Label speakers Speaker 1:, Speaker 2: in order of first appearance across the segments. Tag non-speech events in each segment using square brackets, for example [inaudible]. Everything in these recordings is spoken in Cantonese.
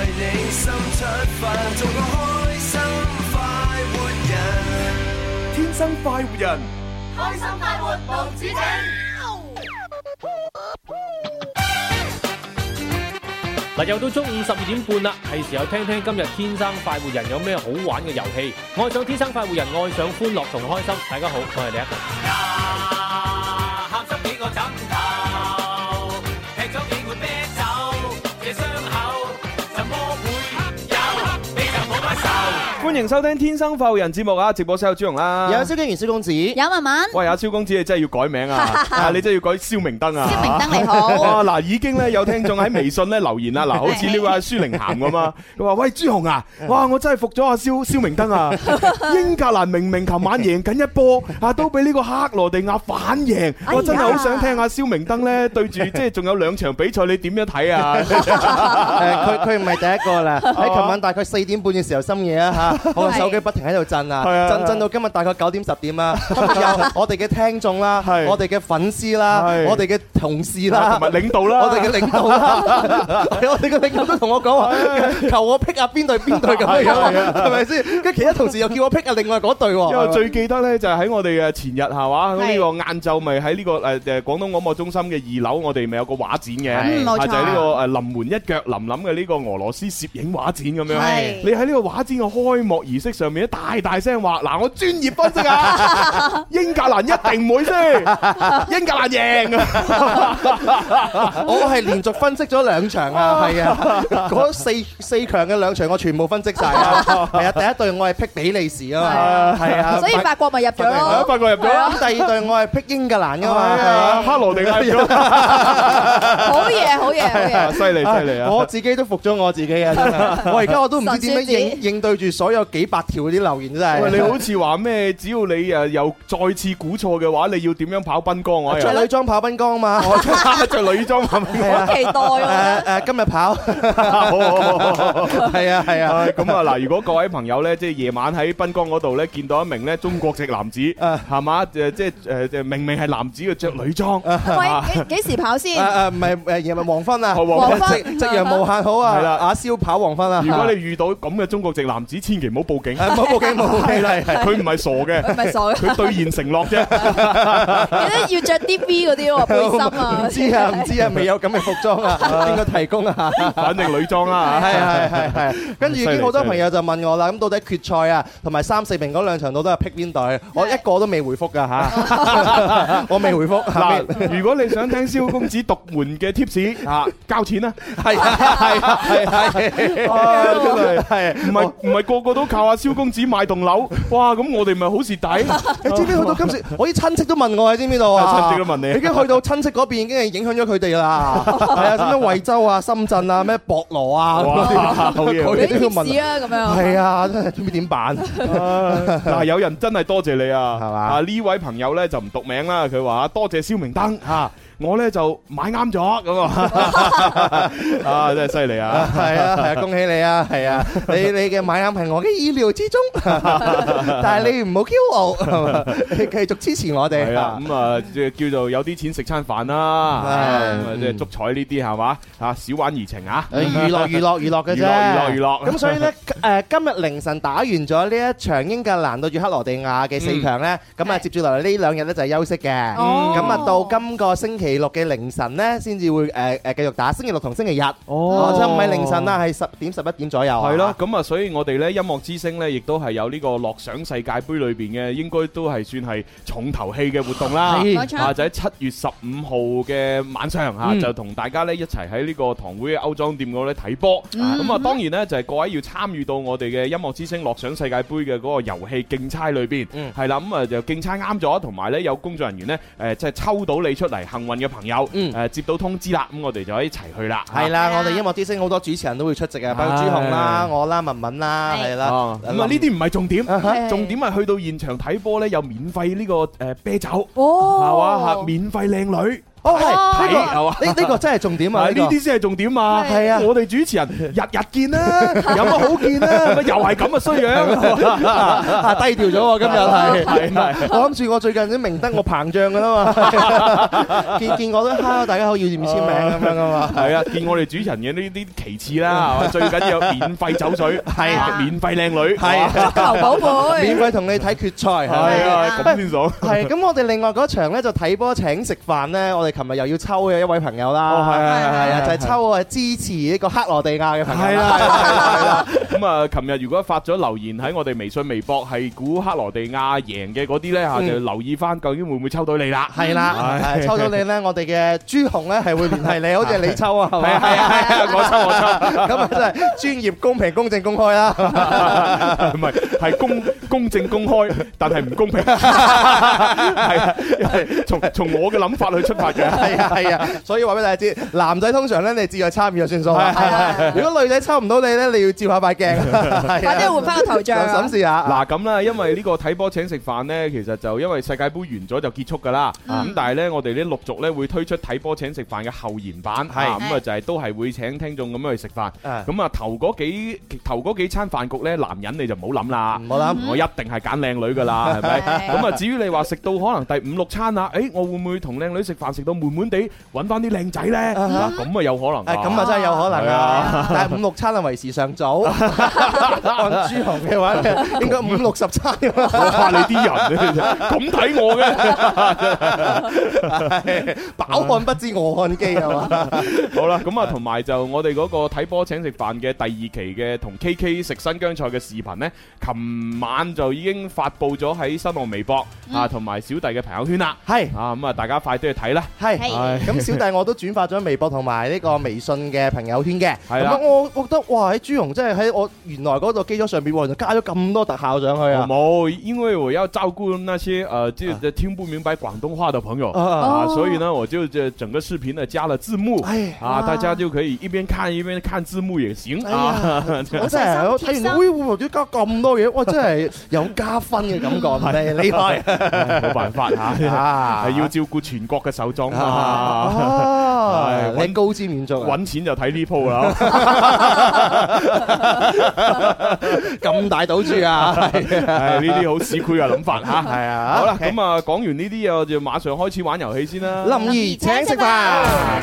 Speaker 1: 心出發，做個開心快活人。天生快活人，
Speaker 2: 開心快活無止境。
Speaker 3: 嗱，又到中午十二點半啦，係時候聽聽今日天生快活人有咩好玩嘅遊戲。愛上天生快活人，愛上歡樂同開心。大家好，我係李克勤。
Speaker 4: 喊濕幾個枕頭，踢咗幾罐啤酒，嘅傷口怎麼會有？你就冇乜愁。
Speaker 5: 歡迎收聽《天生快活人》節目啊！直播室有朱容啦，
Speaker 6: 有蕭敬元、蕭公
Speaker 5: [laughs]
Speaker 6: 子，有
Speaker 7: 文文。
Speaker 5: 喂，阿蕭公子，你真係要改
Speaker 6: [laughs]
Speaker 5: 名啊！啊，你真係要改蕭明燈啊！蕭 [laughs]
Speaker 7: 明燈你好
Speaker 5: 啊，嗱，已經咧有聽眾喺微信咧留言啦，嗱，好似呢位阿舒玲涵咁啊，佢話：喂，朱紅啊，哇，我真係服咗
Speaker 6: [laughs]
Speaker 5: 阿蕭蕭明燈啊！英格蘭明明琴晚贏緊一波啊，都俾呢個克羅地亞反贏，我真係好想聽阿蕭明燈咧對住即係仲有兩場比賽，你點樣
Speaker 6: [laughs]
Speaker 5: 睇啊？
Speaker 6: 呃佢佢唔係第一個
Speaker 5: [laughs]
Speaker 6: 啦，喺琴晚大概四點半嘅時候深夜啊嚇，我個手機不停喺度震
Speaker 5: 哦係
Speaker 6: 啊，
Speaker 5: 啊
Speaker 6: 震震到今日大概九點十點
Speaker 5: [laughs]
Speaker 6: 啦。有我哋嘅聽眾啦，
Speaker 5: 係
Speaker 6: 我哋嘅粉絲啦，
Speaker 5: 係啊
Speaker 6: 我哋嘅同事啦，
Speaker 5: 同埋領導啦
Speaker 6: [laughs] 我哋嘅領導
Speaker 5: [laughs]
Speaker 6: 啦，係我哋嘅領導都同我講話，求我 pick 下邊隊邊隊咁樣
Speaker 5: 係啊係啊
Speaker 6: 樣，係咪先？跟住其他同事又叫我 pick 下另外嗰隊
Speaker 5: 因為
Speaker 6: 喎。
Speaker 5: 最記得咧就係喺我哋誒前日係嘛，咁
Speaker 7: 係
Speaker 5: 呢個晏晝咪喺呢個誒誒廣東廣播中心嘅二樓，我哋咪有個畫展嘅，
Speaker 7: 嗯冇錯
Speaker 5: 啊就係呢個誒臨門一腳林林嘅呢個俄羅斯攝影畫展咁樣
Speaker 7: 係。
Speaker 5: 你喺呢個畫展嘅開幕儀式上面咧，大大聲話：嗱，我專業分析啊，英格蘭一定唔會輸，英格蘭贏。
Speaker 6: [laughs] 我係連續分析咗兩場啊， [laughs] 係啊，嗰四四強嘅兩場我全部分析晒
Speaker 5: [laughs]
Speaker 6: 啊，係啊，第一隊我係 pick 比利時啊嘛，係啊，
Speaker 7: 所以法國咪入咗
Speaker 5: 啊
Speaker 7: 咯。
Speaker 5: 法國入咗啦，
Speaker 6: 咁第二隊我係 pick 英格蘭噶嘛，係
Speaker 5: 係啊，
Speaker 6: 啊。
Speaker 5: 克羅地亞入咗啦，
Speaker 7: 好嘢，好嘢，好
Speaker 5: 啊
Speaker 7: 嘢。
Speaker 5: [laughs] 犀利犀利啊！
Speaker 6: 我自己都服咗我自己啊！
Speaker 5: [laughs]
Speaker 6: 真係，我而家我都唔知點樣
Speaker 7: 神書
Speaker 6: 應應對住所有幾百條嗰啲留言真係。[laughs]
Speaker 5: 喂，你好似話咩？只要你誒又再次估錯嘅話，你要點樣跑濱江啊？
Speaker 6: 着女裝跑濱
Speaker 5: [laughs]
Speaker 6: 江嘛？我
Speaker 5: 我着女
Speaker 6: [laughs]
Speaker 5: 裝跑濱
Speaker 6: 係
Speaker 5: 江。
Speaker 6: 啊
Speaker 7: 好期待
Speaker 6: 誒
Speaker 7: 啊！
Speaker 6: 誒，今日
Speaker 5: [laughs]
Speaker 6: 跑
Speaker 5: 好好好好好
Speaker 6: 係啊係啊，
Speaker 5: 唉咁啊嗱，如果各位朋友咧，即係夜晚喺濱江嗰度咧，見到一名咧中國籍男子，
Speaker 6: 啊
Speaker 5: 係嘛？誒即係誒誒，明明係男子嘅着女裝，
Speaker 7: 喂，幾幾時跑先？
Speaker 6: 誒誒唔係誒夜晚黃昏啊，
Speaker 5: 哦黃
Speaker 7: 昏
Speaker 6: 夕夕陽無限好啊！
Speaker 5: 係啦
Speaker 6: 阿蕭跑黃昏啊！
Speaker 5: 如果你遇到咁嘅中國籍男子，千祈唔好報警，
Speaker 6: 誒冇報警冇報警係係
Speaker 5: 佢唔係傻嘅，
Speaker 7: 咪傻嘅，
Speaker 5: 佢兌現
Speaker 6: [laughs]
Speaker 5: 承諾啫。
Speaker 7: 記得要着 DV 嗰啲喎，背心啊。
Speaker 6: 唔知 [laughs] 啊唔知啊，未有咁嘅服裝 [laughs] 啊，邊個提供啊？
Speaker 5: 反正女裝
Speaker 6: 係係
Speaker 5: 啦，
Speaker 6: 係 [laughs] 係，跟住已經好多朋友就問我啦，咁到底決賽啊，同埋三四名嗰兩場到底係 pick 邊隊？我一個都未回覆㗎 [laughs] 吓，我未回覆。係咪
Speaker 5: 嗱，如果你想聽蕭公子獨門嘅 tips 啊，交錢啦。
Speaker 6: [laughs] 係啊係啊係啊係啊
Speaker 5: 啊，真係
Speaker 6: 係哦
Speaker 5: 唔係唔係個個都靠阿蕭公子買棟樓，哇！咁我哋咪好蝕底。
Speaker 6: 你知唔知去到今時，我啲親戚都問我，你知唔知道啊？
Speaker 5: 親戚都問你
Speaker 6: 已經去到親戚嗰邊已經係影響咗佢哋 [laughs] 啦。係啊，咩惠州啊、深圳啊、咩博羅啊，
Speaker 5: 哇 [laughs] 好嘢
Speaker 6: 佢
Speaker 7: 俾
Speaker 6: 哋都要
Speaker 7: 啲士
Speaker 6: 問。
Speaker 7: 啊，咁樣。
Speaker 6: 係啊，真係唔知點辦。
Speaker 5: [laughs] 嗱，有人真係多謝你啊，
Speaker 6: 係嘛
Speaker 5: 啊呢位朋友咧就唔讀名啦，佢話多謝蕭明燈嚇，我咧就買啱咗咁啊， [laughs] 啊真係犀利啊！
Speaker 6: 係啊，係啊，恭喜你啊，係啊，你你嘅買啱係我嘅意料之中， [laughs] 但係你唔好驕傲，你繼續支持我哋
Speaker 5: 係啊，咁啊，即係叫做有啲錢食餐飯啦，
Speaker 6: 係
Speaker 5: 咁啊即係足彩呢啲係嘛，啊少玩怡情啊，
Speaker 6: 誒娛樂娛樂娛樂嘅啫，
Speaker 5: 娛樂娛樂娛樂
Speaker 6: 咁所以咧，誒今日凌晨打完咗呢一場英格蘭對住克羅地亞嘅四強咧，咁啊
Speaker 7: 係
Speaker 6: 接住落嚟呢兩日咧就係休息嘅。
Speaker 7: 哦
Speaker 6: 咁啊，到今個星期六嘅凌晨咧，先至會誒誒繼續打。星期六同星期日，哦，即係唔係凌晨啦，係十點十一點左右啊。
Speaker 5: 係咯，咁啊，所以我哋咧音樂之星咧，亦都係有呢個樂賞世界盃裏邊嘅，應該都係算係重頭戲嘅活動啦。
Speaker 7: 冇錯
Speaker 5: 啊，就喺七月十五號嘅晚上嚇，就同大家咧一齊喺呢個堂會嘅歐裝店嗰度咧睇波。咁啊，當然咧就係各位要參與到我哋嘅音樂之星樂賞世界盃嘅嗰個遊戲競猜裏邊，
Speaker 6: 嗯
Speaker 5: 係啦，咁啊就競猜啱咗，同埋咧有工作人員咧誒即係抽到你出嚟幸運嘅朋友，
Speaker 6: 嗯
Speaker 5: 誒接到通知啦，咁我哋就可以一齊去啦。
Speaker 6: 係啦，
Speaker 7: 係啊
Speaker 6: 我哋音樂之星好多主持人都會出席啊，包括
Speaker 5: 係
Speaker 6: 朱紅啦、我啦、文文啦，
Speaker 7: 係
Speaker 6: 係啦。
Speaker 5: 啊咁啊呢啲唔係重點。
Speaker 7: 係
Speaker 5: 重點係去到現場睇波咧，有免費呢個誒啤酒，
Speaker 7: 哦，
Speaker 5: 係嘛嚇，免費靚女，
Speaker 6: 哦，係
Speaker 5: 睇係嘛
Speaker 6: 呢個呢呢個真係重點啊！
Speaker 5: 啊！
Speaker 6: 呢
Speaker 5: 呢
Speaker 6: 個
Speaker 5: 啲先係重點啊！
Speaker 6: 係啊
Speaker 5: 我哋
Speaker 6: [laughs]
Speaker 5: 主持人日日見啦，有乜好見啦？咪又係咁嘅衰樣，
Speaker 6: 啊低調咗喎，今日係
Speaker 5: 係係
Speaker 6: [laughs] 我諗住我最近啲明燈我膨脹㗎啦 [laughs] 嘛，見見我都哈，大家好要唔簽名咁樣啊嘛。
Speaker 5: 係啊！見我哋主持人嘅呢啲其
Speaker 6: [laughs]
Speaker 5: 次啦，係嘛最緊要免費酒水，係
Speaker 7: 啊
Speaker 5: 免費靚女，
Speaker 6: 係
Speaker 5: 哇
Speaker 6: 免費同你睇決賽，
Speaker 5: 係
Speaker 6: 係
Speaker 5: 啊，咁先爽。
Speaker 6: 係咁，我哋另外嗰場咧就睇波請食飯咧，我哋琴日又要抽嘅一位朋友啦，
Speaker 5: 哦係係係
Speaker 6: 係啊，
Speaker 5: 係
Speaker 6: 就係抽我支持呢個克羅地亞嘅朋
Speaker 5: 係
Speaker 6: 友
Speaker 5: 啦，
Speaker 6: 啦，
Speaker 5: 係啦，係啦。咁啊，琴日如果發咗留言喺我哋微信、微博係估克羅地亞贏嘅嗰啲咧嚇，
Speaker 6: 嗯
Speaker 5: 就留意翻究竟會唔會抽到你啦。
Speaker 6: 係啦，係抽到你咧，我哋嘅朱紅咧係會聯繫你，好似係你抽啊，係
Speaker 5: 係
Speaker 6: 咪？
Speaker 5: 啊係啊係啊，我抽我抽。
Speaker 6: 咁啊真係專業、公平、公正、公開啊啦。
Speaker 5: 唔係，係公公正公開，但係唔公
Speaker 6: [laughs]
Speaker 5: 平。係啊，係從從我嘅諗法去出發嘅。
Speaker 6: 係啊係啊，所以話俾大家知，男仔通常咧你自由參與就算數啦。啊如果女仔抽唔到你咧，你要照下塊鏡，係啊就
Speaker 7: à.
Speaker 6: 審視下。
Speaker 5: 嗱咁啦，因為呢個睇波請食飯呢，其實就因為世界盃完咗就結束㗎啦。咁但係呢，我哋呢陸續呢會推出睇波請食飯嘅後延版，
Speaker 6: 係
Speaker 5: 啊咁啊就係都係會請聽眾咁樣去食飯。
Speaker 6: 啊
Speaker 5: 咁啊頭嗰幾頭嗰幾餐飯局呢，男人你就唔好諗啦。
Speaker 6: 唔好諗。
Speaker 5: 我一定係揀靚女㗎啦，係咪？
Speaker 7: 係
Speaker 5: 咁啊，至於你話食到可能第五六餐啊，誒，我會唔會同靚女食飯食到悶悶地，揾翻啲靚仔呢？啊咁啊有可能
Speaker 6: 誒
Speaker 5: 㗎。
Speaker 6: 咁啊真係有可能啊！但係五六餐啊為時尚早，按朱紅嘅話咧，應該五六十餐咁啊
Speaker 5: 我怕你啲人啊咁睇我嘅。 [laughs]
Speaker 6: 飽漢不知餓漢飢係嘛？
Speaker 5: 好啦，咁啊，同埋就我哋嗰個睇波請食飯嘅第二期嘅同 K K 食新疆菜嘅視頻呢，琴晚就已經發布咗喺新浪微博啊，同埋小弟嘅朋友圈啦。
Speaker 6: 係
Speaker 5: 啊，咁啊，大家快啲去睇啦。
Speaker 6: 係
Speaker 5: 唉
Speaker 6: 咁小弟我都轉發咗微博同埋呢個微信嘅朋友圈嘅。
Speaker 5: 係
Speaker 6: 咁
Speaker 5: 啦
Speaker 6: 啊我覺得哇！喺朱紅真係喺我原來嗰度基礎上邊喎，就加咗咁多特效上去
Speaker 5: 我
Speaker 6: 啊！
Speaker 5: 冇，因為我要照顧那些呃，就聽不明白廣東話的朋友。
Speaker 6: 啊
Speaker 5: 啊，所以呢，我就这整个视频呢加了字幕，
Speaker 6: 哎
Speaker 7: 哇
Speaker 5: 啊，大家就可以一边看一边看字幕也行
Speaker 6: 哎
Speaker 5: 啊
Speaker 6: 呀。我真係我睇完，喂，我點加咁多嘢？哇！真係有加分嘅感覺，係厲害
Speaker 5: 冇辦法 [laughs] 吓，
Speaker 6: 啊！
Speaker 5: 係要照顧全國嘅首裝哎
Speaker 6: À.
Speaker 5: 啊。
Speaker 6: 啊！
Speaker 5: 係
Speaker 6: 你高瞻遠矚啊！
Speaker 5: 揾錢就睇呢鋪啦， [laughs]
Speaker 6: 咁大賭注啊！係啊
Speaker 5: 係呢啲好市儈嘅諗法 [laughs] 吓。
Speaker 6: 係啊
Speaker 5: 好啦，
Speaker 6: OK
Speaker 5: 咁啊講完呢啲嘢，我就馬上開始玩遊戲先啦。
Speaker 6: 林兒請食飯。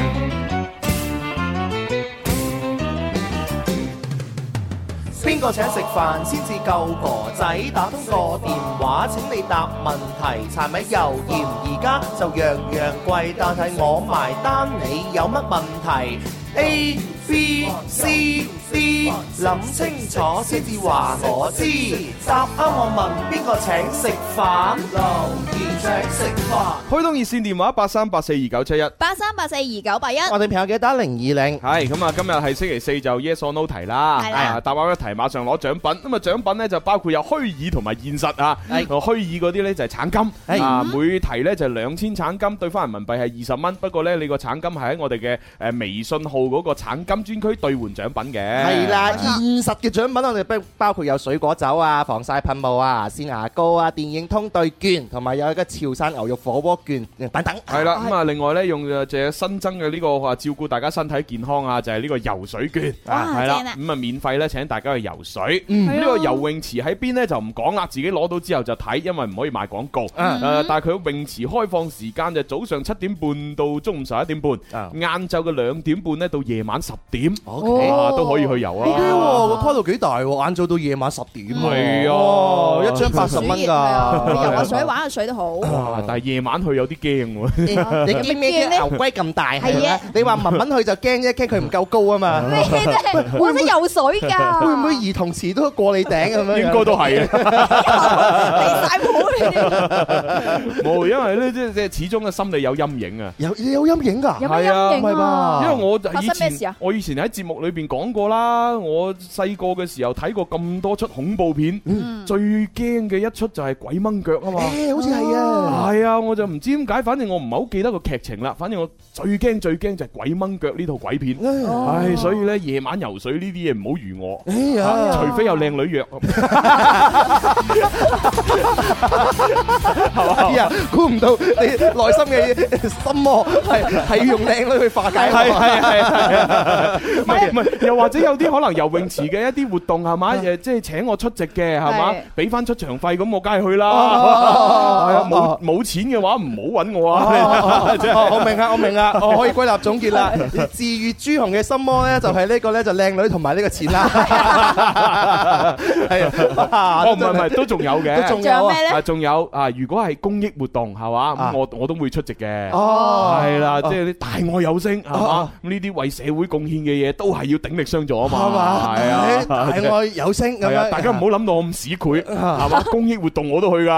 Speaker 6: 邊個請食飯先至夠哥仔？打通個電話請你答問題，柴米油鹽而家就樣樣貴，但係我埋單，你有乜問題？A B C D，諗清楚先至話我知。答啱我問邊個請食飯？留言請食飯。
Speaker 5: 開通熱線電話八三八四二九七一。
Speaker 6: 我哋朋友記得打零二零。
Speaker 5: 係咁啊！今日係星期四就 yes or no 題啦，
Speaker 7: 係啦
Speaker 5: 啊答啱一題馬上攞獎品。咁啊獎品呢就包括有虛擬同埋現實啊。
Speaker 6: 係
Speaker 5: 哦虛擬嗰啲呢就係橙金
Speaker 6: 係
Speaker 5: 啊，每題呢就兩千橙金，兑翻人民幣係二十蚊。不過呢，你個橙金係喺我哋嘅誒微信號嗰個橙金專區兌換獎品嘅。
Speaker 6: 係啦，現實嘅獎品我哋包包括有水果酒啊、防曬噴霧啊、鮮牙膏啊、電影通兌券，同埋有一個潮汕牛肉火鍋券等等。
Speaker 5: 係啦，咁啊，另外呢，用誒隻新增嘅呢個啊照顧大家身體健康啊，就係呢個游水券，
Speaker 7: Ờ,
Speaker 5: 啊係啦，咁啊免費呢，請大家去游水。呢個游泳池喺邊呢？就唔講啦，自己攞到之後就睇，因為唔可以賣廣告。
Speaker 6: 嗯
Speaker 5: 誒，但係佢泳池開放時間就早上七點半到中午十一點半，
Speaker 6: 啊
Speaker 5: 晏晝嘅兩點半呢，到夜晚十點，
Speaker 6: à, OK
Speaker 5: 啊都可以去游
Speaker 6: ，O K
Speaker 5: 啊。
Speaker 6: 喎，個跨度幾大喎，晏晝到夜晚十點喎，
Speaker 5: 係啊
Speaker 6: 哦一張八十蚊
Speaker 7: 啊
Speaker 6: 啊㗎，
Speaker 5: 哇！但係夜晚去有啲 [laughs] 驚喎。
Speaker 6: 你驚咩驚？牛龜咁大係咪？你話文文去就驚啫，驚佢唔夠高啊嘛。會
Speaker 7: Ờ.
Speaker 6: 唔會兒童池都過你頂咁樣？
Speaker 5: 應該都係嘅， [laughs] 冇，因為咧即係即係始終嘅心理有陰影啊。
Speaker 6: 有有陰影㗎。
Speaker 5: 係啊，
Speaker 6: 因為我
Speaker 5: 因為我就
Speaker 7: 發
Speaker 5: 以
Speaker 7: 生咩事
Speaker 5: 前
Speaker 7: 啊
Speaker 5: 我以前喺節目裏邊講過啦，啦，我細個嘅時候睇過咁多出恐怖片，
Speaker 7: 嗯
Speaker 5: 最驚嘅一出就係鬼掹腳啊嘛。
Speaker 6: 誒，好似係 [laughs] 啊，
Speaker 5: 係啊，我就唔知點解，反正我唔係好記得個劇情啦。反正我最驚最驚就係鬼掹腳呢套鬼片。
Speaker 7: 哦
Speaker 5: 唉，所以呢，夜晚游水呢啲嘢唔好預我。啊
Speaker 6: 哎呀，
Speaker 5: 除非有靚女約，
Speaker 6: 哎呀，估唔到你內心嘅心魔係係用靚女去化解，
Speaker 5: 係係係係，唔係唔係，又或者有啲可能游泳池嘅一啲活動係嘛，誒即係請我出席嘅係嘛
Speaker 7: 係，
Speaker 5: 俾翻出場費咁我梗係去
Speaker 6: 哦
Speaker 5: 啦。係啊，冇冇錢嘅話唔好揾我啊！
Speaker 6: 哦我明啦，我明啦，我可以歸納總結啦。治愈朱紅嘅心魔咧，就係呢個咧就靚女同埋呢個錢啦。係啊，
Speaker 5: [laughs] 哦，唔係唔係，都仲有嘅，
Speaker 6: 都
Speaker 7: 仲
Speaker 6: 仲有
Speaker 7: 有
Speaker 6: 啊
Speaker 7: 咩。咧
Speaker 5: 啊，？仲有啊，如果係公益活動係嘛，
Speaker 6: 啊
Speaker 5: 咁我我都會出席嘅。
Speaker 6: 哦，
Speaker 5: 係啦，即係啲大愛有聲係嘛
Speaker 6: 哦，
Speaker 5: 咁呢啲為社會貢獻嘅嘢都係要鼎力相助啊嘛。
Speaker 6: 係嘛？
Speaker 5: 係
Speaker 6: 誒大
Speaker 5: 啊。
Speaker 6: 愛有聲咁
Speaker 5: 係啊，
Speaker 6: 樣，
Speaker 5: 大家唔好諗到我咁市儈，
Speaker 6: Ờ.
Speaker 5: 係嘛？公益活動我都去㗎，係
Speaker 6: 哦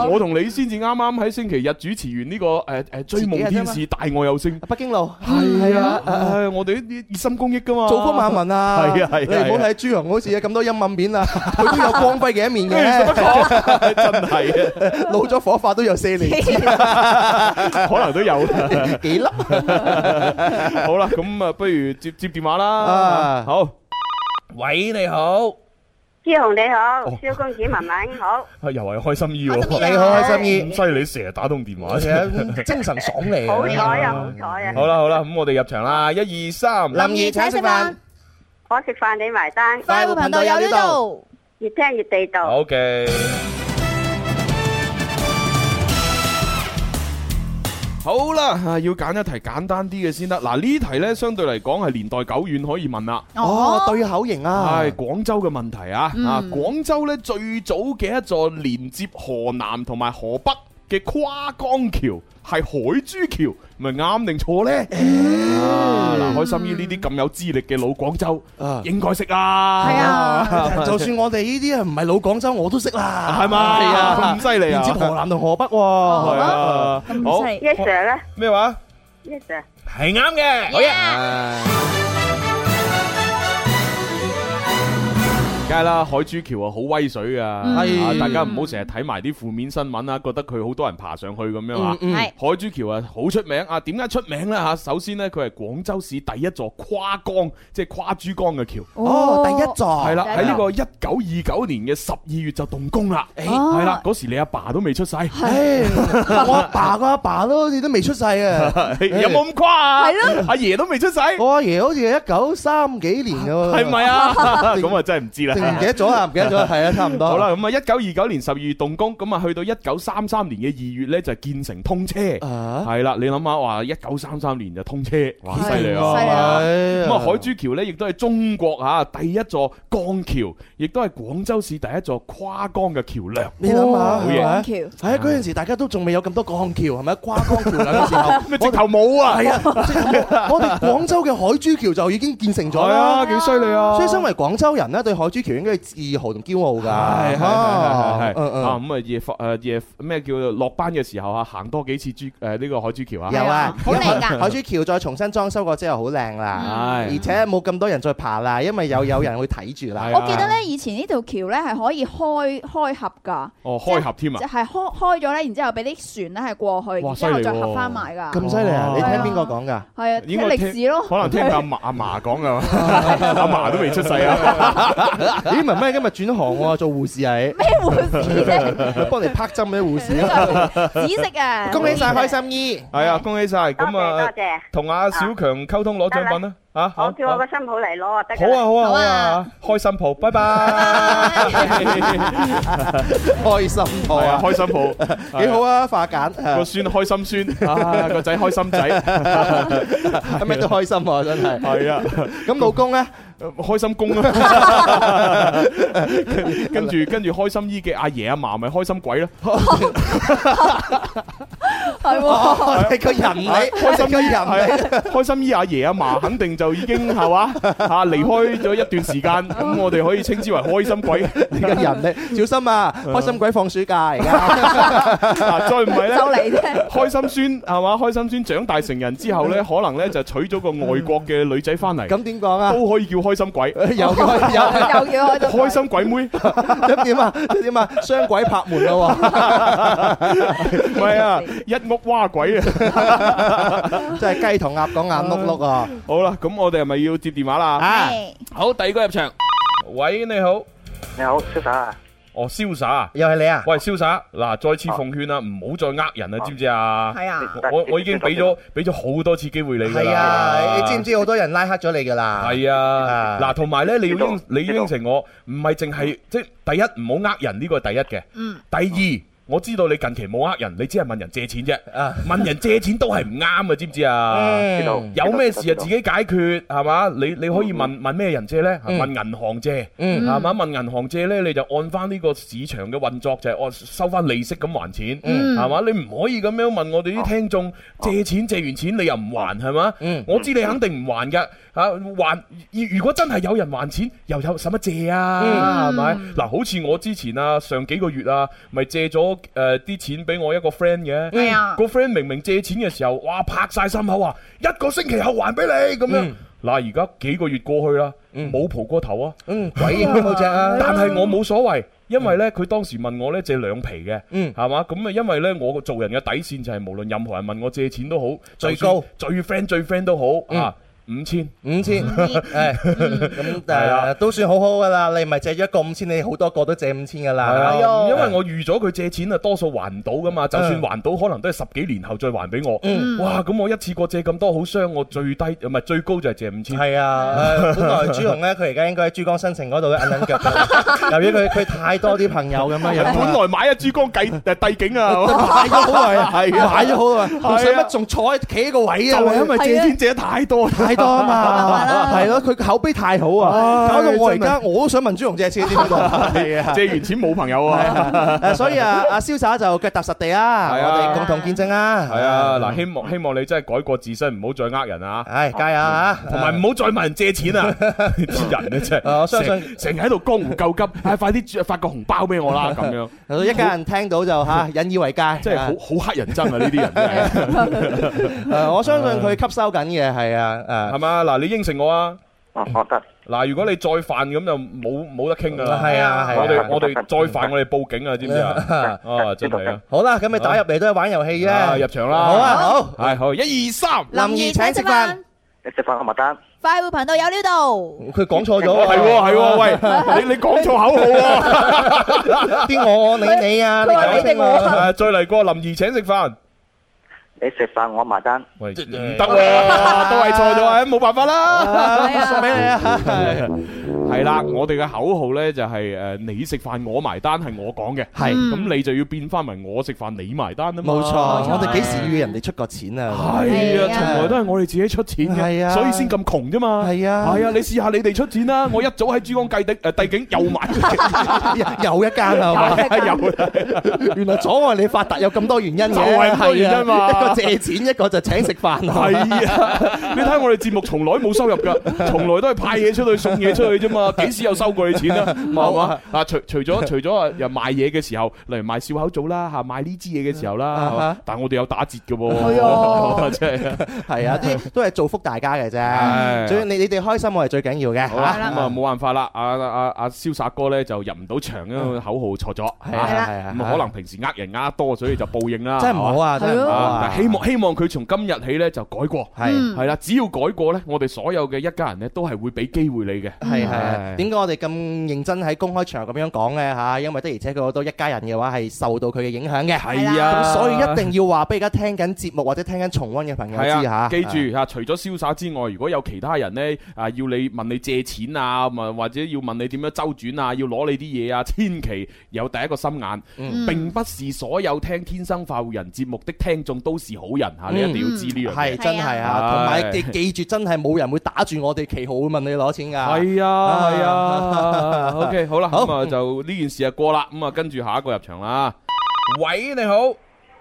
Speaker 5: 啊我同你先至啱啱喺星期日主持完呢個誒誒追夢天
Speaker 6: 自己
Speaker 5: 使大愛有聲，
Speaker 6: 北京路。
Speaker 5: 係
Speaker 6: à.
Speaker 5: 啊，
Speaker 6: Ờ,
Speaker 5: 誒我哋呢啲熱心公益㗎嘛，
Speaker 6: 造福萬民啊！
Speaker 5: 係啊係啊
Speaker 6: 你唔好睇朱紅好似有咁多陰暗面啊，佢都有光輝嘅一面嘅，
Speaker 5: 真係啊。
Speaker 6: 老咗火化都有四年， [laughs]
Speaker 5: 可能都有。
Speaker 6: 幾粒？
Speaker 5: 好啦，咁啊，不如接接電話啦
Speaker 6: 啊。
Speaker 5: 好，喂，你好，
Speaker 8: 朱紅你好
Speaker 5: 哦，
Speaker 8: 蕭公子文文好，
Speaker 5: 啊又係開心哎醫
Speaker 7: 開心
Speaker 5: 喎，
Speaker 7: 醫
Speaker 6: 你好開心
Speaker 5: 咁
Speaker 6: 意，
Speaker 5: 犀利，成日打通電話啫。
Speaker 6: 精神爽利啊。
Speaker 8: 好彩啊好彩啊！
Speaker 5: [laughs] 好啦好啦，咁我哋入場啦，一二三，
Speaker 6: 林怡請食飯，
Speaker 8: 我食飯你埋單，
Speaker 7: 快活頻道有呢度，
Speaker 8: 越聽越地道。
Speaker 5: 好嘅。好啦，啊要揀一題簡單啲嘅先得。嗱呢題呢，相對嚟講係年代久遠，可以問啦。
Speaker 6: 哦，對口型啊，
Speaker 5: 係廣州嘅問題啊！
Speaker 7: 嗯
Speaker 5: 啊，廣州咧最早嘅一座連接河南同埋河北嘅跨江橋係海珠橋，咪啱定錯呢？
Speaker 6: 嗯
Speaker 5: 啊嗱，開心姨呢啲咁有資歷嘅老廣州
Speaker 6: 啊，
Speaker 5: 應該識啦，
Speaker 7: 係啊，
Speaker 6: 就算我哋呢啲啊唔係老廣州，我都識啦，
Speaker 5: 係嘛？
Speaker 6: 係啊
Speaker 5: 咁，犀利
Speaker 6: 連
Speaker 5: 啊！
Speaker 6: 接河南同河北
Speaker 5: 係
Speaker 6: 喎。
Speaker 5: 啊，
Speaker 7: 嗯
Speaker 5: 好
Speaker 8: Yes sir 咧
Speaker 5: 咩話？
Speaker 8: ，Yes sir，
Speaker 3: 係啱嘅，好嘢。
Speaker 5: 梗係啦，海珠橋啊，好威水噶，
Speaker 6: 係
Speaker 5: 啊大家唔好成日睇埋啲負面新聞啊，覺得佢好多人爬上去咁樣啊。
Speaker 7: 係
Speaker 6: 嗯
Speaker 5: 海珠橋啊，好出名啊！點解出名呢？嚇，首先呢，佢係廣州市第一座跨江，即係跨珠江嘅橋。
Speaker 6: 哦，第一座
Speaker 5: 係啦，
Speaker 7: 第一
Speaker 5: 喺呢個一九二九年嘅十二月就動工啦。
Speaker 7: 哦
Speaker 5: 係啦，嗰時你阿爸都未出世，有 [laughs]
Speaker 6: 唉，我阿爸個阿爸都好似都未出世啊，
Speaker 5: 冇咁誇啊？
Speaker 7: 係咯
Speaker 5: 阿爺都未出世，
Speaker 6: 我阿爺好似係一九三幾年嘅喎，
Speaker 5: 係咪啊？咁啊真係唔
Speaker 6: 定
Speaker 5: 知
Speaker 6: 唔
Speaker 5: 啦。
Speaker 6: 記得咗啦？唔記得咗，係啊，差唔多。
Speaker 5: 好啦，咁啊，一九二九年十二月動工，咁啊去到一九三三年嘅二月呢，就建成通車。
Speaker 6: 啊，
Speaker 5: 係啦，你諗下，哇，一九三三年就通車，哇，
Speaker 7: 係
Speaker 5: 犀利
Speaker 7: 犀利
Speaker 5: 啊！
Speaker 7: 啊
Speaker 5: 咁
Speaker 6: 咁
Speaker 5: 啊，海珠橋咧，亦都係中國嚇第一座江橋，亦都係廣州市第一座跨江嘅橋梁。
Speaker 6: 你諗
Speaker 5: 哦
Speaker 6: 下，係咪
Speaker 7: 港橋，
Speaker 6: 係啊，嗰陣時大家都仲未有咁多鋼橋，
Speaker 5: [laughs]
Speaker 6: 係咪？跨江橋梁嘅時候，
Speaker 5: 咩直頭冇啊？ [laughs]
Speaker 6: 係啊，即係我哋廣州嘅海珠橋就已經建成咗
Speaker 5: 係
Speaker 6: 啦
Speaker 5: 啊，。幾犀利啊！
Speaker 6: 所以身為廣州人咧，對海珠橋應該係自豪同驕傲㗎。
Speaker 5: 係係係係係
Speaker 6: 嗯嗯
Speaker 5: 啊！咁啊，夜誒夜咩叫做落班嘅時候啊，行多幾次珠誒呢個海珠橋啊！
Speaker 6: 有啊，
Speaker 7: 好靚㗎
Speaker 6: 海珠橋再重新裝修過之後，好靚啦，
Speaker 5: 唉
Speaker 6: 而且冇咁多人再爬啦，因為有有人會睇住
Speaker 5: 係
Speaker 6: 啦。
Speaker 5: 啊
Speaker 7: 我記得咧以前呢條橋咧係可以開開合㗎，
Speaker 5: 哦，開合添啊
Speaker 7: 就！係開開咗咧，然之後俾啲船咧係過去，
Speaker 5: 哇
Speaker 7: 然之後
Speaker 5: 犀利
Speaker 7: 再
Speaker 5: 喎
Speaker 7: 合翻埋㗎，
Speaker 6: 咁犀利
Speaker 5: 哦
Speaker 6: 啊！你聽
Speaker 7: 係啊
Speaker 6: 邊個講㗎？
Speaker 7: 係啊，
Speaker 5: 應
Speaker 7: 聽
Speaker 5: 該
Speaker 7: 歷史
Speaker 8: 哦
Speaker 7: 咯，
Speaker 5: [laughs] 可能聽阿嫲阿嫲
Speaker 8: [laughs]
Speaker 5: 講噶， [laughs] 阿嫲都未出世啊！ [laughs]
Speaker 6: 咦，文文今日轉行喎，做護士啊你，
Speaker 7: 咩回事
Speaker 6: [laughs]
Speaker 7: 啫？ [laughs]
Speaker 6: 咪幫你拍針嘅護士
Speaker 7: 呢
Speaker 6: 啊！
Speaker 7: [laughs] 個紫色啊！
Speaker 6: 恭喜晒開心姨！
Speaker 5: 係啊，恭喜晒！
Speaker 8: 多謝
Speaker 5: 咁啊
Speaker 8: 多，謝，
Speaker 5: 同阿小強溝通攞獎品啦！啊，
Speaker 8: 我叫我個新抱嚟攞啊，得
Speaker 5: 好
Speaker 8: 㗎
Speaker 5: 啊好
Speaker 8: 啦。
Speaker 5: 啊好
Speaker 7: 好
Speaker 5: 啊
Speaker 7: 啊，
Speaker 5: 開心抱，拜
Speaker 6: 開
Speaker 5: 拜。
Speaker 6: 心
Speaker 5: [laughs] 係
Speaker 6: 婆
Speaker 5: 啊，
Speaker 6: 啊，
Speaker 5: 開心抱，
Speaker 6: 幾好啊，化簡
Speaker 5: 個
Speaker 6: 係
Speaker 5: 孫開心 [laughs] 孫，啊個仔開心仔，
Speaker 6: 啊 [laughs] 咩都開心喎，真係。
Speaker 5: 係啊，
Speaker 6: 咁老公咧，
Speaker 5: 開心公啊， [laughs] 跟哦住跟住開心姨嘅阿爺阿嫲咪開心鬼咯，
Speaker 7: 係喎，
Speaker 6: [laughs] 你個人你，
Speaker 5: 開心
Speaker 6: 你個人你。
Speaker 5: 係啊開心姨阿爺阿嫲肯定就已經係 [laughs] 嘛嚇離開咗一段時間， [laughs] 咁我哋可以稱之為開心 [laughs] 鬼。
Speaker 6: 你個人你小心啊！開心鬼放暑假而家，
Speaker 5: [laughs] 嗱，啊再唔係
Speaker 7: 就
Speaker 5: 咧。
Speaker 7: 嚟啫。
Speaker 5: 開心孫係嘛？開心孫長大成人之後咧，可能咧就娶咗個外國嘅女仔翻嚟，
Speaker 6: 咁點講啊？
Speaker 5: 都可以叫開心 [laughs] 鬼、
Speaker 6: 有嘅有，
Speaker 7: 又要開到
Speaker 5: 開心鬼妹。
Speaker 6: [laughs] 咁點啊？點啊？雙鬼拍門咯喎，
Speaker 5: 唔係 [laughs] 啊，一屋蛙鬼啊！
Speaker 6: 真係雞同鴨講眼碌碌啊！
Speaker 5: [laughs] 好啦，咁我哋係咪要接電話啦？
Speaker 6: 啊，
Speaker 5: 好，第二個入場。喂，你好。
Speaker 9: 你好，潇灑啊！
Speaker 5: 哦，瀟灑啊！
Speaker 6: 又係你啊？
Speaker 5: 喂，瀟灑，嗱，再次奉勸啊，唔好再呃人啊，知唔知啊？
Speaker 10: 係啊
Speaker 5: 我我我已經俾咗俾咗好多次機會你㗎
Speaker 6: 係
Speaker 5: 啦。
Speaker 6: 啊！你知唔知好多人拉黑咗你㗎啦？
Speaker 5: 係啊，
Speaker 6: 啊
Speaker 5: 嗱，同埋咧，你要應
Speaker 9: 知道
Speaker 5: 你要
Speaker 9: 知道
Speaker 5: 應承我，唔係淨係即係第一唔好呃人呢個係第一嘅，
Speaker 10: 嗯，
Speaker 5: 第二。我知道你近期冇呃人，你只係問人借錢啫。
Speaker 6: 啊
Speaker 5: 問人借錢都係唔啱嘅，知唔知啊？
Speaker 9: 知道
Speaker 6: 嗯
Speaker 5: 有咩事啊
Speaker 9: 知
Speaker 5: 自
Speaker 9: 道
Speaker 5: 己解決係嘛？你你可以問問咩人借呢？
Speaker 6: 嗯
Speaker 5: 問銀行借
Speaker 6: 嗯
Speaker 5: 係嘛？問銀行借呢，你就按翻呢個市場嘅運作，就係按收翻利息咁還錢
Speaker 10: 嗯
Speaker 5: 係嘛？你唔可以咁樣問我哋啲聽眾借錢借完錢你又唔還係嘛
Speaker 6: 哦嗯？
Speaker 5: 我知你肯定唔還㗎嚇，還如如果真係有人還錢，又有使乜借
Speaker 6: 嗯
Speaker 5: 啊？係咪？嗱，好似我之前啊，上幾個月啊，咪借咗誒啲錢俾我一個 friend 嘅。
Speaker 6: 嗯
Speaker 10: 係啊
Speaker 5: 個 friend 明明借錢嘅時候，哇拍晒心口話一個星期後還俾你咁樣
Speaker 6: 嗯。
Speaker 5: 嗱，而家幾個月過去啦，冇蒲過頭啊，
Speaker 6: 嗯，鬼影都冇隻啊！
Speaker 5: 但係我冇所謂。因為咧，佢當時問我咧借兩皮嘅，
Speaker 6: 嗯
Speaker 5: 係嘛？咁啊，因為咧，我做人嘅底線就係無論任何人問我借錢都好，
Speaker 6: 最
Speaker 5: 就算
Speaker 6: 高
Speaker 5: 最 friend 最 friend 都好
Speaker 6: 嗯
Speaker 5: 啊，五千。
Speaker 6: 五千， [laughs] 誒咁
Speaker 5: 啊
Speaker 6: 誒都算好好噶啦。你唔係借咗一個五千，你好多個都借五千噶
Speaker 5: 係
Speaker 6: 啦。
Speaker 5: 啊，因為我預咗佢借錢啊，多數還唔到噶嘛。就算
Speaker 6: 哎嗯
Speaker 5: 還到，可能都係十幾年後再還俾我。
Speaker 6: 嗯
Speaker 5: 哇！咁我一次過借咁多，好傷我最低唔係最高就係借五千。
Speaker 6: 係啊，誒本來朱紅咧，佢而家應該喺珠江新城嗰度咧，揞揞腳㗎。 [laughs] 由於佢佢太多啲朋友咁樣樣啊，
Speaker 5: 本來買啊珠江計誒帝景啊，
Speaker 6: 買咗好耐，
Speaker 5: 係啊
Speaker 6: 買咗好耐，
Speaker 5: 啊
Speaker 6: 仲使乜仲坐喺企喺個位
Speaker 5: 就
Speaker 6: 啊？
Speaker 5: 係因 [laughs] 為借
Speaker 7: 係啊
Speaker 5: 錢借得太多。
Speaker 6: 太多啊嘛，係咯，佢口碑太好啊，
Speaker 5: 唉
Speaker 6: 搞到我而家我都想問朱紅借錢，知唔知道？係 [laughs] 啊。
Speaker 5: 借完錢冇朋友
Speaker 6: 係
Speaker 5: 啊！
Speaker 6: 啊誒所以啊，阿瀟灑就腳踏實地啊，
Speaker 5: 係啊
Speaker 6: 我哋共同見證啊，
Speaker 5: 係啊，嗱，希望希望你真係改過自身，唔好再呃人啊！
Speaker 6: 唉，加油啊！
Speaker 5: 同埋唔好再問人
Speaker 6: [laughs]
Speaker 5: 借錢啊！啲人咧真
Speaker 6: 啊
Speaker 5: 係，
Speaker 6: 我相信
Speaker 5: 成成日喺度江湖救
Speaker 6: [laughs]
Speaker 5: 急，唉，快啲發個紅包俾我啦！咁樣
Speaker 6: 啊一家人聽到就吓引以為戒，
Speaker 5: 真係好好乞人憎啊！呢啲人真係。
Speaker 6: 誒，我相信佢吸收緊嘅係
Speaker 5: 係
Speaker 6: 啊，
Speaker 5: 嘛？嗱，你應承我啊！
Speaker 9: 哦，我得，
Speaker 5: 嗱，如果你再犯咁就冇冇得傾噶
Speaker 6: 誒，
Speaker 5: 啦。
Speaker 6: 係啊，
Speaker 5: 我
Speaker 6: 係啊。
Speaker 5: 哋我哋再犯我哋報警啊，知唔知啊？啊，真係啊！
Speaker 6: 好啦，咁你打入嚟都係玩遊戲
Speaker 5: 啊，入
Speaker 6: 啫。
Speaker 5: 場啦！
Speaker 6: 好啊，，好。
Speaker 5: 係好，一二三。
Speaker 6: 林怡請食飯，
Speaker 9: 你食飯我埋單。
Speaker 10: 快活頻道有料到，
Speaker 6: 佢講錯咗
Speaker 5: 哦，
Speaker 6: 啊，
Speaker 5: 係喎，係喎，喂，你你講錯口號喎！
Speaker 6: 啲我我你你啊，你
Speaker 7: 佢話
Speaker 6: 搞
Speaker 7: 你
Speaker 6: 清
Speaker 7: 定
Speaker 5: [laughs]
Speaker 6: 啊
Speaker 7: 我，
Speaker 5: 誒，再嚟過林兒請食飯。
Speaker 9: 你食飯我埋單。
Speaker 5: 喂，唔得喎，都係錯咗啊，冇辦法啦。
Speaker 6: 啊送俾你啊。
Speaker 5: [laughs] 係啦，我哋嘅口號咧就係誒，你食飯我埋單係我講嘅，
Speaker 6: 係
Speaker 5: 咁你就要變翻為我食飯你埋單啊嘛。
Speaker 6: 冇錯，
Speaker 10: 錯
Speaker 6: 我哋幾時要人哋出過錢啊？
Speaker 5: 係
Speaker 10: 係
Speaker 5: 啊，
Speaker 10: 啊
Speaker 5: 從來都係我哋自己出錢
Speaker 6: 係
Speaker 5: 嘅，
Speaker 6: 啊
Speaker 5: 所以先咁窮啫嘛。
Speaker 6: 係啊
Speaker 5: 係啊，你試下你哋出錢啦，我一早喺珠江計地誒帝景 [laughs] 又買，
Speaker 6: [laughs] 又一間啊，係嘛
Speaker 5: 係有
Speaker 6: 原來阻礙你發達有咁多原因嘅，
Speaker 5: 就係咁多原因嘛
Speaker 6: 係啊一個借錢，一個就請食飯啊。
Speaker 5: 係啊！你睇我哋節目從來冇收入㗎，從來都係派嘢出去送嘢出去啫
Speaker 6: [laughs]
Speaker 5: 嘛，幾時有收過你錢啊？係嘛啊！除除咗除咗啊，又賣嘢嘅時候，例如賣笑口棗啦嚇，賣呢支嘢嘅時候啦，
Speaker 6: 啊
Speaker 5: 係嘛但係我哋有打折嘅
Speaker 7: 係
Speaker 5: 喎， [laughs] 真係。
Speaker 6: 係啊，啲都係造福大家嘅
Speaker 5: 係
Speaker 6: 啫。所以你你哋開心，我係最緊要嘅。
Speaker 5: 好啦，
Speaker 6: 嚇
Speaker 5: 咁啊冇辦法啦，阿阿阿瀟灑哥咧就入唔到場，因為口號錯咗，
Speaker 6: 嗯係啊
Speaker 5: 啊
Speaker 6: 係啊
Speaker 5: 咁啊可能平時呃人呃多，所以就報應啦，
Speaker 6: 真係唔好啊，真係唔好
Speaker 5: 啊！
Speaker 6: 啊。
Speaker 5: 但希望希望佢從今日起咧就改過，
Speaker 6: 係
Speaker 5: 係啦，只要改過咧，我哋所有嘅一家人咧都係會俾機會你嘅，
Speaker 6: 係係
Speaker 5: 係
Speaker 6: 係，點解我哋咁認真喺公開場合咁樣講呢？嚇？因為的而且確好多一家人嘅話係受到佢嘅影響嘅，
Speaker 5: 係啊，
Speaker 6: 咁所以一定要話俾而家聽緊節目或者聽緊重温嘅朋友知
Speaker 5: 係
Speaker 6: 嚇。
Speaker 5: 啊，記住啊，除咗瀟灑之外，如果有其他人咧啊，要你問你借錢啊，咁啊或者要問你點樣周轉啊，要攞你啲嘢啊，千祈有第一個心眼，
Speaker 6: 嗯
Speaker 5: 並不是所有聽《天生快活人》節目的聽眾都是好人嚇，你一定要知呢樣嘢
Speaker 6: 嗯係。真係
Speaker 5: 係啊
Speaker 6: 啊，同埋記記住真係冇人會打住我哋旗號會問你攞錢㗎。
Speaker 5: 係
Speaker 6: [laughs]
Speaker 5: 啊，
Speaker 6: 啊
Speaker 5: 係啊，OK，好啦，
Speaker 6: 好
Speaker 5: 咁啊就呢件事啊過啦，咁啊跟住下一個入場啦。喂，你好，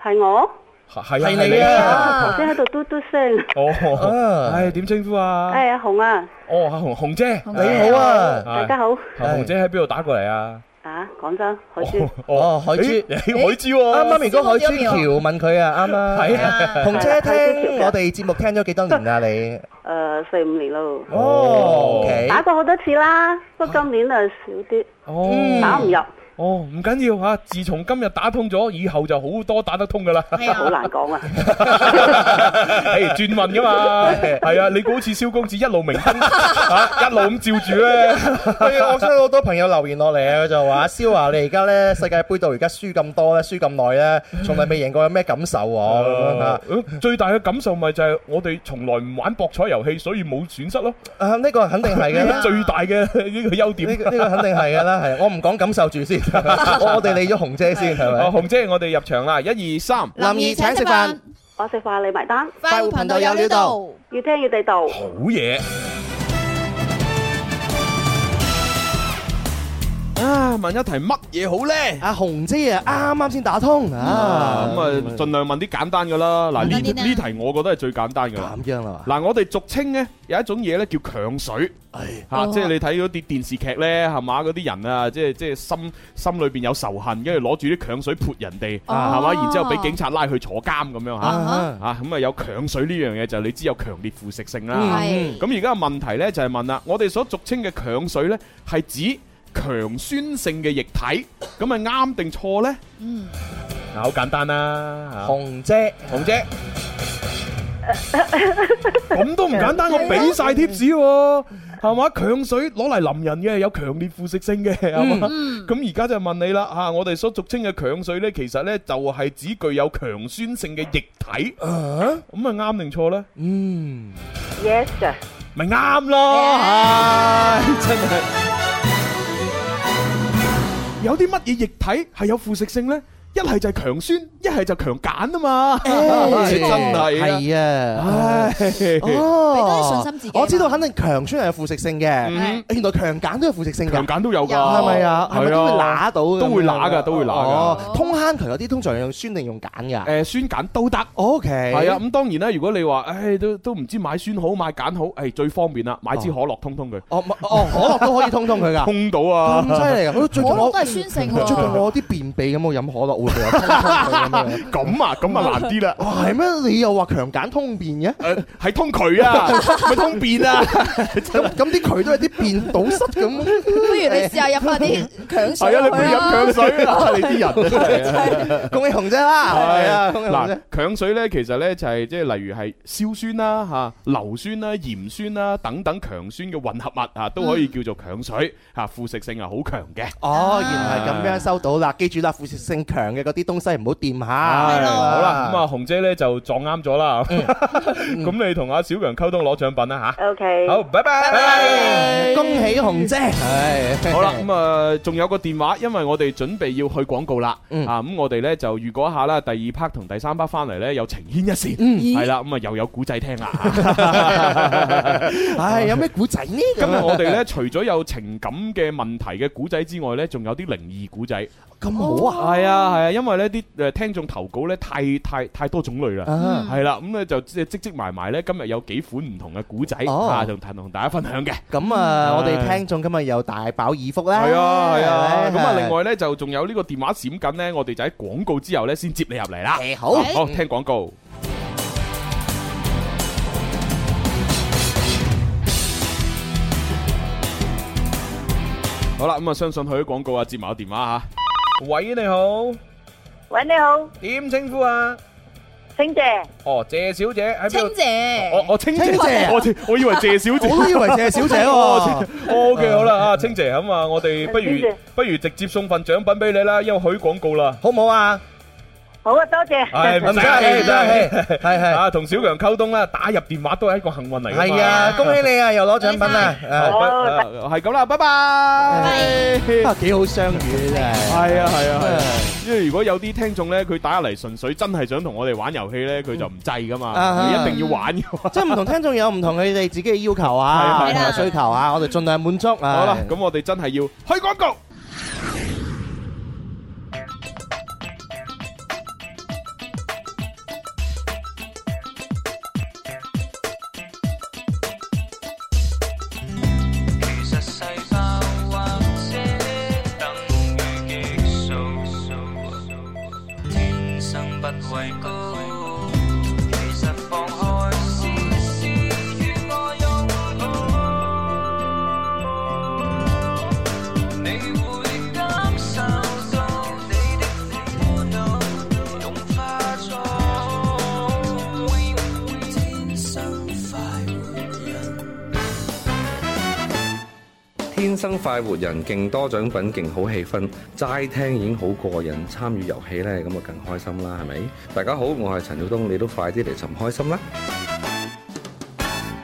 Speaker 8: 係我
Speaker 5: 係
Speaker 6: 係
Speaker 5: 啊，
Speaker 6: 你啊
Speaker 8: 頭先喺度嘟嘟聲。
Speaker 5: 哦，唉，點稱呼啊？
Speaker 8: 哎呀，紅啊，
Speaker 5: 哦，阿紅紅姐，
Speaker 6: 你好啊，
Speaker 5: 啊
Speaker 8: 大家好。
Speaker 5: 阿紅姐喺邊度打過嚟啊？
Speaker 8: 啊，廣州海珠。
Speaker 6: 哦，海珠，
Speaker 5: 咦
Speaker 6: 啱
Speaker 5: 你海珠喎，
Speaker 6: 啱如啊果海珠橋問佢啊，啱啊，
Speaker 5: 係啊
Speaker 6: 紅姐聽我哋節目聽咗幾多年
Speaker 5: [laughs]
Speaker 6: 啊？你
Speaker 8: 誒，四五年咯，
Speaker 5: 哦 [laughs]
Speaker 6: ，OK，
Speaker 8: 打過好多次啦，不過今年啊少啲，
Speaker 5: 哦
Speaker 8: 打唔入，
Speaker 5: 哦，唔緊要嚇，自從今日打通咗，以後就好多打得通噶啦。
Speaker 10: 係
Speaker 8: 好
Speaker 10: 啊，
Speaker 8: 難講啊。
Speaker 5: [laughs] 誒轉運噶嘛，係啊，你估好似蕭公子一路明燈 [laughs] 啊嚇，一路咁照住
Speaker 6: [laughs]
Speaker 5: 咧。
Speaker 6: 係啊，我收到好多朋友留言落嚟啊，佢就話：阿蕭啊，你而家咧世界盃到而家輸咁多咧，輸咁耐
Speaker 5: [laughs]
Speaker 6: 咧，從來未贏過，有咩感受啊？咁樣啊？
Speaker 5: 誒哦最大嘅感受咪就係我哋從來唔玩博彩遊戲，所以冇損失咯。
Speaker 6: 啊，呢個肯定係
Speaker 5: [laughs]
Speaker 6: 嘅啦。
Speaker 5: 最大嘅呢個優
Speaker 6: 呢
Speaker 5: 點。
Speaker 6: 個呢個肯定係嘅啦，係我唔講感受住先，
Speaker 5: [laughs]
Speaker 6: 我我哋理咗紅姐先係
Speaker 5: 啊，
Speaker 6: 咪？
Speaker 5: 紅姐，我哋入場啦，一二三。
Speaker 10: 林兒請食飯，
Speaker 8: 我食飯你埋單，
Speaker 10: 快活頻道有料到，
Speaker 8: 越聽越地道。
Speaker 5: 好嘢！啊，問一題乜嘢好咧？
Speaker 6: 阿紅姐啊，啱啱先打通
Speaker 5: 啊，
Speaker 6: 啊，
Speaker 5: 咁啊，盡量問啲簡單噶啦。嗱，呢
Speaker 10: 簡單啲啦
Speaker 5: 呢題我覺得係最簡單噶啦。
Speaker 6: 咁樣啦嘛，
Speaker 5: 嗱，我哋俗稱呢，有一種嘢呢叫強水，嚇，
Speaker 10: 哦
Speaker 5: 即係你睇嗰啲電視劇呢，係嘛？嗰啲人啊，即係即係心心裏邊有仇恨，跟住攞住啲強水潑人哋，
Speaker 10: 哦
Speaker 5: 係嘛？然之後俾警察拉去坐監咁樣嚇。
Speaker 10: 啊
Speaker 5: 啊，咁啊有強水呢樣嘢就你知有強烈腐蝕性
Speaker 6: 嗯
Speaker 5: 啦。
Speaker 10: 嗯係
Speaker 5: 咁而家嘅問題呢，就係問啦，我哋所俗稱嘅強水呢，係指強酸性嘅液體，咁係啱定錯呢？哦
Speaker 10: 嗯，
Speaker 5: 好簡單啦，
Speaker 6: 紅姐
Speaker 5: 紅姐。咁都唔簡單，我俾晒貼士喎，係嘛？強水攞嚟淋人嘅，有強烈腐蝕性嘅，係嘛？咁而家就問你啦，嚇我哋所俗稱嘅強水呢，其實呢就係指具有強酸性嘅液體，咁啊啱定錯呢？
Speaker 6: 嗯，
Speaker 8: Yes sir，
Speaker 5: 咪啱咯，
Speaker 7: 啊
Speaker 5: 唉，真係有啲乜嘢液體係有腐蝕性呢？一係就係強酸，一係就強鹼啊嘛， [laughs] 真係
Speaker 6: 哎係啊，
Speaker 5: 啊，唉。
Speaker 6: 哦，
Speaker 10: 俾多啲信心自己啊
Speaker 6: 我知道肯定強酸係有腐蝕性嘅，
Speaker 5: 嗯
Speaker 6: 原來強鹼都有腐蝕性㗎。
Speaker 5: 強鹼都有㗎，
Speaker 10: 有
Speaker 6: 係咪啊？係咪都會揦到㗎？
Speaker 5: 都會揦㗎都會揦㗎啊
Speaker 6: 哦，通坑渠嗰啲通常用酸定用鹼㗎
Speaker 5: 誒酸鹼都得。
Speaker 6: ？O K，
Speaker 5: 係啊，咁當然啦。如果你話，唉，都都唔知買酸好買鹼好，誒最方便啦，買支可樂通通佢，
Speaker 6: 哦，唔哦，可樂都可以通通佢㗎。
Speaker 5: 通到
Speaker 6: 咁
Speaker 5: 啊，
Speaker 6: 犀利㗎！我最近
Speaker 10: 可
Speaker 6: 我
Speaker 10: 樂都係酸性
Speaker 6: 最近
Speaker 10: 喎，
Speaker 6: 我啲便秘咁，我飲可樂會唔會有通通佢咁
Speaker 5: [laughs]
Speaker 6: 樣？
Speaker 5: 咁啊，咁啊難啲啦。
Speaker 6: 哇，係咩？你又話強鹼通便
Speaker 5: [laughs]
Speaker 6: 嘅？
Speaker 5: 誒係通渠啊，咪通便啊，
Speaker 6: 咁咁啲渠都有啲便堵塞
Speaker 5: [laughs]
Speaker 6: 咁。
Speaker 10: 不如你試下飲下啲強水
Speaker 5: 係啊，你
Speaker 10: 落
Speaker 5: 杯
Speaker 10: 去
Speaker 5: 飲
Speaker 10: 啦。
Speaker 5: 強水啊，你啲人啊。
Speaker 6: [laughs] 恭喜紅姐啦！係啊，恭喜紅
Speaker 5: 嗱
Speaker 6: 姐。，
Speaker 5: 強水咧，其實咧就係即係例如係硝酸啦、嚇硫酸啦、鹽酸啦等等強酸嘅混合物啊，都
Speaker 6: 嗯
Speaker 5: 可以叫做強水嚇，腐蝕性係好強嘅。
Speaker 6: 哦，原來係咁樣收到啦。記住啦，腐蝕性強嘅嗰啲東西唔好掂下。
Speaker 5: 係好啦，咁啊，紅姐咧就撞啱咗啦。
Speaker 6: 嗯
Speaker 5: [laughs] 咁你同阿小強溝通攞獎品啦
Speaker 6: 嗯
Speaker 8: OK，
Speaker 5: 吓。好，拜拜。
Speaker 6: 恭喜紅姐。係
Speaker 5: 好啦，咁啊，仲有個電話，因為我哋準備要去廣告啦。
Speaker 6: 嗯
Speaker 5: 啊，咁我哋咧就預告一下啦，第二 part 同第三 part 翻嚟咧有情牽一線，
Speaker 6: 嗯
Speaker 5: 係啦，咁啊又有古仔聽啦。
Speaker 6: [laughs] 唉，有咩古仔
Speaker 5: [laughs]
Speaker 6: 呢？
Speaker 5: 今日我哋咧除咗有情感嘅問題嘅古仔之外咧，仲有啲靈異古仔。
Speaker 6: 咁好啊！
Speaker 5: 係啊係啊，因為呢啲誒聽眾投稿咧太太太多種類啦，
Speaker 6: 啊
Speaker 5: 係啦，咁咧就即係積積埋埋咧，今日有幾款唔同嘅古仔
Speaker 6: 哦
Speaker 5: 啊，同同大家分享嘅。
Speaker 6: 咁啊，我哋
Speaker 5: 唉
Speaker 6: 聽眾今日有大飽耳福啦。
Speaker 5: 係啊係啊，
Speaker 6: 係
Speaker 5: 咁啊另外咧就仲有呢個電話閃緊咧，我哋就喺廣告之後咧先接你入嚟啦。
Speaker 6: 誒好
Speaker 5: 好聽廣告。好啦，咁啊，相信去咗廣告啊，接埋個電話吓。喂，你好，
Speaker 8: 喂你好，
Speaker 5: 點稱呼啊？
Speaker 8: 清姐，
Speaker 5: 哦，謝小姐喺邊
Speaker 10: 清
Speaker 5: 度？
Speaker 10: 姐，
Speaker 5: 我我清
Speaker 6: 清姐
Speaker 5: [laughs] 我我以為謝小姐
Speaker 6: 我。都以為謝小姐喎。
Speaker 5: O K，好啦啊，清姐咁啊，我哋不
Speaker 8: 清
Speaker 5: 如
Speaker 8: 姐
Speaker 5: 不如直接送份獎品俾你啦，因為許廣告啦。
Speaker 6: [laughs] 好唔好啊？
Speaker 8: 好啊，多謝。
Speaker 5: 唉，唔使
Speaker 6: 唔使
Speaker 5: 唔使
Speaker 6: 係係
Speaker 5: 啊，同小強溝通啦，打入電話都係一個幸運嚟㗎嘛。
Speaker 6: 係啊，恭喜你啊，又攞獎品啊！啊
Speaker 5: 好，拜係咁啦，拜拜。
Speaker 6: 啊，幾好相遇真係。
Speaker 5: 係啊係啊係啊
Speaker 6: 啊，
Speaker 5: 因為如果有啲聽眾咧，佢打入嚟純粹真係想同我哋玩遊戲咧，佢就唔制噶嘛，
Speaker 6: 啊
Speaker 5: 你一定要玩嘅。
Speaker 6: [laughs] 即係唔同聽眾有唔同佢哋自己嘅要求啊，
Speaker 5: 係係
Speaker 6: 同埋
Speaker 10: 係
Speaker 6: 需求啊，我哋盡量滿足啊。
Speaker 5: 好啦，咁我哋真係要去廣告。
Speaker 11: 生快活人，勁多獎品，勁好氣氛，齋聽已經好過癮，參與遊戲呢，咁啊更開心啦，係咪？大家好，我係陳曉東，你都快啲嚟尋開心啦！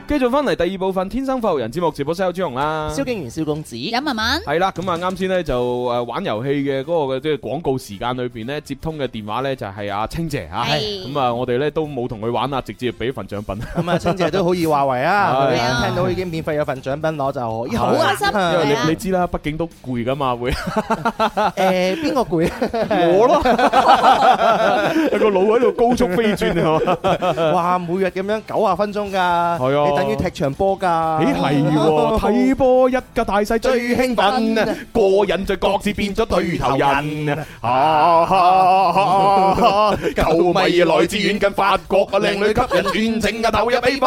Speaker 5: 繼續翻嚟第二部分《天生快活人》節目直播室有朱紅啦，
Speaker 6: 蕭敬元、蕭公子，
Speaker 10: 飲文文，
Speaker 5: 係啦，咁啊啱先咧就誒玩遊戲嘅嗰個嘅即係廣告時間裏邊咧接通嘅電話咧就係阿清姐啊，
Speaker 6: 係
Speaker 5: 咁啊我哋咧都冇同佢玩啊，直接俾份獎品。
Speaker 6: 咁啊，清姐都好易話為啊！
Speaker 5: 係
Speaker 6: 佢聽到已經免費有份獎品攞就咦好開心
Speaker 5: 因為
Speaker 6: 啊
Speaker 5: 你你！知啦，畢竟都攰噶嘛，會
Speaker 6: [laughs] 誒邊個攰？
Speaker 5: 我 [laughs] 咯，個腦喺度高速飛轉啊！
Speaker 6: 哇，每日咁樣九啊分鐘㗎，係啊你等於踢場波㗎。
Speaker 5: 咦
Speaker 6: [laughs]
Speaker 5: 係喎，睇波一個大細最興奮啊，過癮就各自變咗對頭 [laughs] 人啊！哈球迷來自遠近法國啊，靚女吸引全城啊投入氣氛。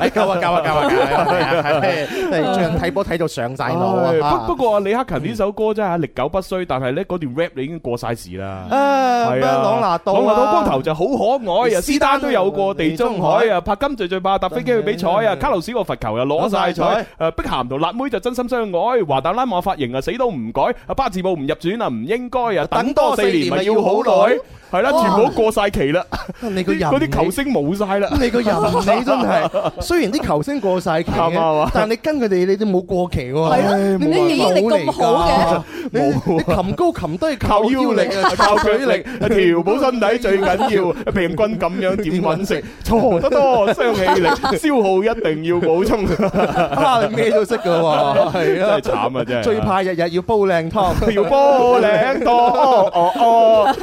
Speaker 6: 哎夠啊 [laughs] 夠啊夠啊夠啊 [laughs] 係啊！係係最近睇波睇到上晒腦
Speaker 5: 唉
Speaker 6: 啊！
Speaker 5: 不不過啊李克勤呢首歌真係啊歷久不衰，但係咧嗰段 rap 你已經過晒時啦。
Speaker 6: 啊，
Speaker 5: 係
Speaker 6: 咩朗拿度啊
Speaker 5: 朗拿度光頭就好可愛啊！斯丹都有過地中海啊，柏金最最怕搭飛機去比賽啊，卡路士個罰球又攞晒彩，誒碧咸同辣妹就真心相愛，華達拉馬髮型啊死都唔改，啊巴字布唔入選啊唔應該啊，等多四年咪要好耐，係啦，全部都過晒 [laughs] 期啦，
Speaker 6: 你個人
Speaker 5: 嗰啲球星冇 [laughs] 晒啦，
Speaker 6: 你個人你真 [laughs] 係，雖然啲球星過晒期
Speaker 5: 啱啊嘛
Speaker 6: 嘅，但你跟佢哋你都冇過期喎。
Speaker 5: 係咯
Speaker 6: 唉
Speaker 5: 你
Speaker 6: 冇
Speaker 5: 記憶力咁好嘅
Speaker 6: 你你擒高擒低啊靠腰力 [laughs] 啊，
Speaker 5: [laughs] 靠舉力，調補身體最緊 [laughs] 要。平均咁樣點揾 [laughs] 食？錯得多，傷氣力，消耗一定要補充。
Speaker 6: [laughs] 啊，你咩都識㗎喎， [laughs] 係啊，
Speaker 5: 真係慘啊真係
Speaker 6: 最怕日日要煲靚湯，
Speaker 5: 要煲靚湯哦哦哦。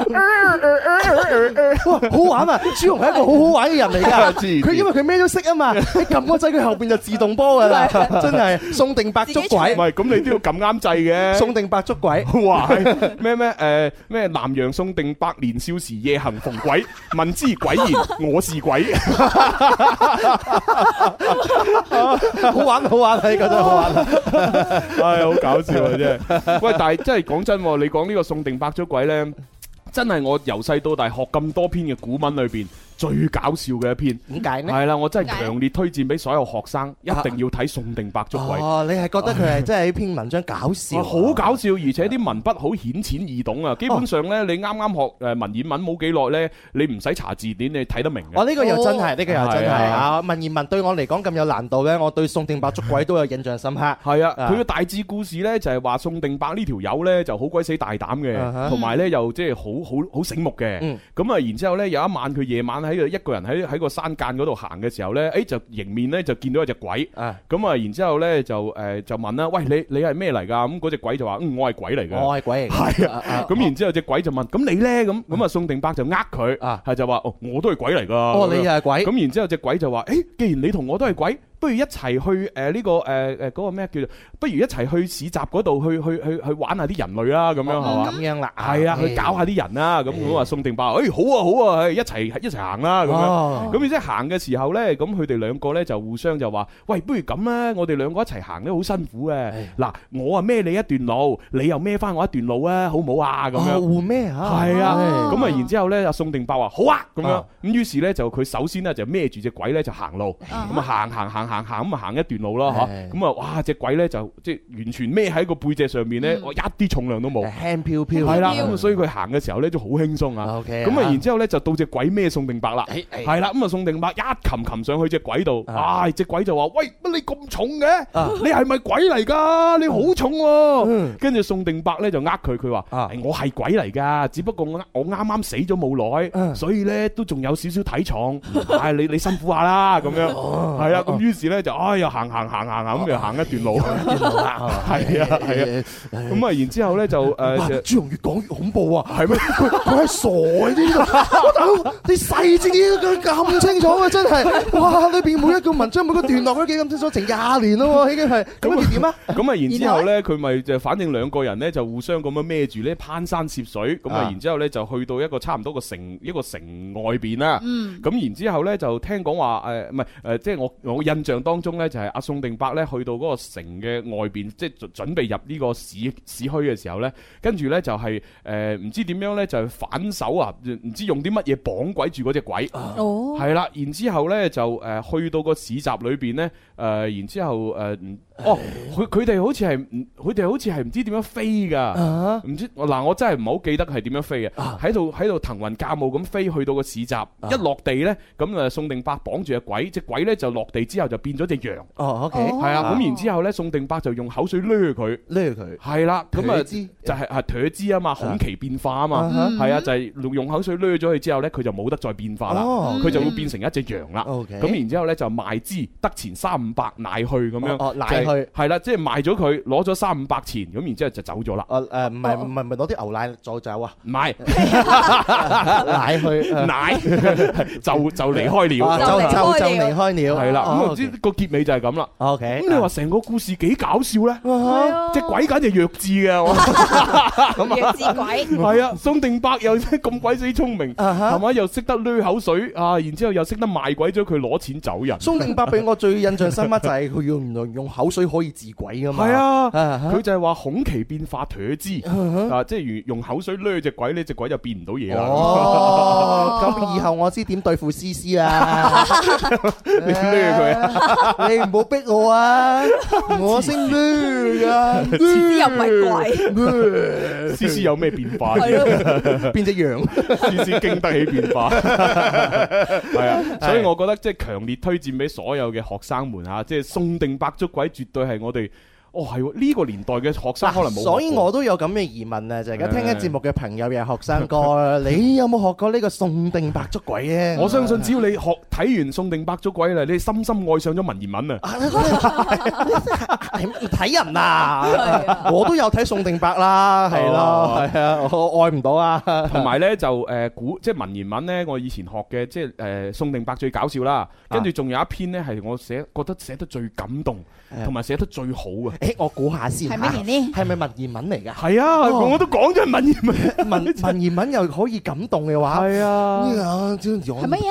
Speaker 6: 哇，好玩啊！朱紅係一個好好玩嘅人嚟㗎，
Speaker 5: 知知
Speaker 6: 佢因為佢咩都識啊
Speaker 5: [laughs]
Speaker 6: 嘛，你撳個掣佢後邊就自動波㗎啦，真係送定白捉鬼。
Speaker 5: [laughs] 唔係咁你都要撳啱掣嘅。
Speaker 6: 送定白捉鬼，
Speaker 5: 哇！係咩咩誒咩南洋送定百年少時夜行逢鬼，問之鬼言我是鬼。
Speaker 6: 好玩好玩，你覺得好
Speaker 5: [laughs]
Speaker 6: 玩？
Speaker 5: 唉，好搞笑啊！真係。喂，但係真係講真喎，你講呢個送定百足鬼呢，真係我由細到大學咁多篇嘅古文裏邊最搞笑嘅一篇。
Speaker 6: 點解呢
Speaker 5: 係啦，我真係強烈推薦俾所有學生一定要睇送定百足鬼。
Speaker 6: 哦，你係覺得佢係真係呢篇文章搞笑
Speaker 5: 哇
Speaker 6: 啊？哦
Speaker 5: 好搞笑，而且啲文筆好顯淺易懂啊！基本上呢，你啱啱學誒文言文冇幾耐呢，你唔使查字典，你睇得明嘅。
Speaker 6: 我呢個又真係，呢個又真係
Speaker 5: 係啊
Speaker 6: 啊！文言文對我嚟講咁有難度咧，我對宋定伯捉鬼都有印象深刻。
Speaker 5: 係啊，佢嘅大致故事呢，就係話宋定伯呢條友呢，就好鬼死大膽
Speaker 6: 啊哈
Speaker 5: 嘅，同埋呢又即係好好好醒目嘅
Speaker 6: 嗯。
Speaker 5: 咁啊，然之後呢，有一晚佢夜晚喺度一個人喺喺個山間嗰度行嘅時候呢，誒就迎面呢就見到一隻鬼。咁啊，然之後呢，就誒就問啦：喂，你你係咩嚟㗎？咁嗰隻鬼就話：嗯，我係鬼嚟㗎。
Speaker 6: 我係鬼嚟㗎，
Speaker 5: 係啊，咁然之後隻鬼就問：咁你呢？咁咁啊，宋定伯就呃佢，係就話：哦，我都係鬼嚟㗎。
Speaker 6: 哦你又係鬼
Speaker 5: 咁然之後隻鬼就話：誒，既然你同我都係鬼，不如一齊去誒呢個誒誒嗰個咩叫做？不如一齊去市集嗰度去去去去玩下啲人類啦，咁樣係
Speaker 6: 哦
Speaker 5: 嘛？
Speaker 6: 咁嗯樣啦
Speaker 5: 係啊，
Speaker 6: 嗯
Speaker 5: 去搞下啲人啦。咁咁啊，宋定伯話：誒，好啊，好啊，一齊一齊行啦。咁
Speaker 6: 哦
Speaker 5: 樣。咁然之後行嘅時候呢，咁佢哋兩個呢就互相就話：喂，不如咁啦，我哋兩個一齊行咧，好辛苦嘅。嗱，我啊孭你一段路，你又孭翻我一段路啊，好唔好啊？咁
Speaker 6: 哦
Speaker 5: 樣。
Speaker 6: 互咩啊？
Speaker 5: 係啊，
Speaker 6: 唉
Speaker 5: 咁啊，然之後咧，阿宋定伯話好啊，咁樣
Speaker 6: 啊，
Speaker 5: 咁於是咧就佢首先咧就孭住只鬼咧就行路，咁啊行行行行行咁啊行一段路啦
Speaker 6: 係
Speaker 5: 嚇，咁啊哇只鬼咧就即係完全孭喺個背脊上面咧，我一啲重量都冇，
Speaker 6: 輕飄飄
Speaker 5: 嗯係啦，
Speaker 6: 飄
Speaker 5: 咁啊所以佢行嘅時候咧就好輕鬆啊，
Speaker 6: OK 啊
Speaker 5: 咁啊然之後咧就到隻鬼孭宋定伯啦，
Speaker 6: 哎
Speaker 5: 係啊啦，咁啊宋定伯一擒擒上去只鬼度，唉只鬼就話喂乜你咁重嘅
Speaker 6: 啊，
Speaker 5: 你係咪鬼嚟㗎？你好重喎，跟住宋定伯咧就呃佢，佢話。
Speaker 6: 啊
Speaker 5: 係我係鬼嚟噶，只不過我我啱啱死咗冇耐，所以咧都仲有少少體重。唉，你你辛苦下啦，咁樣係啦。咁於是咧就唉又行行行行行咁又哦行一段路， [laughs] 係啊
Speaker 6: Ờ.
Speaker 5: 係啊。咁啊，然之後咧就
Speaker 6: 哇
Speaker 5: 誒。
Speaker 6: 朱紅越講越恐怖啊！
Speaker 5: 係咩？
Speaker 6: 佢佢係傻嘅呢個，大佬你細緻啲佢咁清楚嘅真係，哇！裏邊每一個文章每個段落都幾咁清楚，成廿年咯喎，已經係咁跟住點啊？
Speaker 5: [laughs] 咁啊，然之後咧，佢咪就反正兩個人咧就互相咁樣孭住咧攀山涉水，咁啊，
Speaker 6: 啊
Speaker 5: 然之後咧就去到一個差唔多個城一個城外邊啦。啊
Speaker 6: 嗯
Speaker 5: 呃咁然之後咧就聽講話誒，唔係誒，即係我我印象象當中呢，就係阿宋定伯呢去到嗰個城嘅外邊，即係準準備入呢個市市區嘅時候呢，跟住呢就係誒唔知點樣呢，就係反手啊，唔知用啲乜嘢綁鬼住嗰只鬼，
Speaker 10: 哦
Speaker 5: 係啦，然之後呢，就誒去到個市集裏邊呢，誒然之後誒唔哦，佢佢哋好似係唔佢哋好似係唔知點樣飛
Speaker 6: 啊
Speaker 5: 㗎，唔知嗱我真係唔係好記得係點樣飛嘅，喺度喺度騰雲駕霧咁飛去到個市集，一落地呢，咁誒宋定伯綁住隻鬼，隻鬼呢就落地之後就變咗隻羊。
Speaker 6: 哦，OK，Ờ,
Speaker 7: Ờ.
Speaker 5: 係啊，咁然之後咧，宋定伯就用口水掠佢，
Speaker 6: 掠佢，
Speaker 5: 係啦，咁啊
Speaker 6: 唾之
Speaker 5: 就係係唾之啊嘛，孔其變化啊嘛
Speaker 6: 啊哈，
Speaker 5: 係啊，就係用口水掠咗佢之後咧，佢就冇得再變化啦
Speaker 6: 哦，
Speaker 5: 佢就會變成一隻羊啦。
Speaker 6: Ờ. OK
Speaker 5: 咁然之後咧就賣之得錢三五百乃去咁
Speaker 6: 哦哦
Speaker 5: 樣，
Speaker 6: 乃去
Speaker 5: 就係係啦，即係賣咗佢攞咗三五百錢，咁然之後就走咗啦。
Speaker 6: 誒誒，唔係唔係唔係攞啲牛奶再走啊，
Speaker 5: 唔係
Speaker 6: 奶去啊
Speaker 5: [laughs] 奶 [laughs] 就就離開
Speaker 6: 啊
Speaker 5: 了，
Speaker 6: 就就就離開了，
Speaker 5: 係啦，咁啊
Speaker 6: 哦啊
Speaker 5: 我唔知個結尾就係咁啦。
Speaker 6: Ờ, ，OK，À.
Speaker 5: 咁你話成個故事幾搞笑咧？
Speaker 6: 哦
Speaker 7: 啊
Speaker 5: 只鬼簡直弱智嘅，我
Speaker 6: [laughs]
Speaker 7: 弱智鬼，
Speaker 5: 系啊，宋定伯又真係咁鬼死聰明，
Speaker 6: 啊哈
Speaker 5: 係嘛？又識得掠口水啊，然之后又識得賣鬼咗佢攞錢走人。
Speaker 6: 蘇寧伯俾我最印象深刻就係佢用用用口水可以治鬼噶嘛，
Speaker 5: 係啊
Speaker 6: 哈
Speaker 5: 佢就係話恐其變化唾之啊，即係如用口水掠只鬼，呢只鬼就變唔到嘢啦。
Speaker 6: 哦，咁以後我知點對付思思啦。
Speaker 5: 你掠佢啊，
Speaker 6: 啊！你唔好逼我啊！我姓咩噶？
Speaker 7: 又唔係鬼，
Speaker 6: 咩
Speaker 5: [laughs] 思思有咩變化？
Speaker 7: [laughs] 係啊咯。
Speaker 6: 變隻羊？
Speaker 5: 思思經得起變化，係啊，所以我覺得即係強烈推薦俾所有嘅學生們啊，即係宋定伯捉鬼，絕對係我哋哦係喎呢個年代嘅學生可能冇學過，
Speaker 6: 啊所以我都有咁嘅疑問啊！就係而家聽緊節目嘅朋友又係學生哥，你有冇學過呢個宋定白捉鬼啊咧？
Speaker 5: 我相信只要你學睇完宋定伯捉鬼啦，你深深愛上咗文言文啊！
Speaker 6: [laughs] 係哎唔睇人啊！ [laughs] 我都有睇宋定白啦，係啦
Speaker 5: 哦，
Speaker 6: 係啊，我愛唔到啊！
Speaker 5: [laughs] 同埋呢，就誒古即係文言文呢，我以前學嘅即係誒宋定伯最搞笑啦，跟住仲有一篇呢，係我寫覺得寫得最感動，同埋寫得最好啊
Speaker 6: [laughs]
Speaker 5: 嘅。
Speaker 6: 誒，我估下先
Speaker 7: 係乜嘢呢
Speaker 6: 嚇係咪文言文嚟㗎？
Speaker 5: 係啊，
Speaker 6: 哦
Speaker 5: 我都講咗係文言文。
Speaker 6: [laughs]
Speaker 5: [laughs]
Speaker 6: 文 [laughs] 文言文又可以感動嘅話，
Speaker 5: 係啊，
Speaker 6: 呢樣係
Speaker 7: 係乜嘢？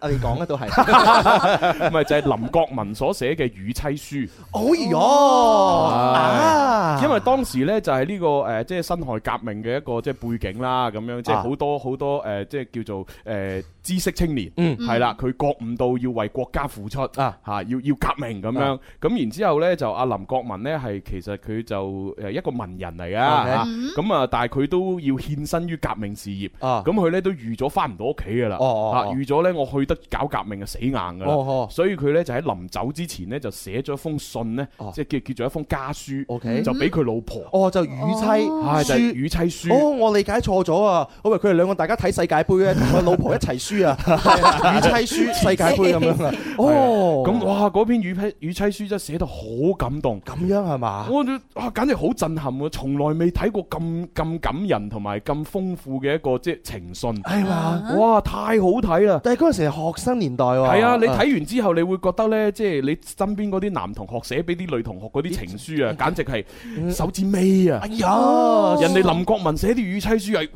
Speaker 6: 啊，你講嘅都 [laughs] 係。
Speaker 5: 咪就係林國文所寫嘅《與妻
Speaker 6: 哦哟，
Speaker 5: 書
Speaker 6: 啊》，
Speaker 5: 因為當時呢，就係呢個誒即係辛亥革命嘅一個即係背景啦，咁樣即係
Speaker 6: 啊
Speaker 5: 好多好多誒即係叫做誒知識青年，
Speaker 6: 嗯
Speaker 5: 係啦，佢覺悟到要為國家付出。
Speaker 6: 啊，
Speaker 5: 嚇、要要革命咁樣，咁然之後呢，就阿林國民呢，係其實佢就誒一個文人嚟噶
Speaker 6: OK
Speaker 5: 嚇咁啊，但係佢都要獻身於革命事業，
Speaker 6: 啊
Speaker 5: 咁佢呢都預咗翻唔到屋企噶啦，
Speaker 6: 哦哦
Speaker 5: 啊
Speaker 6: 哦
Speaker 5: 預咗呢，我去得搞革命啊死硬噶啦，
Speaker 6: 哦哦
Speaker 5: 所以佢呢就喺臨走之前呢，就寫咗封信呢，
Speaker 6: 哦
Speaker 5: 即係叫叫做一封家書
Speaker 6: OK
Speaker 5: 就俾佢老婆，
Speaker 6: 哦就語
Speaker 5: 係就係
Speaker 6: 妻書。
Speaker 5: 與妻書。
Speaker 6: 哦，我理解錯咗啊！我以為佢哋兩個大家睇世界盃咧，同我老婆一齊輸 [laughs] 啊，語妻輸世界盃咁樣啊！哦，
Speaker 5: 咁哇，嗰篇與妻與妻書真係寫得好感動，
Speaker 6: 咁哦樣係嘛？
Speaker 5: 我哋啊，簡直好震撼啊！從來未睇過咁咁感人同埋咁豐富嘅一個即係情信，
Speaker 6: 係嘛？
Speaker 5: 哇！太好睇啦！
Speaker 6: 但係嗰陣時係學生年代喎。
Speaker 5: 係啊，你睇完之後，你會覺得呢，即係你身邊嗰啲男同學寫俾啲女同學嗰啲情書啊，簡直係手指尾啊！
Speaker 6: 嗯哎呀，哎
Speaker 5: 人哋林國民寫啲語妻書係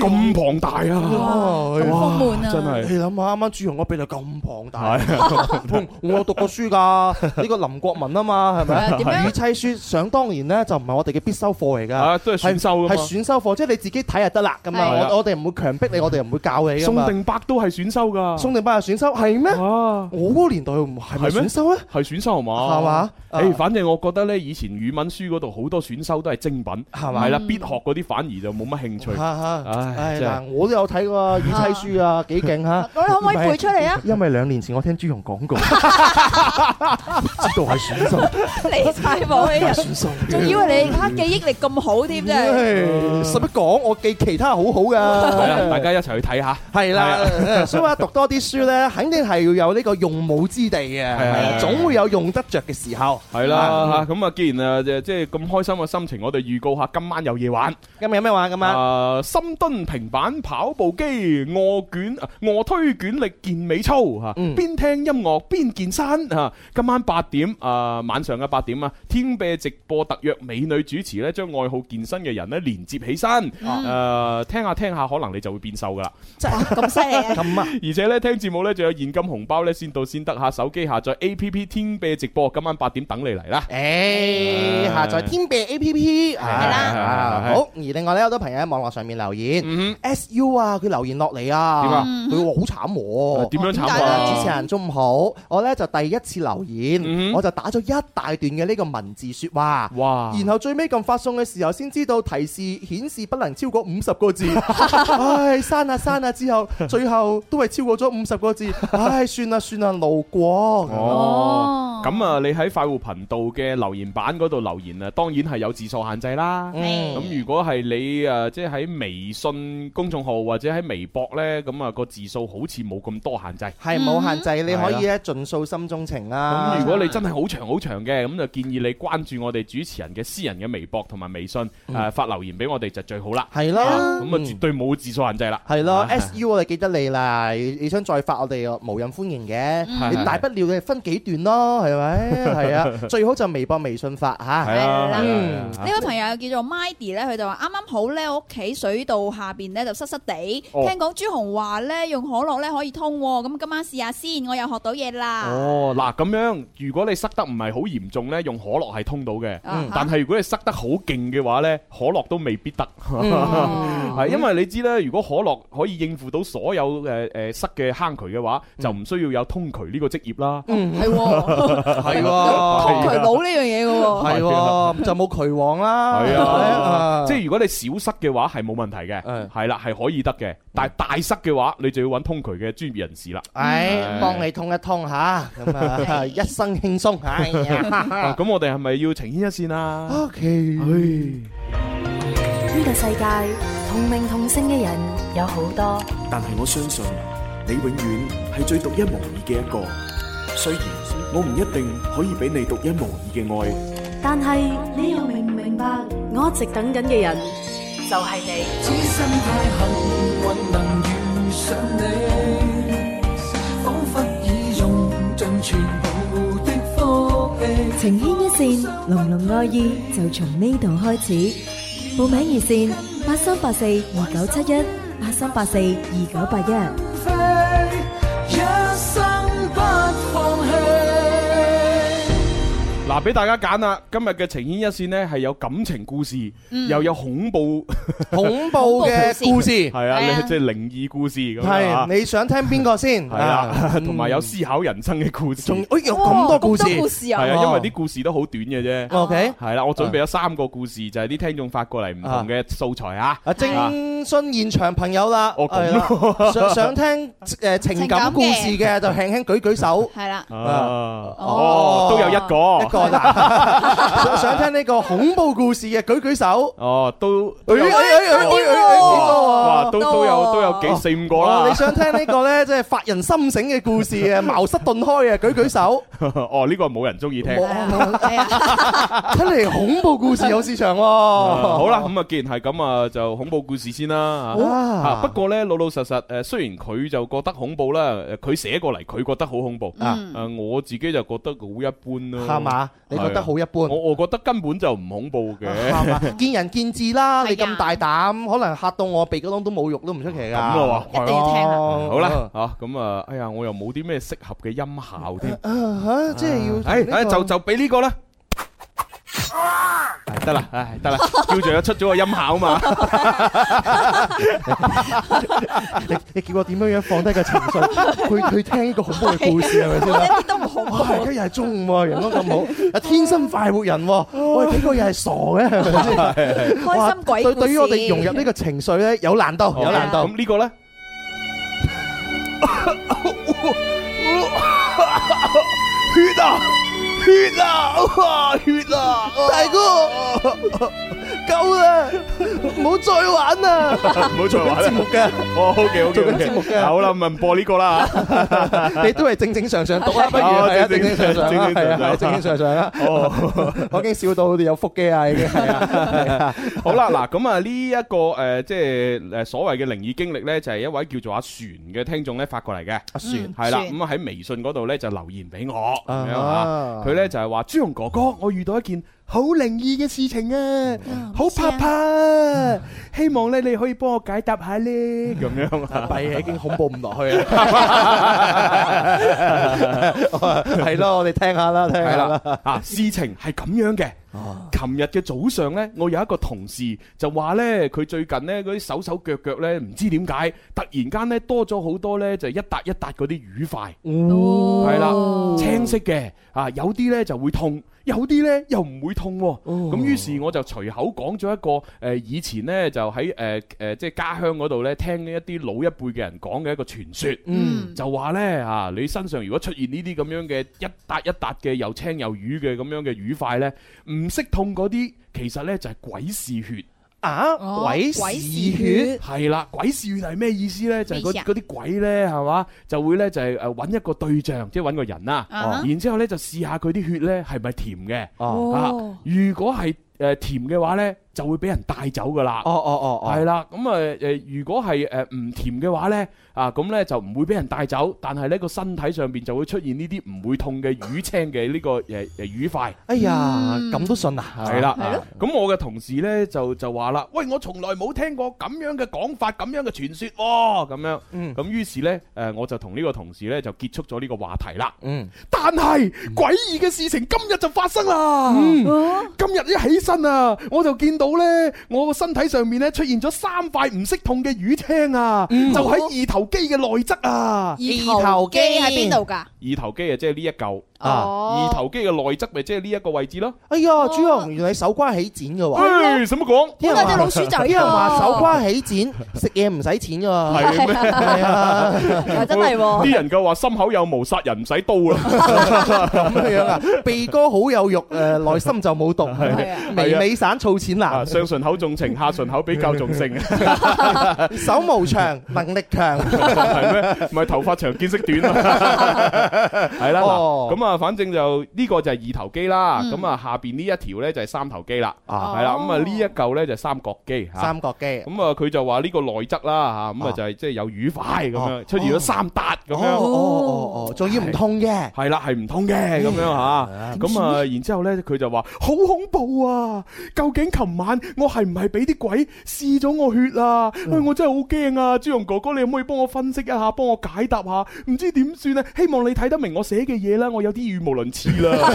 Speaker 5: 咁龐大啊！
Speaker 6: 哦
Speaker 7: 咁豐滿啊！
Speaker 5: 真係
Speaker 6: 你諗下，啱啱朱紅嗰比例咁龐大，
Speaker 5: 係
Speaker 6: 我讀過書㗎，呢個林國民啊嘛，係咪？
Speaker 7: 係點樣
Speaker 6: 語妻書想當然咧，就唔係我哋嘅必修課嚟㗎，
Speaker 5: 啊，都係選修噶
Speaker 6: 係
Speaker 5: 嘛。
Speaker 6: 選修課，即係你自己睇就得啦。咁
Speaker 7: 係
Speaker 6: 啊，
Speaker 5: 啊
Speaker 6: 我我哋唔會強迫你，我哋唔會教你㗎
Speaker 5: 宋
Speaker 6: 啊嘛。
Speaker 5: 定伯都係選修噶，
Speaker 6: 宋定班係選修係咩？
Speaker 5: 啊，
Speaker 6: 我嗰個年代唔係咪
Speaker 5: 係咩
Speaker 6: 選修咧？
Speaker 5: 係選修係嘛？
Speaker 6: 係嘛
Speaker 5: 誒，
Speaker 6: 啊
Speaker 5: 反正我覺得呢，以前語文書嗰度好多選修都係精品。
Speaker 6: 係
Speaker 5: 系
Speaker 6: 嘛？
Speaker 5: 啦，必學嗰啲反而就冇乜興趣
Speaker 6: 嚇。嚇！
Speaker 5: 唉
Speaker 6: 唉
Speaker 5: 真係
Speaker 6: 嗱，我都有睇過《語妻書》啊，幾勁嚇！
Speaker 7: 我哋可唔可以背出嚟啊？
Speaker 6: 因為兩年前我聽朱紅講過，唔知道係選修，
Speaker 7: 嚟晒冇嘅人，
Speaker 6: 選修。
Speaker 7: 仲以為你而家記憶力咁好添，真係。
Speaker 6: 唉使乜講？我記其他好好
Speaker 5: 係啦，
Speaker 6: 㗎。
Speaker 5: 大家一齊去睇下。
Speaker 6: 係啦，所以話讀多啲書咧，肯定係要有呢個用武之地
Speaker 5: 係
Speaker 6: 嘅，
Speaker 5: 係
Speaker 6: 總會有用得着嘅時候。嗯
Speaker 5: 係啦，咁啊，既然啊，即係咁開心嘅心情，我哋預告下今晚有嘢玩。
Speaker 6: 今日有咩玩咁
Speaker 5: 啊？深蹲、平板、跑步機、卧卷、卧推卷力健美操吓，
Speaker 6: 嗯
Speaker 5: 邊聽音樂邊健身吓。今晚八點啊，晚上嘅八點啊，天啤直播特約美女主持咧，將愛好健身嘅人咧連接起身。
Speaker 6: 嗯
Speaker 5: 誒，聽下聽下，可能你就會變瘦噶啦。
Speaker 10: 咁犀利啊！
Speaker 6: 咁啊！
Speaker 5: 而且咧聽節目咧，仲有現金紅包咧，先到先得吓。手機下載 A P P 天啤直播，今晚八點等你嚟啦。
Speaker 6: 誒下載天幣 A P P 係啦
Speaker 5: 係係係
Speaker 6: 好。而另外咧，有好多朋友喺網絡上面留言，S U 啊，佢留言落嚟
Speaker 5: 點
Speaker 6: 啊
Speaker 5: 啊，
Speaker 6: 佢話好慘喎，
Speaker 5: 點樣慘
Speaker 6: 點
Speaker 5: 啊
Speaker 6: 解咧主持人中午好，我咧就第一次留
Speaker 5: 嗯
Speaker 6: 言，我就打咗一大段嘅呢個文字説話，
Speaker 5: 哇！
Speaker 6: 然後最尾撳發送嘅時候，先知道提示顯示不能超過五十個
Speaker 5: [laughs]
Speaker 6: 字，唉，刪下刪下之後，最後都係超過咗五十個字，唉，算啦算啦，路過。
Speaker 5: 哦，咁啊，你喺快活頻道嘅留言版嗰度留言啊，當然係有字數限制啦。
Speaker 6: 嗯
Speaker 5: 咁如果係你誒，即係喺微信公眾號或者喺微博呢，咁啊個字數好似冇咁多限制。
Speaker 6: 係冇限制，你可以
Speaker 5: 係啦。
Speaker 6: 咧盡訴心中情啦。
Speaker 5: 嗯咁如果你真係好長好長嘅，咁就建議你關注我哋主持人嘅私人嘅微博同埋微信，
Speaker 6: 嗯
Speaker 5: 誒發留言俾我哋就最好啦。
Speaker 6: 係啦
Speaker 5: 啊咁啊絕對冇字數限制啦。
Speaker 6: 係咯
Speaker 5: 啊
Speaker 6: ，S U 我哋記得你啦，你你想再發我哋無任歡迎嘅，
Speaker 5: 嗯
Speaker 6: 你大不了你分幾段咯， [laughs] 係咪？係啊，最好就微博、微信發吓。 [laughs]
Speaker 5: 係啦
Speaker 6: 嗯
Speaker 5: 係啦
Speaker 7: 呢位朋友叫做 Mighty 咧，佢就話啱啱好咧，我屋企水道下邊咧就濕濕地，
Speaker 5: 哦
Speaker 7: 聽講朱紅話咧用可樂咧可以通喎，咁今晚試下先，我又學到嘢啦。
Speaker 5: 哦，嗱咁樣，如果你塞得唔係好嚴重呢，用可樂係通到嘅。
Speaker 7: 嗯
Speaker 5: 但係如果你塞得好勁嘅話呢，可樂都未必得。
Speaker 6: 嗯
Speaker 5: 係因為你知啦，如果可樂可以應付到所有誒誒塞嘅坑渠嘅話，就唔需要有通渠呢個職業啦。
Speaker 6: 嗯，
Speaker 7: 係喎
Speaker 6: 係喎，
Speaker 7: 通渠佬呢樣嘢嘅喎，
Speaker 6: 係喎，就冇渠王啦。
Speaker 5: 係啊，
Speaker 6: [laughs]
Speaker 5: 即
Speaker 6: 係
Speaker 5: 係如果你少塞嘅話係冇問題
Speaker 6: 嗯
Speaker 5: 嘅，係啦係可以得嘅。但係大塞嘅話，你就要揾通渠嘅專業人士啦。
Speaker 6: 唉，幫你通一通吓，咁啊，一生輕鬆
Speaker 5: 啊
Speaker 6: [laughs] 吓。
Speaker 5: 咁我哋係咪要情牽一線啊？
Speaker 12: 呢個世界同名同姓嘅人有好多，
Speaker 1: 但係我相信你永遠係最獨一無二嘅一個。雖然我唔一定可以俾你獨一無二嘅愛。
Speaker 12: 但係你又明唔明白？我一直等緊嘅人就係你。
Speaker 13: 此生太幸運能遇上你，彷彿已用盡全部的福氣。
Speaker 14: 情牽一線，濃濃愛意就從呢度開始。報名熱線八三八四二九七一八三八四二九八一。
Speaker 13: 飛，一生不放棄。
Speaker 5: 嗱，俾大家揀啦！今日嘅情牽一線呢，係有感情故事，
Speaker 13: 嗯
Speaker 5: 又有恐怖
Speaker 6: 恐怖嘅故事
Speaker 5: 係
Speaker 6: 係啊
Speaker 5: 啊，你即係靈異故事咁
Speaker 6: 係，
Speaker 5: 啊。
Speaker 6: 你想聽邊個先？
Speaker 5: 係啦，
Speaker 6: 啊
Speaker 5: [laughs] 同埋
Speaker 6: 嗯
Speaker 5: 有思考人生嘅故事，仲
Speaker 6: 哎有咁多故事哇咁多故事啊
Speaker 5: 係啊，因為啲故事都好短嘅啫。
Speaker 6: OK
Speaker 5: 係啦，我準備咗三個故事，就係啲聽眾發過嚟唔同嘅素材啊。
Speaker 6: 啊，徵詢現場朋友啦，
Speaker 5: 哦咁
Speaker 6: 係啦想想聽誒情
Speaker 5: 情感
Speaker 6: 感
Speaker 5: 嘅
Speaker 6: 故事嘅就輕輕舉舉手，
Speaker 7: 係啦，
Speaker 5: 啊哦，都有一個，
Speaker 6: 一個啦。想想聽呢個恐怖故事嘅舉舉手，
Speaker 5: 哦，都
Speaker 6: 哎哎哎哎哎哎幾多啊
Speaker 5: 哇，都都有都有幾四五個啦。
Speaker 6: 哦你想聽呢個咧，即係發人心醒嘅故事嘅茅塞頓開嘅舉舉手。
Speaker 5: [laughs] 哦，呢個冇人中意聽。
Speaker 6: 睇嚟恐怖故事有市場喎。
Speaker 5: 啊好
Speaker 6: 好
Speaker 5: 啦，，咁啊，既然係咁啊，就恐怖故事先啦。
Speaker 6: 好啊
Speaker 5: 啊不過呢，老老實實誒，雖然佢就覺得恐怖啦，誒佢寫過嚟佢覺得好恐怖
Speaker 6: 啊
Speaker 5: 誒我自己就覺得好一般咯。
Speaker 6: 係嘛你覺得好一般？
Speaker 5: 我我覺得根本就唔恐怖
Speaker 6: [laughs]
Speaker 5: 嘅。
Speaker 6: 係嘛見仁見智啦。你咁大膽，可能嚇到我鼻哥窿都冇肉都唔出奇㗎。
Speaker 5: 咁咯喎，
Speaker 6: 係啊
Speaker 5: 好啦，啊咁啊，哎呀，我又冇啲咩適合嘅音效添。
Speaker 6: 啊嚇即係要
Speaker 5: 哎
Speaker 6: 同呢
Speaker 5: 哎，
Speaker 6: 個
Speaker 5: 就就俾呢個啦。哎得啦，唉，得啦，叫住佢出咗個音效啊嘛。
Speaker 6: 你你叫我點樣樣放低個情 [laughs] 緒，去去聽呢個恐怖嘅故事係啊咪先？
Speaker 7: 我一啲都唔恐
Speaker 6: 怖。而家又係中午喎，陽光咁 [laughs] 好，啊天生快活人喎，我哋幾個又係傻嘅，係咪先？
Speaker 5: 係
Speaker 6: 哇
Speaker 7: 開心鬼故
Speaker 6: 對
Speaker 7: 事
Speaker 6: 對於我哋融入呢個情緒咧，有難度， [laughs] 有難度。
Speaker 5: 咁呢
Speaker 6: [laughs]
Speaker 5: 個咧？
Speaker 6: 嗯
Speaker 13: 血啊！血啊！哇！血啊！
Speaker 6: [laughs] 大哥，夠啦！唔好再玩啦！
Speaker 5: 唔好再玩啦
Speaker 6: 節目㗎，
Speaker 5: 哦，OK OK
Speaker 6: 做緊節目
Speaker 5: OK，
Speaker 6: 㗎
Speaker 5: 好啦，咪唔播呢個啦
Speaker 6: [laughs]
Speaker 5: 嚇
Speaker 6: 你都係正正常常 [laughs] 讀啦，不如
Speaker 5: 哦
Speaker 6: 係啊，
Speaker 5: 正
Speaker 6: 正
Speaker 5: 正
Speaker 6: 正
Speaker 5: 常
Speaker 6: 常
Speaker 5: 常
Speaker 6: 常啦，係 [laughs] 啊，係啊
Speaker 5: 正
Speaker 6: 正正常
Speaker 5: 正常常
Speaker 6: 常啦。哦，我已經笑到有腹肌啊，已 [laughs] 經係啊，係啊
Speaker 5: 好啦，嗱咁啊呢一個誒即係誒所謂嘅靈異經歷呢，就係一位叫做阿璇嘅聽眾呢發過嚟嘅。阿
Speaker 6: 璇
Speaker 5: 係啦，
Speaker 6: 璇
Speaker 5: 咁啊喺微信嗰度呢，就留言俾我咁樣啊
Speaker 6: 啊，
Speaker 5: 佢呢就係話朱紅哥哥，我遇到一件好靈異嘅事情
Speaker 6: 嗯
Speaker 5: 啊，好怕怕，希望呢你可以幫我解答下呢。
Speaker 6: 嗯
Speaker 5: 咁樣啊，
Speaker 6: 弊啊，已經恐怖唔落去啦。 [laughs] 係咯，我哋聽下啦，聽
Speaker 5: 係
Speaker 6: 下啦。哦
Speaker 5: 啦，啊事情係咁樣嘅。琴日嘅早上呢，我有一個同事就話呢，佢最近呢嗰啲手手腳腳呢，唔知點解突然間呢多咗好多呢，就一笪一笪嗰啲魚塊，係啦，
Speaker 6: 哦
Speaker 5: 青色嘅啊，有啲呢就會痛，有啲呢又唔會痛喎。
Speaker 6: 哦
Speaker 5: 咁於是我就隨口講咗一個誒、呃以前呢就喺誒誒即係家鄉嗰度呢，聽一啲老一輩嘅人講嘅一個傳說，
Speaker 6: 嗯
Speaker 5: 就話呢，啊你身上如果出現呢啲咁樣嘅一笪一笪嘅又青又瘀嘅咁樣嘅魚塊呢，唔識痛嗰啲其實呢就係鬼嗜血。
Speaker 6: 啊
Speaker 5: 哦
Speaker 6: 鬼嗜血
Speaker 5: 係啦，鬼嗜血係咩意思呢？就係
Speaker 6: 呃咩意思
Speaker 5: 嗰
Speaker 6: 啊
Speaker 5: 嗰啲鬼呢，係嘛，就會呢，就係誒揾一個對象，即係揾個人啦，
Speaker 6: 啊哈
Speaker 5: 然之後呢，就試下佢啲血呢係咪甜嘅。
Speaker 6: 哦
Speaker 5: 啊，如果係誒甜嘅話呢，就會俾人帶走噶啦。
Speaker 6: 哦哦哦哦
Speaker 5: 係啦，咁啊誒，如果係誒唔甜嘅話呢，啊咁呢就唔會俾人帶走，但係呢個身體上邊就會出現呢啲唔會痛嘅淤青嘅呢個誒誒淤塊。
Speaker 6: 哎呀，咁都信啊？
Speaker 5: 係啦，啊咁我嘅同事呢，就就話啦，喂，我從來冇聽過咁樣嘅講法，咁樣嘅傳說喎，咁樣，
Speaker 6: 嗯
Speaker 5: 咁於是呢，誒我就同呢個同事呢，就結束咗呢個話題啦。
Speaker 6: 嗯，哦
Speaker 5: 但係詭異嘅事情今日就發生啦。今日一起身啊，我就見到呢，我個身體上面呢，出現咗三塊唔識痛嘅淤青啊，
Speaker 6: 嗯
Speaker 5: 就喺二頭肌嘅內側啊。
Speaker 10: 二頭肌喺邊度㗎？
Speaker 5: 二頭肌啊，即係呢一嚿啊，
Speaker 6: 哦
Speaker 5: 二頭肌嘅內側咪即係呢一個位置咯。
Speaker 6: 哎呀，朱紅，原來你手瓜起剪嘅
Speaker 5: 唉，
Speaker 6: 喎。
Speaker 5: 使乜講？
Speaker 6: 啲人話啲人話手瓜起剪，食嘢唔使錢㗎喎。
Speaker 5: 係
Speaker 6: [laughs]
Speaker 5: 咩
Speaker 6: 係啊，真係喎
Speaker 5: 啲人夠話心口有毛，殺人唔使刀啊
Speaker 6: [laughs]
Speaker 5: 啦。
Speaker 6: 咁樣啊，鼻哥好有肉，誒內心就冇毒，眉尾散燥錢
Speaker 5: 啊
Speaker 6: 難，
Speaker 5: 上唇口重情，下唇口比較
Speaker 6: [laughs]
Speaker 5: 重性。
Speaker 6: 手毛長，能力強。
Speaker 5: 係咩？唔係頭髮長見識
Speaker 6: [laughs]
Speaker 5: 短啊，係啦。嗱咁啊，反正就呢個就係二頭肌啦。
Speaker 6: 哦嗯
Speaker 5: 咁啊，下邊呢一條呢就係三頭肌啦。
Speaker 6: 啊
Speaker 5: 係啦。咁啊，呢一嚿呢就係三角肌。嚇
Speaker 6: 三角哦肌
Speaker 5: 咁啊，佢就話呢個內側啦嚇，咁啊就係即係有瘀塊咁樣，出現咗三笪咁樣。
Speaker 6: 哦哦哦，仲要唔痛嘅。
Speaker 5: 係啦，係
Speaker 6: [laughs]
Speaker 5: 唔通嘅咁樣吓，咁啊，然之後咧，佢就話好恐怖啊！究竟琴晚我係唔係俾啲鬼試咗我血啊？
Speaker 6: 嗯
Speaker 5: 喂，我真係好驚啊！朱容哥哥，你可唔可以幫我分析一下，幫我解答下？唔知點算咧？希望你睇得明我寫嘅嘢啦，我有啲語無倫次
Speaker 6: [laughs]
Speaker 5: 啦。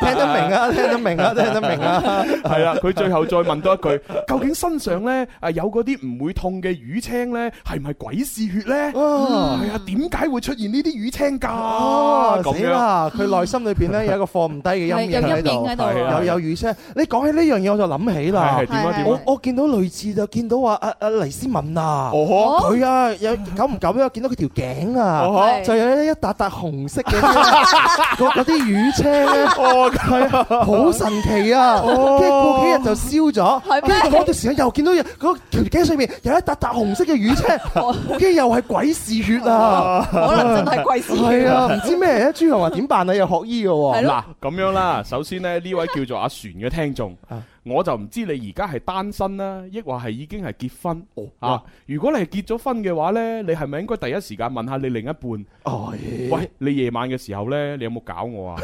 Speaker 6: 聽得
Speaker 5: [laughs]
Speaker 6: 明啊，聽得明啊，聽得明啊。
Speaker 5: 係啦，佢最後再問多一句：究竟身上咧啊有嗰啲唔會痛嘅淤青咧，係唔係鬼試血咧？
Speaker 6: 嗯
Speaker 5: 係啊，點解會出現呢啲淤青㗎？
Speaker 6: 哦，
Speaker 5: 咁
Speaker 6: 死
Speaker 5: 樣
Speaker 6: 啦！佢內心裏邊咧有一個放唔低嘅陰影喺
Speaker 5: 係有陰影喺度係啊
Speaker 6: 度，有有雨聲。你講起呢樣嘢我就諗起啦。
Speaker 5: 係係點啊點啊
Speaker 6: 我我見到類似就見到話阿阿黎思敏啊，
Speaker 5: 哦
Speaker 6: 佢啊有久唔久咧見到佢條頸
Speaker 5: 哦
Speaker 6: 啊，
Speaker 5: 係
Speaker 6: 就有一笪笪紅
Speaker 5: [laughs]
Speaker 6: 色嘅嗰嗰啲淤青咧，係啊，好神奇啊！
Speaker 5: 哦
Speaker 6: 跟住過幾日就燒咗，
Speaker 5: 係
Speaker 6: 跟
Speaker 5: 咩
Speaker 6: 住嗰段時間又見到有嗰條頸上面有一笪笪紅色嘅淤青，跟住又係鬼嗜血啊！
Speaker 5: 可能真係鬼嗜血
Speaker 6: 係啊，唔知咩嚟啊朱紅話點辦啊？又學醫嘅喎。
Speaker 5: 哦嗱，咁樣啦，首先呢，呢位叫做阿璇嘅聽眾，
Speaker 6: 啊
Speaker 5: 我就唔知你而家係單身啦，抑或係已經係結婚
Speaker 6: 哦
Speaker 5: 啊？如果你係結咗婚嘅話呢，你係咪應該第一時間問下你另一半？
Speaker 6: 哦哎
Speaker 5: 喂，你夜晚嘅時候呢，你有冇搞我
Speaker 6: [laughs]
Speaker 5: 啊？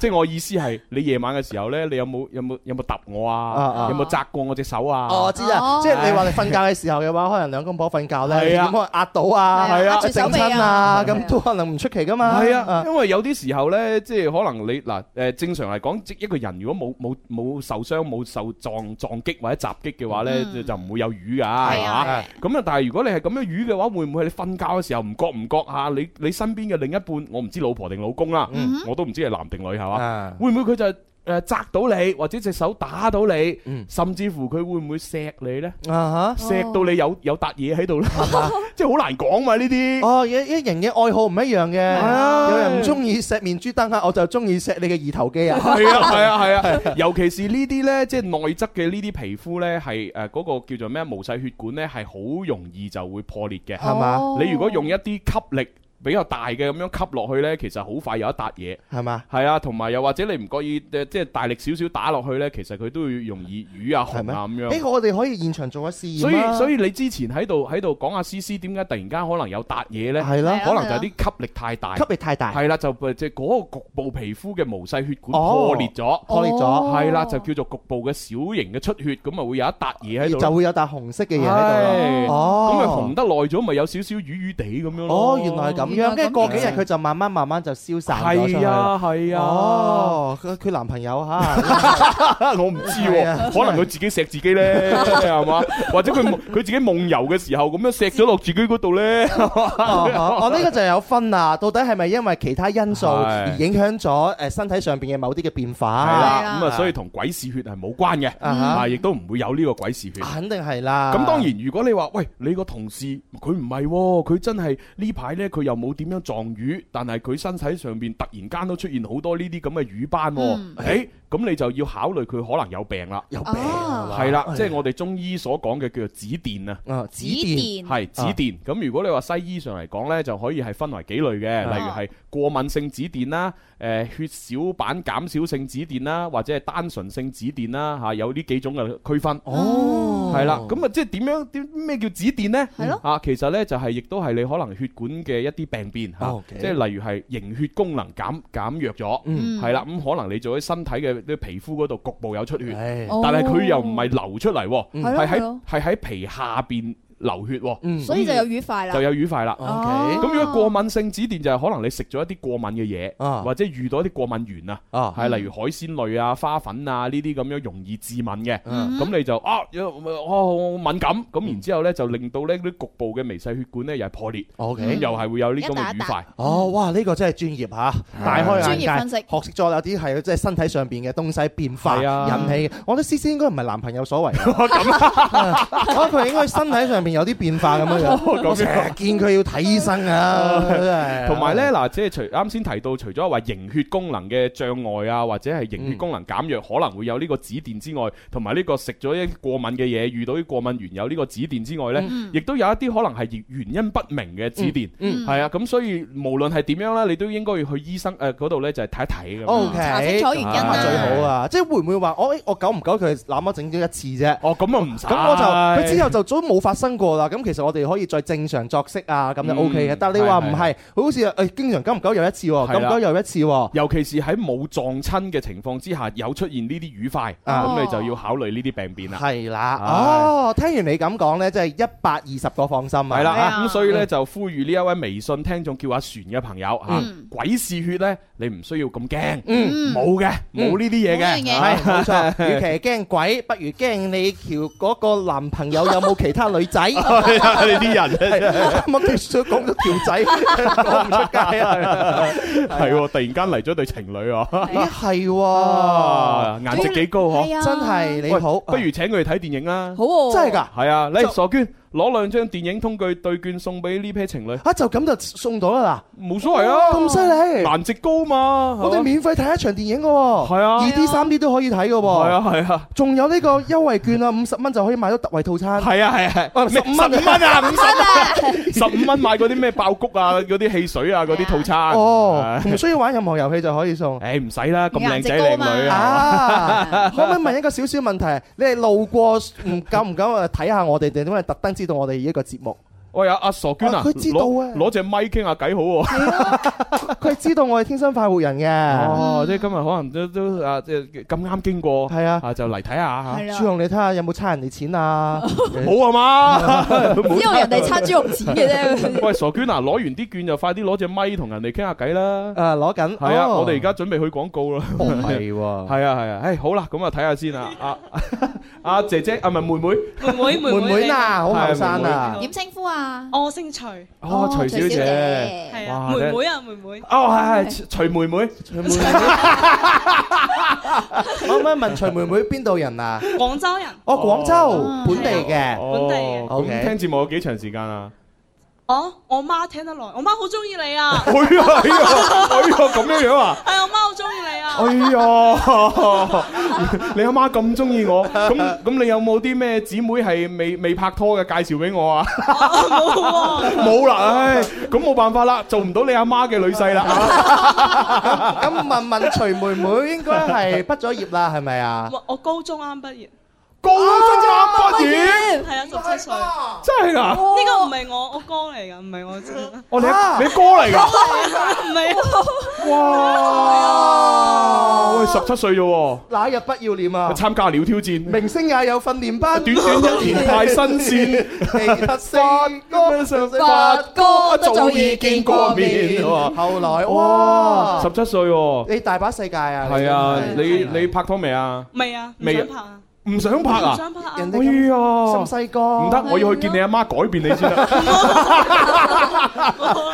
Speaker 5: 即係我意思係，你夜晚嘅時候呢，你有冇有冇有冇揼我
Speaker 6: 啊
Speaker 5: 啊？
Speaker 6: 啊
Speaker 5: 有冇扎過我隻手啊？
Speaker 6: 哦，我知啊，即係你話你瞓覺嘅時候嘅話，可能兩公婆瞓覺咧，
Speaker 5: 係啊
Speaker 6: 點可能壓到啊，
Speaker 5: 係啊
Speaker 6: 整親啊，咁都可能唔出奇噶嘛。
Speaker 5: 係啊，因為有啲時候呢，即係可能你嗱誒正常嚟講，即一個人如果冇冇冇受傷、冇受撞撞擊或者襲擊嘅話呢，
Speaker 6: 嗯
Speaker 5: 就就唔會有瘀㗎，
Speaker 6: 啊
Speaker 5: 係
Speaker 6: 係
Speaker 5: 嘛
Speaker 6: 啊？
Speaker 5: 咁啊，但係如果你係咁樣瘀嘅話，會唔會係你瞓覺嘅時候唔覺唔覺下
Speaker 6: 啊
Speaker 5: 你你身邊嘅另一半，我唔知老婆定老公啦，我都唔知係男定女係嘛？會唔會佢就係诶砸到你，或者隻手打到你，甚至乎佢會唔會錫你呢？
Speaker 6: 啊哈
Speaker 5: 錫到你有有笪嘢喺度咧， [laughs] 即係好難講嘛呢啲。
Speaker 6: 哦，一一人嘅愛好唔一樣嘅，
Speaker 5: 啊
Speaker 6: 有人唔中意錫面珠燈啊，我就中意錫你嘅二頭肌啊。 [laughs]
Speaker 5: 係啊係啊係啊，尤其是呢啲呢，即係內側嘅呢啲皮膚呢，係誒嗰個叫做咩毛細血管呢，係好容易就會破裂嘅，
Speaker 6: 係嘛哦
Speaker 5: 你如果用一啲吸力比較大嘅咁樣吸落去呢，其實好快有一笪嘢。
Speaker 6: 係嘛？
Speaker 5: 係啊，同埋又或者你唔覺意誒即係大力少少打落去呢，其實佢都會容易瘀啊紅啊咁樣。
Speaker 6: 呢個我哋可以現場做下試
Speaker 5: 所
Speaker 6: 驗啊
Speaker 5: 以所以你之前喺度喺度講阿思思點解突然間可能有笪嘢呢？
Speaker 6: 係啊啦
Speaker 5: 可能就係啲吸力太大，
Speaker 6: 吸力太大
Speaker 5: 係啦，就即係嗰個局部皮膚嘅毛細血管
Speaker 6: 哦
Speaker 5: 破裂咗，
Speaker 6: 破裂咗
Speaker 7: 哦
Speaker 5: 係啦，就叫做局部嘅小型嘅出血，咁啊會有一笪嘢喺度，
Speaker 6: 就會有笪紅色嘅嘢喺度啦。
Speaker 5: 係
Speaker 6: 哦，
Speaker 5: 咁咪紅得耐咗，咪有少少瘀瘀地咁樣咯。
Speaker 6: 哦，原來係咁樣，跟住過幾日佢就慢慢慢慢就消散咗出去
Speaker 5: 係啊
Speaker 6: 啦。
Speaker 5: 係啊
Speaker 6: 哦，佢佢男朋友啊嚇，
Speaker 5: [laughs] 我唔知喎
Speaker 6: 係啊
Speaker 5: 可能佢自己錫自己咧， [laughs] 係嘛？或者佢夢佢自己夢遊嘅時候咁樣錫咗落自己嗰度咧。
Speaker 6: [laughs] 哦哦哦呢個就有分啦。到底係咪因為其他因素
Speaker 5: 係
Speaker 6: 而影響咗誒身體上邊嘅某啲嘅變化？
Speaker 5: 係啦，咁啊，所以同鬼嗜血係冇關嘅，
Speaker 6: 啊哈
Speaker 5: 啊，亦都唔會有呢個鬼嗜血。
Speaker 6: 肯定係啦。
Speaker 5: 咁當然，如果你話喂，你個同事佢唔係喎，佢真係呢排呢，佢又冇點樣撞魚，但係佢身體上邊突然間都出現好多呢啲咁嘅魚斑
Speaker 6: 嗯
Speaker 5: 喎，誒，咁你就要考慮佢可能有病啦，有病
Speaker 6: 嘛
Speaker 5: 係啦
Speaker 6: 哎，呀
Speaker 5: 即係我哋中醫所講嘅叫做紫電啊，
Speaker 6: 啊，紫電
Speaker 5: 係紫電。咁如果你話西醫上嚟講呢，就可以係分為幾類嘅，
Speaker 6: 啊
Speaker 5: 例如係過敏性紫電啦，誒血小板減少性紫電啦，或者係單純性紫電啦，嚇有呢幾種嘅區分。
Speaker 6: 哦，
Speaker 5: 係啦，咁啊，即係點樣點咩叫紫電呢？
Speaker 6: 係咯
Speaker 5: 啊，其實呢就係亦都係你可能血管嘅一啲病變嚇
Speaker 6: OK
Speaker 5: 即係例如係凝血功能減減弱
Speaker 6: 嗯
Speaker 5: 咗，係啦，咁可能你就喺身體嘅啲皮膚嗰度局部有出血
Speaker 6: 唉，
Speaker 5: 但係佢又唔係流出嚟喎，
Speaker 7: 嗯
Speaker 5: 係
Speaker 7: 係咯
Speaker 5: 喺係喺皮下邊流血喎，
Speaker 7: 所以就有愉快啦。
Speaker 5: 就有魚塊啦。
Speaker 7: 哦 OK
Speaker 5: 咁如果過敏性紫電就係可能你食咗一啲過敏嘅嘢，或者遇到一啲過敏源啊，
Speaker 6: 哦
Speaker 5: 係例如海鮮類啊、花粉啊呢啲咁樣容易致敏嘅，
Speaker 6: 嗯
Speaker 5: 咁你就啊，有哦敏感，咁然之後呢，就令到呢啲局部嘅微細血管呢又係破裂
Speaker 6: 哦 OK
Speaker 5: 咁又係會有呢咁嘅瘀塊。
Speaker 6: 哦，哇！呢個真係專業嚇，大開眼界，
Speaker 7: 專業分析
Speaker 6: 學識咗有啲係即係身體上邊嘅東西變化
Speaker 5: 係啊
Speaker 6: 引起嘅。我覺得思思應該唔係男朋友所為，啊
Speaker 5: [laughs]
Speaker 6: [laughs] 我覺得佢應該身體上邊有啲變化咁樣
Speaker 5: [laughs] 哦
Speaker 6: 樣。
Speaker 5: 啊咁
Speaker 6: 我成日見佢要睇醫生
Speaker 5: [laughs]
Speaker 6: 啊，真係
Speaker 5: 同埋呢，嗱，即係除啱先提到，除咗話凝血功能嘅障礙啊，或者係凝血功能減弱可能會有呢個紫電之外，同埋呢個食咗一啲過敏嘅嘢，遇到啲過敏原有呢個紫電之外呢
Speaker 6: 嗯，
Speaker 5: 亦都有一啲可能係原因不明嘅紫電，
Speaker 6: 嗯嗯
Speaker 5: 係啊，咁所以無論係點樣啦，你都應該要去醫生誒嗰度呢，就係睇一睇咁樣。
Speaker 6: O K，
Speaker 7: 查清楚原因啦
Speaker 6: 最好啊！即係會唔會話我我久唔久佢攬我整咗一次啫？
Speaker 5: 哦，咁啊唔使。
Speaker 6: 咁我就佢之後就早冇發生過啦。咁其實我哋可以再正常作息啊，咁就 O K 嘅
Speaker 5: 嗯。
Speaker 6: 但係你話唔係，佢好似誒經常久唔久有一次喎，久唔久有一次喎。
Speaker 5: 尤其是喺冇撞親嘅情況之下，有出現呢啲瘀塊，
Speaker 6: 啊
Speaker 5: 咁你就要考慮呢啲病變啦。
Speaker 6: 係啦，哦，聽完你咁講呢，真係一百二十個放心啊！
Speaker 5: 係啦，咁所以咧就呼籲呢一位微信聽眾叫阿璇嘅朋友嚇，鬼嗜血咧，你唔需要咁驚，
Speaker 6: 嗯
Speaker 5: 冇嘅，冇呢啲嘢嘅，
Speaker 6: 係冇錯。與其驚鬼，不如驚你喬嗰個男朋友有冇其他女
Speaker 5: [laughs]
Speaker 6: 仔。
Speaker 5: 係啊你啲人真係
Speaker 6: 係啱啱想講咗條仔，講唔出
Speaker 5: [laughs]
Speaker 6: 街啊！
Speaker 5: 係喎，突然間嚟咗對情侶啊！
Speaker 6: 咦係喎，
Speaker 5: 顏值幾高
Speaker 6: 哦係
Speaker 5: 嗬！
Speaker 6: 啊真係你好
Speaker 5: 喂不如請佢哋睇電影啦。
Speaker 6: 好喎真係㗎
Speaker 5: 係啊，你
Speaker 6: 就
Speaker 5: 傻娟攞兩張電影通據對券送俾呢 pair 情侶，
Speaker 6: 啊就咁就送到啦嗱，
Speaker 5: 冇所謂啊，
Speaker 6: 咁犀利，
Speaker 5: 顏值高嘛，
Speaker 6: 我哋免費睇一場電影嘅喎，係
Speaker 5: 啊
Speaker 6: 二 D 三 D 都可以睇嘅喎，
Speaker 5: 係啊係啊，
Speaker 6: 仲有呢個優惠券啊，五十蚊就可以買到特惠套餐，
Speaker 5: 係啊係啊係，
Speaker 6: 十五蚊
Speaker 5: 15蚊啊50十五蚊買嗰啲咩爆谷啊，嗰啲汽水啊，嗰啲套餐 [laughs]
Speaker 6: 哦，唔需要玩任何遊戲就可以送。
Speaker 5: 誒唔使啦，咁靚仔靚女啊！
Speaker 6: 啊！可唔可以問一個少少問題？你係路過唔久唔久啊睇下我哋，定點解特登知道我哋呢個節目？
Speaker 5: 喂，阿阿傻娟啊，
Speaker 6: 啊佢知道啊
Speaker 5: 攞攞隻咪傾下偈好
Speaker 6: [laughs]
Speaker 5: 喎。
Speaker 6: 佢係知道我係天生快活人嘅。
Speaker 5: 哦，即係今日可能都都啊，即係咁啱經過，係
Speaker 6: 啊，
Speaker 5: 啊就嚟睇下嚇。
Speaker 6: 朱紅，你睇下有冇差人哋錢啊？
Speaker 5: 冇啊
Speaker 6: [laughs]
Speaker 5: 嘛，
Speaker 7: 因為人哋差豬肉錢嘅啫。
Speaker 5: 喂，傻娟啊，攞完啲券就快啲攞隻咪同人哋傾下偈啦。
Speaker 6: 誒，攞緊。
Speaker 5: 係啊，
Speaker 6: 哦
Speaker 5: 我哋而家準備去廣告啦。
Speaker 6: 係喎
Speaker 5: 係啊係啊，唉好啦，咁啊睇下先啊， [laughs] 阿阿姐姐啊唔係妹妹，
Speaker 6: 妹妹妹妹啊好後生啊
Speaker 5: 係妹
Speaker 7: [laughs]
Speaker 5: 妹
Speaker 7: 點稱呼啊？啊？
Speaker 15: 我姓徐。
Speaker 5: 哦，徐小姐，
Speaker 15: 係
Speaker 5: 哇
Speaker 15: 啊，妹妹啊，妹妹。
Speaker 5: 哦，係係徐妹妹，徐妹妹，
Speaker 6: [laughs] 可唔可以問徐妹妹邊度人啊？
Speaker 15: 廣州人。
Speaker 6: 哦，廣州本地嘅，
Speaker 15: 本地嘅
Speaker 5: 哦咁
Speaker 6: OK
Speaker 5: 聽節目有幾長時間啊？
Speaker 15: 哦，我媽聽得耐，我媽好中意你啊！
Speaker 5: 哎呀，哎呀，哎呀，咁樣樣啊？
Speaker 15: 係我媽好中意你啊！
Speaker 5: 哎呀， [laughs] 你阿媽咁中意我，咁咁你有冇啲咩姊妹係未未拍拖嘅介紹俾我啊？
Speaker 15: 哦冇
Speaker 6: 喎
Speaker 5: 冇啦，唉，咁冇辦法啦，做唔到你阿媽嘅女婿啦。啊
Speaker 6: [laughs] 咁問問徐妹妹應該係畢咗業啦，係咪啊？
Speaker 15: 我我高中啱畢業。
Speaker 5: 高中
Speaker 6: 啱畢業
Speaker 15: 係啊，十七歲。
Speaker 5: 真係啊㗎
Speaker 15: 呢個唔係我，我哥嚟㗎，唔係我
Speaker 6: [laughs]
Speaker 15: 真。
Speaker 5: 哦，你
Speaker 6: 啊
Speaker 5: 你哥嚟㗎？
Speaker 15: 唔係。
Speaker 5: 哇！喂，十七歲啫喎，
Speaker 6: 那日不要臉啊！
Speaker 5: 參加了挑戰。
Speaker 6: 明星也有訓練班，
Speaker 5: 短短一年太新
Speaker 6: [laughs]
Speaker 5: 鮮，
Speaker 6: 奇特星哥上
Speaker 5: 發
Speaker 6: 哥
Speaker 5: 早已見過面
Speaker 6: 後來哇，
Speaker 5: 十七歲喎，
Speaker 6: 你大把世界啊！
Speaker 5: 係啊，你你拍拖未啊？
Speaker 15: 未啊，唔
Speaker 5: 未
Speaker 15: 想拍啊。
Speaker 5: 唔想拍啊？
Speaker 15: 唔想拍啊
Speaker 6: 人
Speaker 5: 哎
Speaker 6: 哋
Speaker 5: 呀，
Speaker 6: 咁細個，
Speaker 5: 唔得，我要去見你阿媽改變你
Speaker 6: [laughs]
Speaker 5: 先得。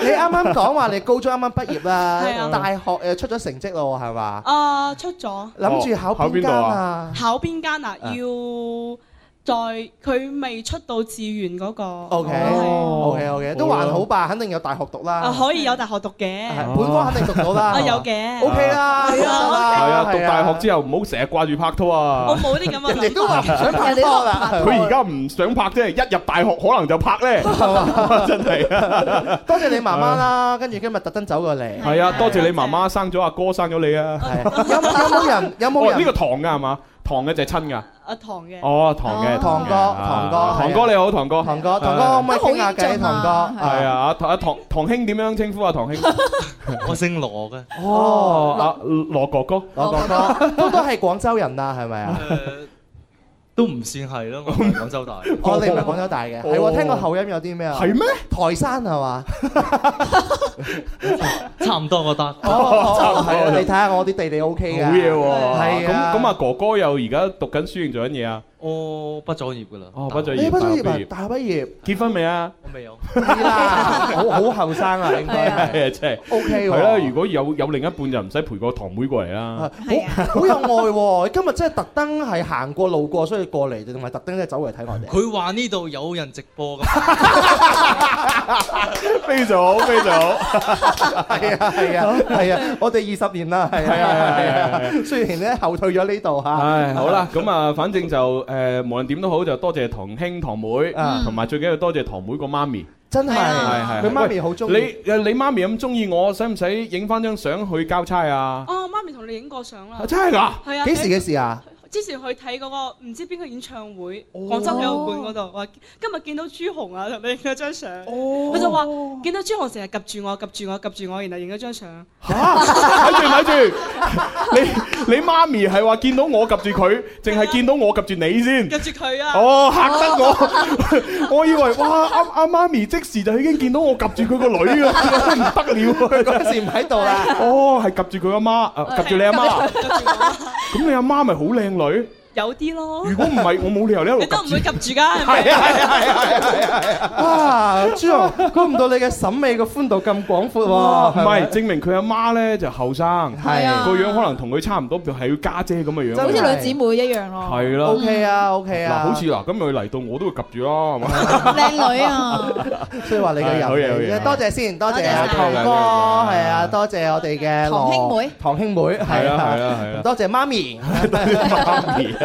Speaker 6: 你啱啱講話你高中啱啱畢業啦
Speaker 15: 係，啊
Speaker 6: 大學誒出咗成績咯喎，係嘛？
Speaker 15: 啊，出咗。
Speaker 6: 諗住考邊間啊？
Speaker 15: 考邊間啊？
Speaker 6: 啊
Speaker 15: 要在佢未出到志願嗰個。
Speaker 6: O
Speaker 5: 哦
Speaker 6: K O K O K，都還好吧，肯定有大學讀啦
Speaker 15: 啊，。可以有大學讀
Speaker 6: [laughs]
Speaker 15: 嘅。
Speaker 6: 係本科肯定讀到啦。
Speaker 15: 啊，
Speaker 6: 係嘛
Speaker 15: 有嘅。
Speaker 6: O K 啦，
Speaker 15: 係啊
Speaker 5: 係啊，讀
Speaker 6: 係
Speaker 5: 大學之後唔好成日掛住拍拖啊！
Speaker 15: 我冇啲咁嘅諗法。
Speaker 6: 都話唔想拍
Speaker 15: 人哋
Speaker 6: 拖
Speaker 15: 都
Speaker 6: 啦。
Speaker 5: 佢而家唔想拍啫，一入大學可能就拍
Speaker 6: [laughs]
Speaker 5: 咧，
Speaker 6: Ờ.
Speaker 5: 真係。啊
Speaker 6: 多謝你媽媽啦，跟住今日特登走過嚟。
Speaker 5: 係啊，多謝你媽媽生咗阿哥，生咗你啊！
Speaker 6: 有有冇人？有冇
Speaker 5: 哦
Speaker 6: 人？
Speaker 5: 呢個堂㗎係嘛？堂嘅就係親㗎。
Speaker 15: 啊，堂嘅。
Speaker 5: 哦，堂嘅
Speaker 6: 堂哥堂哥
Speaker 5: 啊堂哥你好，堂哥，
Speaker 6: 堂哥堂哥可唔可以傾下偈？堂哥
Speaker 5: 係啊，阿阿堂堂兄點樣稱呼啊？
Speaker 6: [laughs]
Speaker 5: 堂兄，
Speaker 16: 我姓羅嘅。
Speaker 5: 哦，阿羅哥哥，
Speaker 6: 羅哥哥都都係廣州人啦，係咪啊？
Speaker 16: 呃都唔算係 [laughs] 啦，我唔係廣州大。
Speaker 6: 我哋唔係廣州大嘅，係我聽過口音有啲咩啊？
Speaker 16: 係咩？
Speaker 6: 台山係嘛？
Speaker 16: 差唔多，我覺得。
Speaker 6: Ờ, 哦，係啊！你睇下我啲地理 O K 嘅，
Speaker 5: 好嘢喎！
Speaker 6: 係啊，
Speaker 5: 咁咁啊，哥哥又而家讀緊書定做緊嘢啊？
Speaker 16: 我畢咗業㗎啦。
Speaker 5: 哦，畢咗
Speaker 6: 你
Speaker 5: 業，
Speaker 6: 畢咗業啊
Speaker 5: 大學畢？業
Speaker 6: 大學畢業
Speaker 5: 結婚未啊？
Speaker 16: 我未有。
Speaker 6: 好好後生啊，應
Speaker 5: [laughs]
Speaker 6: 該係
Speaker 5: 係啊，真係
Speaker 6: à, OK 喎
Speaker 5: 係啦，如果有有另一半就唔使陪個堂妹過嚟啦。
Speaker 6: 好有愛喎！今日真係特登係行過路過，所以過嚟，同埋特登咧走嚟睇我哋。
Speaker 16: 佢話呢度有人直播咁。
Speaker 5: 非常好，非常好。
Speaker 6: [laughs] 係啊，係啊，係啊！我哋二十年啦，係啊，
Speaker 5: 係啊係啊
Speaker 6: 係啊
Speaker 5: 係啊係！
Speaker 6: 雖然咧後退咗呢度嚇，
Speaker 5: 唉，好啦，咁啊，反正就誒，無論點都好，就多謝堂兄堂妹，
Speaker 6: 啊
Speaker 5: 同埋最緊要多謝堂妹個媽咪。
Speaker 6: 真係
Speaker 5: 係係
Speaker 6: 佢媽咪好中意
Speaker 5: 你誒，你媽咪咁中意我，使唔使影翻張相去交差啊？
Speaker 15: 哦，媽咪同你影過相啦。
Speaker 5: 啊真係㗎
Speaker 15: 係啊。
Speaker 6: 幾時嘅事啊？
Speaker 15: 之前去睇嗰個唔知邊個演唱會，廣州體育館嗰度，話今日見到朱紅啊，同你影咗張相。
Speaker 5: 哦
Speaker 15: 佢就話見到朱紅成日及住我，及住我，及住我，然後影咗張相。
Speaker 5: [laughs] 睇住 [laughs] 睇住，你你媽咪係話見到我及住佢，淨係見到我及住你先。
Speaker 15: 及住佢啊！
Speaker 5: 哦，嚇得 [laughs] 我，我以為哇，阿阿媽咪即時就已經見到我及住佢個女啊，唔得了啊！
Speaker 15: [laughs]
Speaker 6: 嗰時唔喺度啦。
Speaker 5: 哦，係及住佢阿媽，啊及住你阿媽。咁你阿媽咪好靚女？
Speaker 15: 有啲咯。
Speaker 5: 如果唔係，我冇理由你一路
Speaker 15: 你都唔會及住㗎，係咪？
Speaker 5: 係啊係啊係啊係啊！
Speaker 6: 啊，朱紅，估唔到你嘅審美嘅寬度咁廣闊
Speaker 5: 哇，唔
Speaker 6: 喎，
Speaker 5: 係證明佢阿媽咧就後生，
Speaker 6: 係啊
Speaker 5: 個樣可能同佢差唔多，係佢家姐咁嘅樣。
Speaker 7: 好似兩姊妹一樣咯。
Speaker 5: 係啦。
Speaker 6: O K 啊，O K
Speaker 5: 嗱，
Speaker 6: 啊，
Speaker 5: 好似嗱，今日佢嚟到我都會及住啦，
Speaker 6: [laughs]
Speaker 5: 係嘛？
Speaker 7: 靚女啊！
Speaker 6: 所以話你嘅
Speaker 5: 係好嘢好
Speaker 6: 人
Speaker 5: 嘢
Speaker 6: 氣，多謝先，多謝啊
Speaker 5: 多謝
Speaker 6: 堂哥，係啊，多謝我哋嘅
Speaker 7: 堂兄
Speaker 6: 羅
Speaker 7: 妹
Speaker 6: 堂兄妹，係
Speaker 5: 嗯係啊係啊係啊啊
Speaker 6: 多謝媽咪，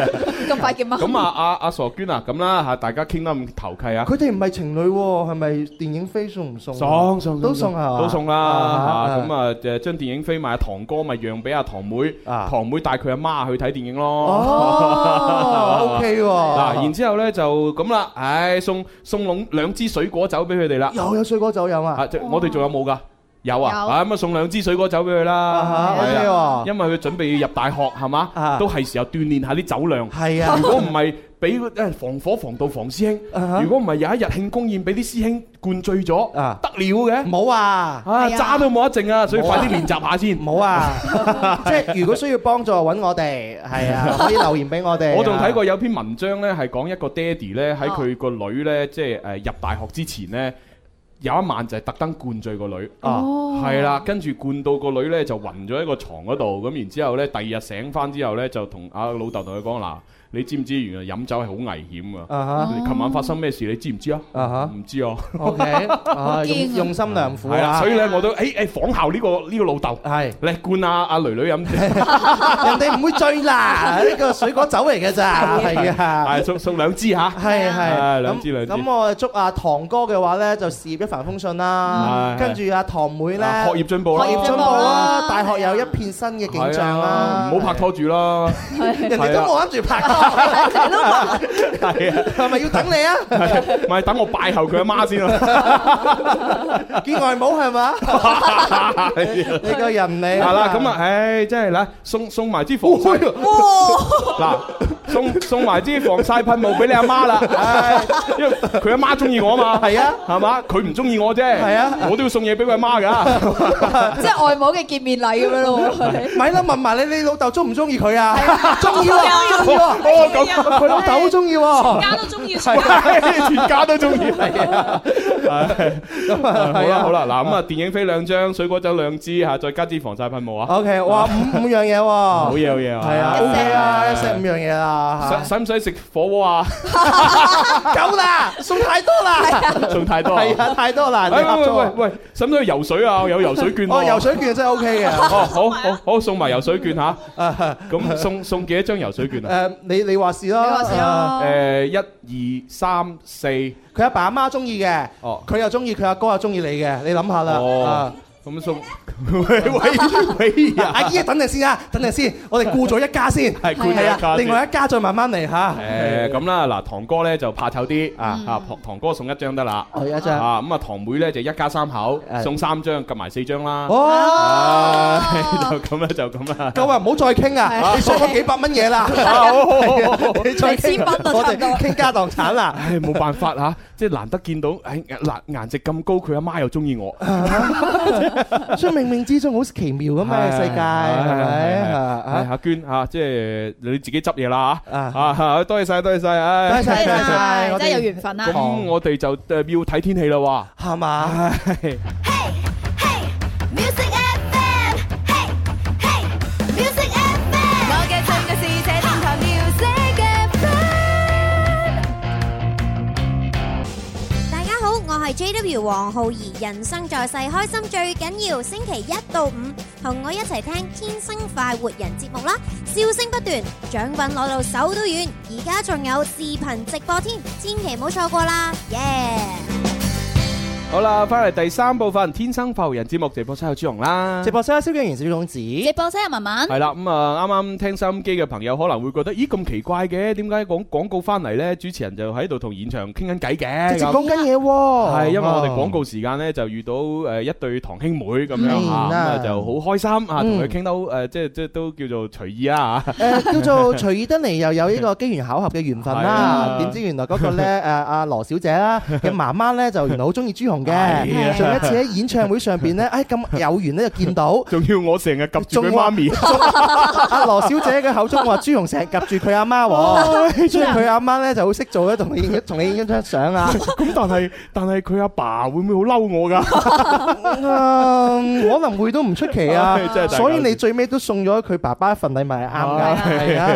Speaker 7: [laughs]
Speaker 6: [laughs]
Speaker 7: 咁快嘅嗎？
Speaker 5: 咁啊，阿阿傻娟啊，咁啦嚇，大家傾得咁投契啊！
Speaker 6: 佢哋唔係情侶喎，係咪電影飛送唔送？啊
Speaker 5: 送送
Speaker 6: 都送啊係嘛
Speaker 5: 都送啦
Speaker 6: 啊
Speaker 5: 嚇，咁啊誒將電影飛賣阿堂哥咪讓俾阿堂妹，
Speaker 6: 啊
Speaker 5: 堂妹帶佢阿媽去睇電影咯。
Speaker 6: 哦 OK 喎
Speaker 5: 啊嗱，然之後咧就咁啦，唉送送兩兩支水果酒俾佢哋啦。
Speaker 6: 又有水果酒飲啊
Speaker 5: 啊！！即我哋仲有冇噶？有啊，
Speaker 6: 有
Speaker 5: 啊咁啊送兩支水果酒俾佢啦，
Speaker 6: 啊哈
Speaker 5: 係
Speaker 6: OK 喎啊 [laughs]
Speaker 5: 因為佢準備入大學係嘛，都係時候鍛鍊下啲酒量。
Speaker 6: 係啊
Speaker 5: 如果唔係俾誒防火防盜防師
Speaker 6: 啊
Speaker 5: 兄。如果唔係有一日慶功宴俾啲師兄灌醉咗，得了嘅。
Speaker 6: 冇啊，
Speaker 5: 啊
Speaker 6: 係啊
Speaker 5: 渣都冇得剩啊，所以快啲練習下先。
Speaker 6: 冇
Speaker 5: [laughs]
Speaker 6: 啊，即係如果需要幫助揾我哋，係啊，可以留言俾我哋啊。哦
Speaker 5: 我仲睇過有篇文章呢，係講一個爹哋呢，喺佢個女呢，即係誒入大學之前呢，有一晚就係特登灌醉個女，
Speaker 6: 哦
Speaker 5: 係啦，跟住灌到個女呢，就暈咗喺個床嗰度，咁然之後呢，第二日醒翻之後呢，就同阿老豆同佢講嗱。你知唔知原來飲酒係好危險
Speaker 6: 啊
Speaker 5: 噶？
Speaker 6: 哈
Speaker 5: 你琴晚發生咩事你知
Speaker 6: [laughs]
Speaker 5: 唔知啊？唔知啊。
Speaker 6: OK，啊用
Speaker 5: 驚啊
Speaker 6: 用心良苦
Speaker 5: 係啦，
Speaker 6: 啊
Speaker 5: 所以。咧我都誒誒仿效呢個呢個老
Speaker 6: [laughs]
Speaker 5: 豆，
Speaker 6: 係
Speaker 5: 嚟灌阿阿女女飲。
Speaker 6: [laughs] 人哋唔會醉啦，呢個水果酒嚟嘅咋， [laughs] 係啊。
Speaker 5: 係送送兩支嚇，
Speaker 6: 係係，
Speaker 5: 係兩支
Speaker 6: 咁
Speaker 5: 兩支。
Speaker 6: 咁我祝阿堂哥嘅話咧，就事業一帆風順啦。
Speaker 5: 係
Speaker 6: 跟住阿堂妹咧，
Speaker 5: 啊學業進步啦
Speaker 6: 學業進步啦，大學有一片新嘅景象啦。
Speaker 5: 係啊唔好拍拖住啦，
Speaker 6: 人哋都冇諗住
Speaker 5: [laughs]
Speaker 6: 拍拖，
Speaker 5: 係啊，
Speaker 6: 係咪要等你啊？
Speaker 5: [laughs] 唔係等我拜候佢阿媽
Speaker 6: [laughs]
Speaker 5: 先啦。 [laughs]
Speaker 6: 見外母係嘛？
Speaker 5: 啊
Speaker 6: 你個人你
Speaker 5: 係啦，咁啊，唉，真係啦，送送埋支防曬， [laughs] 嗱，送送埋支防曬噴霧俾你阿媽啦，唉，因為佢阿媽中意我啊嘛，
Speaker 6: 係啊，
Speaker 5: 係嘛，佢唔中意我啫，係
Speaker 6: 啊，
Speaker 5: 我都要送嘢俾佢阿
Speaker 6: [laughs]
Speaker 5: 媽㗎。
Speaker 10: 即係外母嘅見面禮咁
Speaker 5: [laughs]
Speaker 10: 樣咯。
Speaker 6: 咪啦，問埋你你老豆中唔中意佢啊？中意喎，中意喎，
Speaker 5: 哦咁
Speaker 6: 佢老豆好中意喎，
Speaker 15: 全家都中意，全家
Speaker 6: 啊
Speaker 5: 係 [laughs] 全家都中
Speaker 6: [laughs]
Speaker 5: 意，係啊，咁啊，好啦好啦，嗱咁啊，電影飛兩張，水果酒兩支嚇，再加支防曬噴霧啊。
Speaker 6: OK，哇，五五樣嘢喎，好
Speaker 5: 好嘢好嘢啊
Speaker 6: 哦係啊
Speaker 5: 一
Speaker 6: ，OK
Speaker 5: 石
Speaker 6: 啊，一石五樣嘢啦
Speaker 5: 使，使唔使食火鍋啊？
Speaker 6: [laughs]
Speaker 5: [laughs]
Speaker 6: 夠啦，送太多啦，
Speaker 5: 仲太多啊
Speaker 6: 係啊，太多啦，你
Speaker 5: 哎
Speaker 6: 合
Speaker 5: 喂
Speaker 6: 作
Speaker 5: 喂喂喂，使唔使去游水啊？我有游水券喎
Speaker 6: 哦，游水券真係 OK
Speaker 5: 哦，
Speaker 6: 嘅，
Speaker 5: 好好好，送埋游水券吓。咁送送幾多張游水券啊？
Speaker 6: [laughs] 誒，你你話事咯，
Speaker 5: 你話事
Speaker 6: 啊
Speaker 5: 誒，一二三四，
Speaker 6: 佢阿爸阿媽中意嘅，
Speaker 5: 哦
Speaker 6: 佢又中意，佢阿哥又中意你嘅，你諗下啦，啊
Speaker 5: 哦，咁送，喂喂喂啊！
Speaker 6: 阿姨等陣先啊，等陣先，我哋顧咗一家先，
Speaker 5: 係顧咗一
Speaker 6: 係啊
Speaker 5: 家先
Speaker 6: 另外一家再慢慢嚟嚇。
Speaker 5: 誒咁啦，嗱，堂哥咧就怕醜啲啊，啊，堂堂哥送一張得啦，
Speaker 6: 哦一張
Speaker 5: 啊，咁啊，堂妹咧就一家三口送三張，夾埋四張啦。
Speaker 6: 哦
Speaker 5: 唉，就咁啦，就咁啦。
Speaker 6: 夠啊！唔好再傾啊！你送我幾百蚊嘢啦， [laughs] 你再傾我哋傾家蕩產啦。
Speaker 5: 唉，冇辦法嚇，即係難得見到，唉，顏顏值咁高，佢阿媽又中意我，
Speaker 6: 所以冥冥之中好奇妙咁嘛，世界係咪
Speaker 5: 係
Speaker 6: 啊？
Speaker 5: 阿娟嚇，即係你自己執嘢啦嚇，
Speaker 6: 啊
Speaker 5: 啊， [laughs] 多謝晒，多謝晒，唉，
Speaker 6: 多謝晒
Speaker 7: 係
Speaker 6: 我哋
Speaker 7: 真係有緣分啦。
Speaker 5: 咁我哋就誒呃要睇天氣啦喎，
Speaker 6: 係嘛？
Speaker 5: 係
Speaker 2: Music FM，嘿嘿，Music FM，我嘅最愛是這電台 Music FM。
Speaker 17: 大家好，我係 JW 黃浩儀，人生在世，開心最緊要。星期一到五，同我一齊聽《天生快活人》節目啦，笑聲不斷，獎品攞到手都軟。而家仲有視頻直播添，千祈唔好錯過啦，耶、
Speaker 5: 好啦，翻嚟第三部分《天生快活人》節目直播室有朱紅啦，
Speaker 6: 直播室蕭敬元、小勇子，
Speaker 7: 直播室有文文
Speaker 5: 係，啦，咁啊，啱啱聽收音機嘅朋友可能會覺得，咦咁奇怪嘅，點解講廣告翻嚟呢？主持人就喺度同現場傾緊偈嘅，
Speaker 6: 直哦接
Speaker 5: 咁
Speaker 6: 講緊嘢喎。
Speaker 5: 係因為我哋廣告時間呢，就遇到誒一對堂兄妹咁樣嚇，
Speaker 6: 嗯
Speaker 5: 咁
Speaker 6: 啊
Speaker 5: 啊就好開心啊，同佢
Speaker 6: 嗯
Speaker 5: 傾到誒即係即係都叫做隨意啊啦嚇。
Speaker 6: 誒叫做隨意得嚟，又有呢個機緣巧合嘅緣分
Speaker 5: 啊
Speaker 6: 啦。點知原來嗰個
Speaker 5: [laughs]
Speaker 6: 咧誒阿羅小姐啦嘅媽媽咧就原來好中意朱紅
Speaker 5: 啊
Speaker 6: 嘅，上一次喺演唱會上邊
Speaker 5: [laughs]
Speaker 6: 咧，誒咁有緣咧就見到。
Speaker 5: 仲要我成日及住佢
Speaker 6: 啊
Speaker 5: 媽咪，
Speaker 6: 阿羅小姐嘅口中話朱紅成日夾住佢阿媽
Speaker 5: [laughs] 哦
Speaker 6: 喎，所以佢阿媽咧就好識做咧，同你影同你影張相啊。
Speaker 5: 咁但係但係佢阿爸會唔會好嬲
Speaker 6: [laughs]
Speaker 5: 我㗎？ [laughs]
Speaker 6: 嗯可能會都唔出奇啊
Speaker 5: 唉真係大搞，笑
Speaker 6: 所以你最尾都送咗佢爸爸一份禮物係啱
Speaker 5: [laughs]
Speaker 6: 㗎，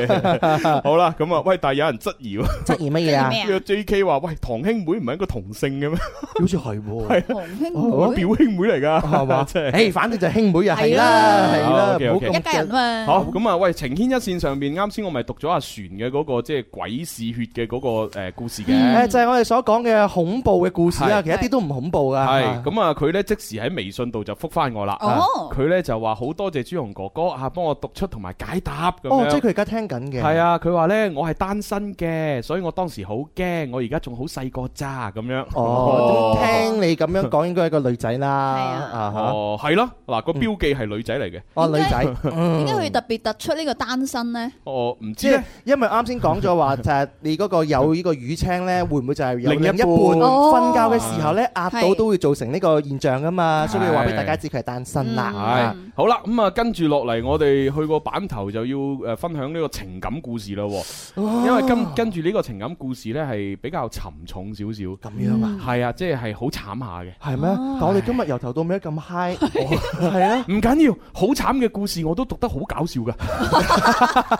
Speaker 6: 係啊。
Speaker 5: 好啦，咁啊，喂，但係有人質疑喎，
Speaker 6: 質疑乜嘢啊？
Speaker 5: 呢個 J.K. 話：喂，堂兄妹唔係一個同性
Speaker 6: [laughs]
Speaker 5: 嘅咩？
Speaker 6: 好似係喎
Speaker 5: 係啊
Speaker 7: 堂兄
Speaker 5: 我
Speaker 7: 妹
Speaker 5: 表兄妹嚟㗎，係
Speaker 6: 哦嘛
Speaker 5: [laughs] 真係。
Speaker 6: 誒，反正就兄妹啊，係
Speaker 5: 啊
Speaker 6: 啦，係啦，唔好
Speaker 5: OK，OK
Speaker 6: 咁
Speaker 7: 一家人啊嘛。
Speaker 5: 好咁啊！喂，情牽一線上邊，啱先我咪讀咗阿璇嘅嗰個即係鬼試血嘅嗰個誒故事嘅，
Speaker 6: 誒就係我哋所講嘅恐怖嘅故事啦，
Speaker 5: 係
Speaker 6: 其實一啲都唔恐怖噶。
Speaker 5: 係咁啊！佢呢即時喺微信度就覆翻我啦。
Speaker 6: 哦
Speaker 5: 佢呢就話好多謝朱紅哥哥啊，幫我讀出同埋解答咁
Speaker 6: 哦，即係佢
Speaker 5: 樣。
Speaker 6: 而家聽緊嘅。
Speaker 5: 係啊，佢話呢，我係單身嘅，所以我當時好驚，我而家仲好細個咋咁樣。 [laughs]
Speaker 6: 哦，都聽你咁樣講，應該係一個女仔啦。啊哈
Speaker 5: 哦，係咯，嗱個標記係女仔嚟嘅。
Speaker 6: 哦，女仔，
Speaker 7: 點解佢特別突出呢個單身呢？
Speaker 5: 哦，唔
Speaker 6: 即
Speaker 5: 知
Speaker 6: 係
Speaker 5: 咧。
Speaker 6: 因為啱先講咗
Speaker 5: [laughs]
Speaker 6: 話，就係你嗰個有呢個魚青咧，會唔會就係有
Speaker 5: 另
Speaker 6: 另
Speaker 5: 一
Speaker 6: 一
Speaker 5: 半
Speaker 6: 半瞓覺嘅時候咧壓到
Speaker 5: 係
Speaker 6: 都會造成呢個現象噶嘛？所以話俾
Speaker 5: 係
Speaker 6: 大家知佢係單身啦
Speaker 5: 係。好啦，咁啊，跟住落嚟，我哋去個版頭就要誒分享呢個情感故事咯喎。
Speaker 6: 哦
Speaker 5: 因為跟跟住呢個情感故事呢，係比較沉重少少。咁
Speaker 6: 樣啊？
Speaker 5: 係啊，即係係好慘下嘅。
Speaker 6: 係咩？但我哋今日由頭到尾都咁 high，係 [laughs] 啊，
Speaker 5: 唔緊要，好慘嘅故事我都讀得好搞笑噶。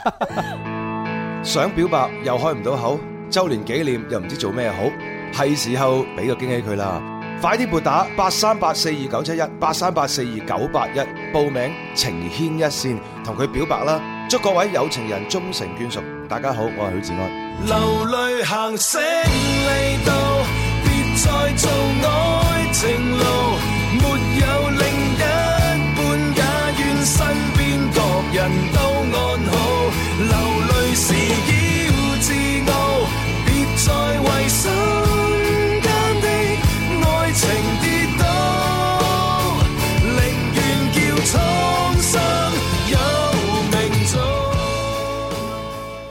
Speaker 18: 想表白又開唔到口，周年紀念又唔知做咩好，係時候俾個驚喜佢啦！快啲撥打八三八四二九七一八三八四二九八一報名情牽一線，同佢表白啦！祝各位有情人終成眷屬。大家好，我係許志安。
Speaker 13: 流淚行勝利道，別再做愛情路，沒有另一半，也願身邊各人都安好。流淚時要自傲，別再為身間的愛情跌倒，寧願叫蒼生有明早。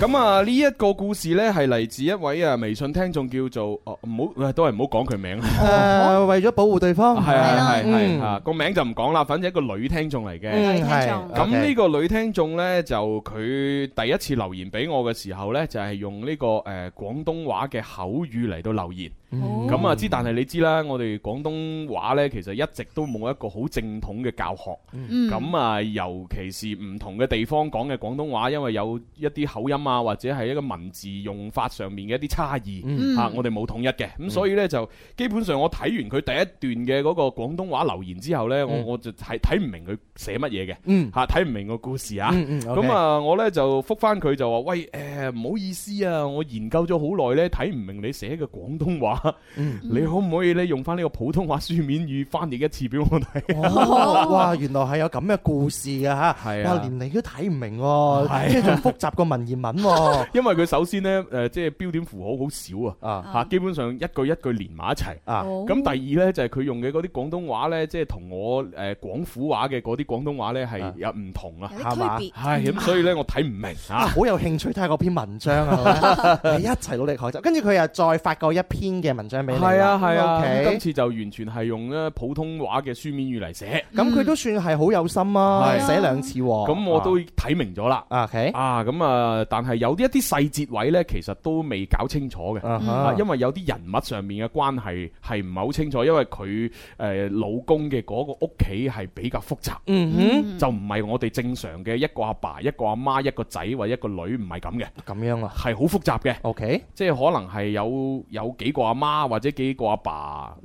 Speaker 5: 咁啊，呢一個故事呢，係嚟自一位啊微信聽眾叫做哦，唔好都係唔好講佢名啦。
Speaker 6: 誒，為咗保護對方，
Speaker 5: 係係係
Speaker 6: 哦嗯
Speaker 5: 係啊，個名就唔講啦，反正一個女聽眾嚟嘅。
Speaker 6: 嗯女聽眾係
Speaker 5: 咁
Speaker 6: OK
Speaker 5: 呢個女聽眾呢，就佢第一次留言俾我嘅時候呢，就係用呢個誒廣東話嘅口語嚟到留言。咁啊，之但係你知啦，我哋廣東話呢，其實一直都冇一個好正統嘅教學。
Speaker 4: 嗯
Speaker 5: 咁啊，尤其是唔同嘅地方講嘅廣東話，因為有一啲口音啊，或者係一個文字用法上面嘅一啲差異
Speaker 4: 嗯
Speaker 5: 嚇，啊我哋冇統一嘅。咁所以呢，就基本上我睇完佢第一段嘅嗰個廣東話留言之後呢，我
Speaker 4: 嗯
Speaker 5: 我就睇睇唔明佢寫乜嘢
Speaker 6: 嘅
Speaker 5: 嚇，睇唔明個故事啊。
Speaker 4: 嗯嗯，OK
Speaker 5: 咁啊，我呢就覆翻佢就話：喂誒，唔好意思啊，我研究咗好耐呢，睇唔明你寫嘅廣東話，
Speaker 4: 嗯
Speaker 5: 你可唔可以呢用翻呢個普通話書面語翻譯一次俾我
Speaker 4: [laughs]
Speaker 5: 睇？
Speaker 6: 哇！原來係有咁嘅故事嘅嚇，
Speaker 5: 係啊
Speaker 6: 哇！連你都睇唔明
Speaker 5: 係啊
Speaker 6: 喎，即係仲複雜過文言文喎。
Speaker 5: 因為佢首先呢，誒、即係標點符號好少啊，嚇、基本上一句一句連埋一齊。
Speaker 6: 啊
Speaker 5: 咁第二呢，就係、佢用嘅嗰啲廣東話呢，即係同我誒、廣府話嘅嗰啲廣東話呢係有唔同啊，
Speaker 6: 有啲區別
Speaker 5: 係咁，所以呢，我睇唔明
Speaker 6: 啊，
Speaker 5: 啊。
Speaker 6: 好有興趣睇下嗰篇文章
Speaker 5: [laughs]
Speaker 6: 啊！你一齊努力學習，跟住佢又再發過一篇嘅文章俾你啦。
Speaker 5: 係啊係啊，咁今
Speaker 6: OK
Speaker 5: 次就完全係用咧普通話嘅書面語嚟寫。
Speaker 6: 咁佢都算係好有心啊，
Speaker 5: 嗯係
Speaker 6: 寫兩次喎。
Speaker 5: 咁我都睇明咗啦。
Speaker 6: OK
Speaker 5: 啊，咁啊，但係有啲一啲細節位呢，其實都未搞清楚嘅，
Speaker 6: 啊哈
Speaker 5: 啊因為有啲人物上面嘅關係係唔係好清楚，因為佢誒老公嘅嗰個屋企係比較複雜，
Speaker 6: 嗯哼
Speaker 5: 就唔係我哋正常嘅一個阿爸、一個阿媽、一個仔或者一個女，唔係咁嘅。
Speaker 6: 咁樣啊，
Speaker 5: 係好複雜嘅。
Speaker 6: OK，
Speaker 5: 即係可能係有有幾個阿媽或者幾個阿爸，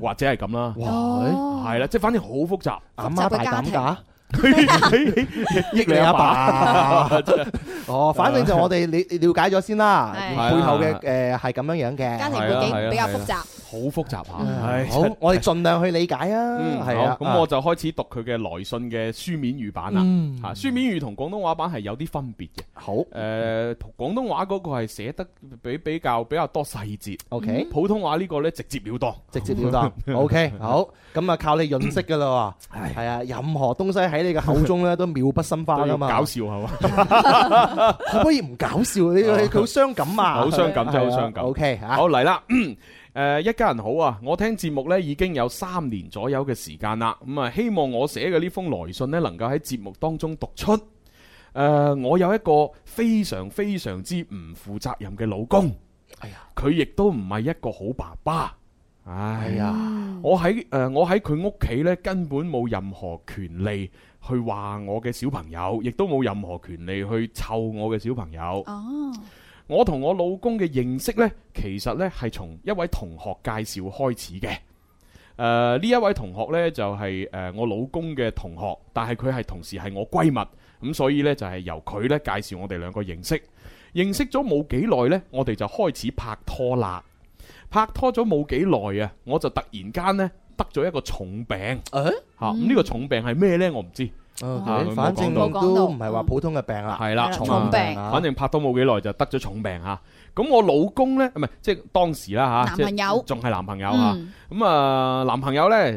Speaker 5: 或者係咁啦。
Speaker 6: 哇
Speaker 4: 哦
Speaker 5: 係啦，即係反正好複雜。
Speaker 6: 阿媽大膽㗎。
Speaker 5: [laughs] 益
Speaker 6: 你阿爸
Speaker 5: 真係啊
Speaker 6: 哦，反正就我哋了了解咗先啦，嗯
Speaker 5: 係啊
Speaker 6: 背後嘅誒係咁樣樣嘅，
Speaker 5: 家庭背景係啊比較複雜係啊好複雜啊
Speaker 6: 嗯
Speaker 5: 唉
Speaker 6: 好
Speaker 5: 真係，
Speaker 6: 我哋盡量去理解
Speaker 5: 嗯，
Speaker 6: 啊，係
Speaker 5: 好
Speaker 6: 啊，
Speaker 5: 咁我就開始讀佢嘅來信嘅書面語版啦。
Speaker 6: 嗯
Speaker 5: 嚇，書面語同廣東話版係有啲分別嘅。
Speaker 6: 好，
Speaker 5: 誒，廣東話嗰個係寫得比比較比較多細節。
Speaker 6: OK
Speaker 5: 普通話呢個呢，直接了當，
Speaker 6: 直接了
Speaker 5: [laughs]
Speaker 6: 當。OK，好，咁啊靠你潤色噶啦喎，係啊，任何東西喺你嘅口中咧都妙不生花噶嘛，
Speaker 5: 都要搞笑係嘛，
Speaker 6: [laughs] 可唔可以唔搞笑？啊你佢佢好傷感啊，
Speaker 5: 哦好傷感，真係
Speaker 6: 係啊
Speaker 5: 好傷感。
Speaker 6: OK 嚇，
Speaker 5: 好嚟啦。 [clears throat] 誒一家人好啊！我聽節目呢已經有三年左右嘅時間啦，咁、啊希望我寫嘅呢封來信呢能夠喺節目當中讀出。誒、我有一個非常非常之唔負責任嘅老公，
Speaker 6: 哎
Speaker 5: 佢亦都唔係一個好爸爸。唉
Speaker 6: 哎呀
Speaker 5: 我喺誒、我喺佢屋企呢根本冇任何權利去話我嘅小朋友，亦都冇任何權利去湊我嘅小朋友。
Speaker 7: 哦，
Speaker 5: 我同我老公嘅認識呢，其實呢係從一位同學介紹開始嘅。誒、呃呢一位同學呢，就係、誒我老公嘅同學，但係佢係同時係我閨蜜，咁所以呢，就係、由佢呢介紹我哋兩個認識。認識咗冇幾耐呢，我哋就開始拍拖啦。拍拖咗冇幾耐啊，我就突然間呢得咗一個重病。
Speaker 6: 誒
Speaker 5: 嚇咁呢個重病係咩呢？我唔知。啊佢冇
Speaker 6: 反正
Speaker 5: 講到
Speaker 6: 都唔係話普通嘅病啦，啊
Speaker 5: 係啦，
Speaker 6: 重病
Speaker 5: 反正拍拖冇幾耐就得咗重病嚇。咁我老公呢，唔係即係當時啦吓，
Speaker 7: 男朋友嗯
Speaker 5: 即係仲係男朋友吓。咁啊，男朋友呢，誒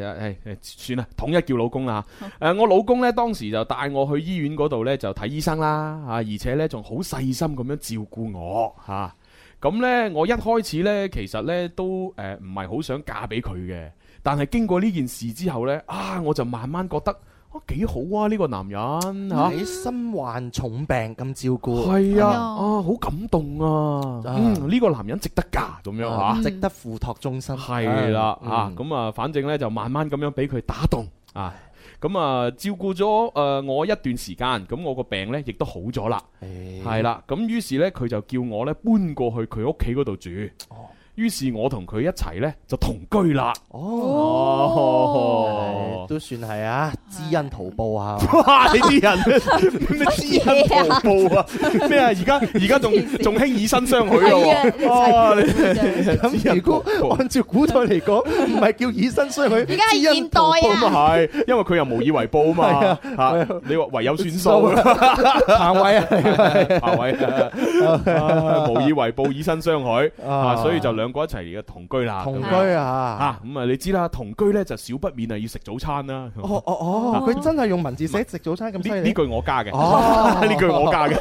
Speaker 5: 誒算啦，統一叫老公啦嚇。誒，我老公呢，當時就帶我去醫院嗰度呢，就睇醫生啦嚇，而且呢，仲好細心咁樣照顧我嚇。咁呢，我一開始呢，其實呢都誒唔係好想嫁俾佢嘅，但係經過呢件事之後呢，啊，我就慢慢覺得啊幾好啊呢個男人啊嚇。
Speaker 6: 你嗯身患重病咁照顧，
Speaker 5: 係啊，啊好感動啊！嗯，呢個男人值得嫁咁樣
Speaker 6: 啊
Speaker 5: 嚇，
Speaker 6: 值得付託終身。
Speaker 5: 係啦
Speaker 6: 嗯
Speaker 5: 啊，咁啊，反正呢，就慢慢咁樣俾佢打動啊。咁啊，照顧咗誒我一段時間，咁我個病呢亦都好咗啦，
Speaker 6: 嗯
Speaker 5: 係啦。咁於是呢，佢就叫我呢搬過去佢屋企嗰度住。於是，我同佢一齊呢就同居啦。哦，
Speaker 6: 都算係啊，知恩圖報啊！
Speaker 5: [laughs] 哇！你啲人咩知恩圖報啊？咩啊？而家而家仲仲興以身相許咯？哇！你啊
Speaker 6: 咁如果按照古代嚟講，唔係叫以身相許，
Speaker 7: 而家係
Speaker 6: 知恩
Speaker 7: 現代
Speaker 6: 圖報
Speaker 5: 咁
Speaker 6: 嘛
Speaker 5: 啊係，因為佢又無以為報啊
Speaker 6: 係
Speaker 5: 嘛
Speaker 6: 啊，
Speaker 5: 嚇你話唯有算數，
Speaker 6: 彭偉啊 [laughs]
Speaker 5: 啊，彭偉啊，無以為報，以身相許啊，所以就兩個一齊嘅同居啦，
Speaker 6: 同
Speaker 5: 咁
Speaker 6: 居啊
Speaker 5: 嚇咁 [laughs] 啊，你知啦，同居咧就少不免啊要食早餐啦。
Speaker 6: 哦哦哦，佢真係用文字寫食早餐咁犀
Speaker 5: 呢
Speaker 6: 利
Speaker 5: 呢。句我加嘅，
Speaker 6: 哦
Speaker 5: [laughs] 呢句我加嘅。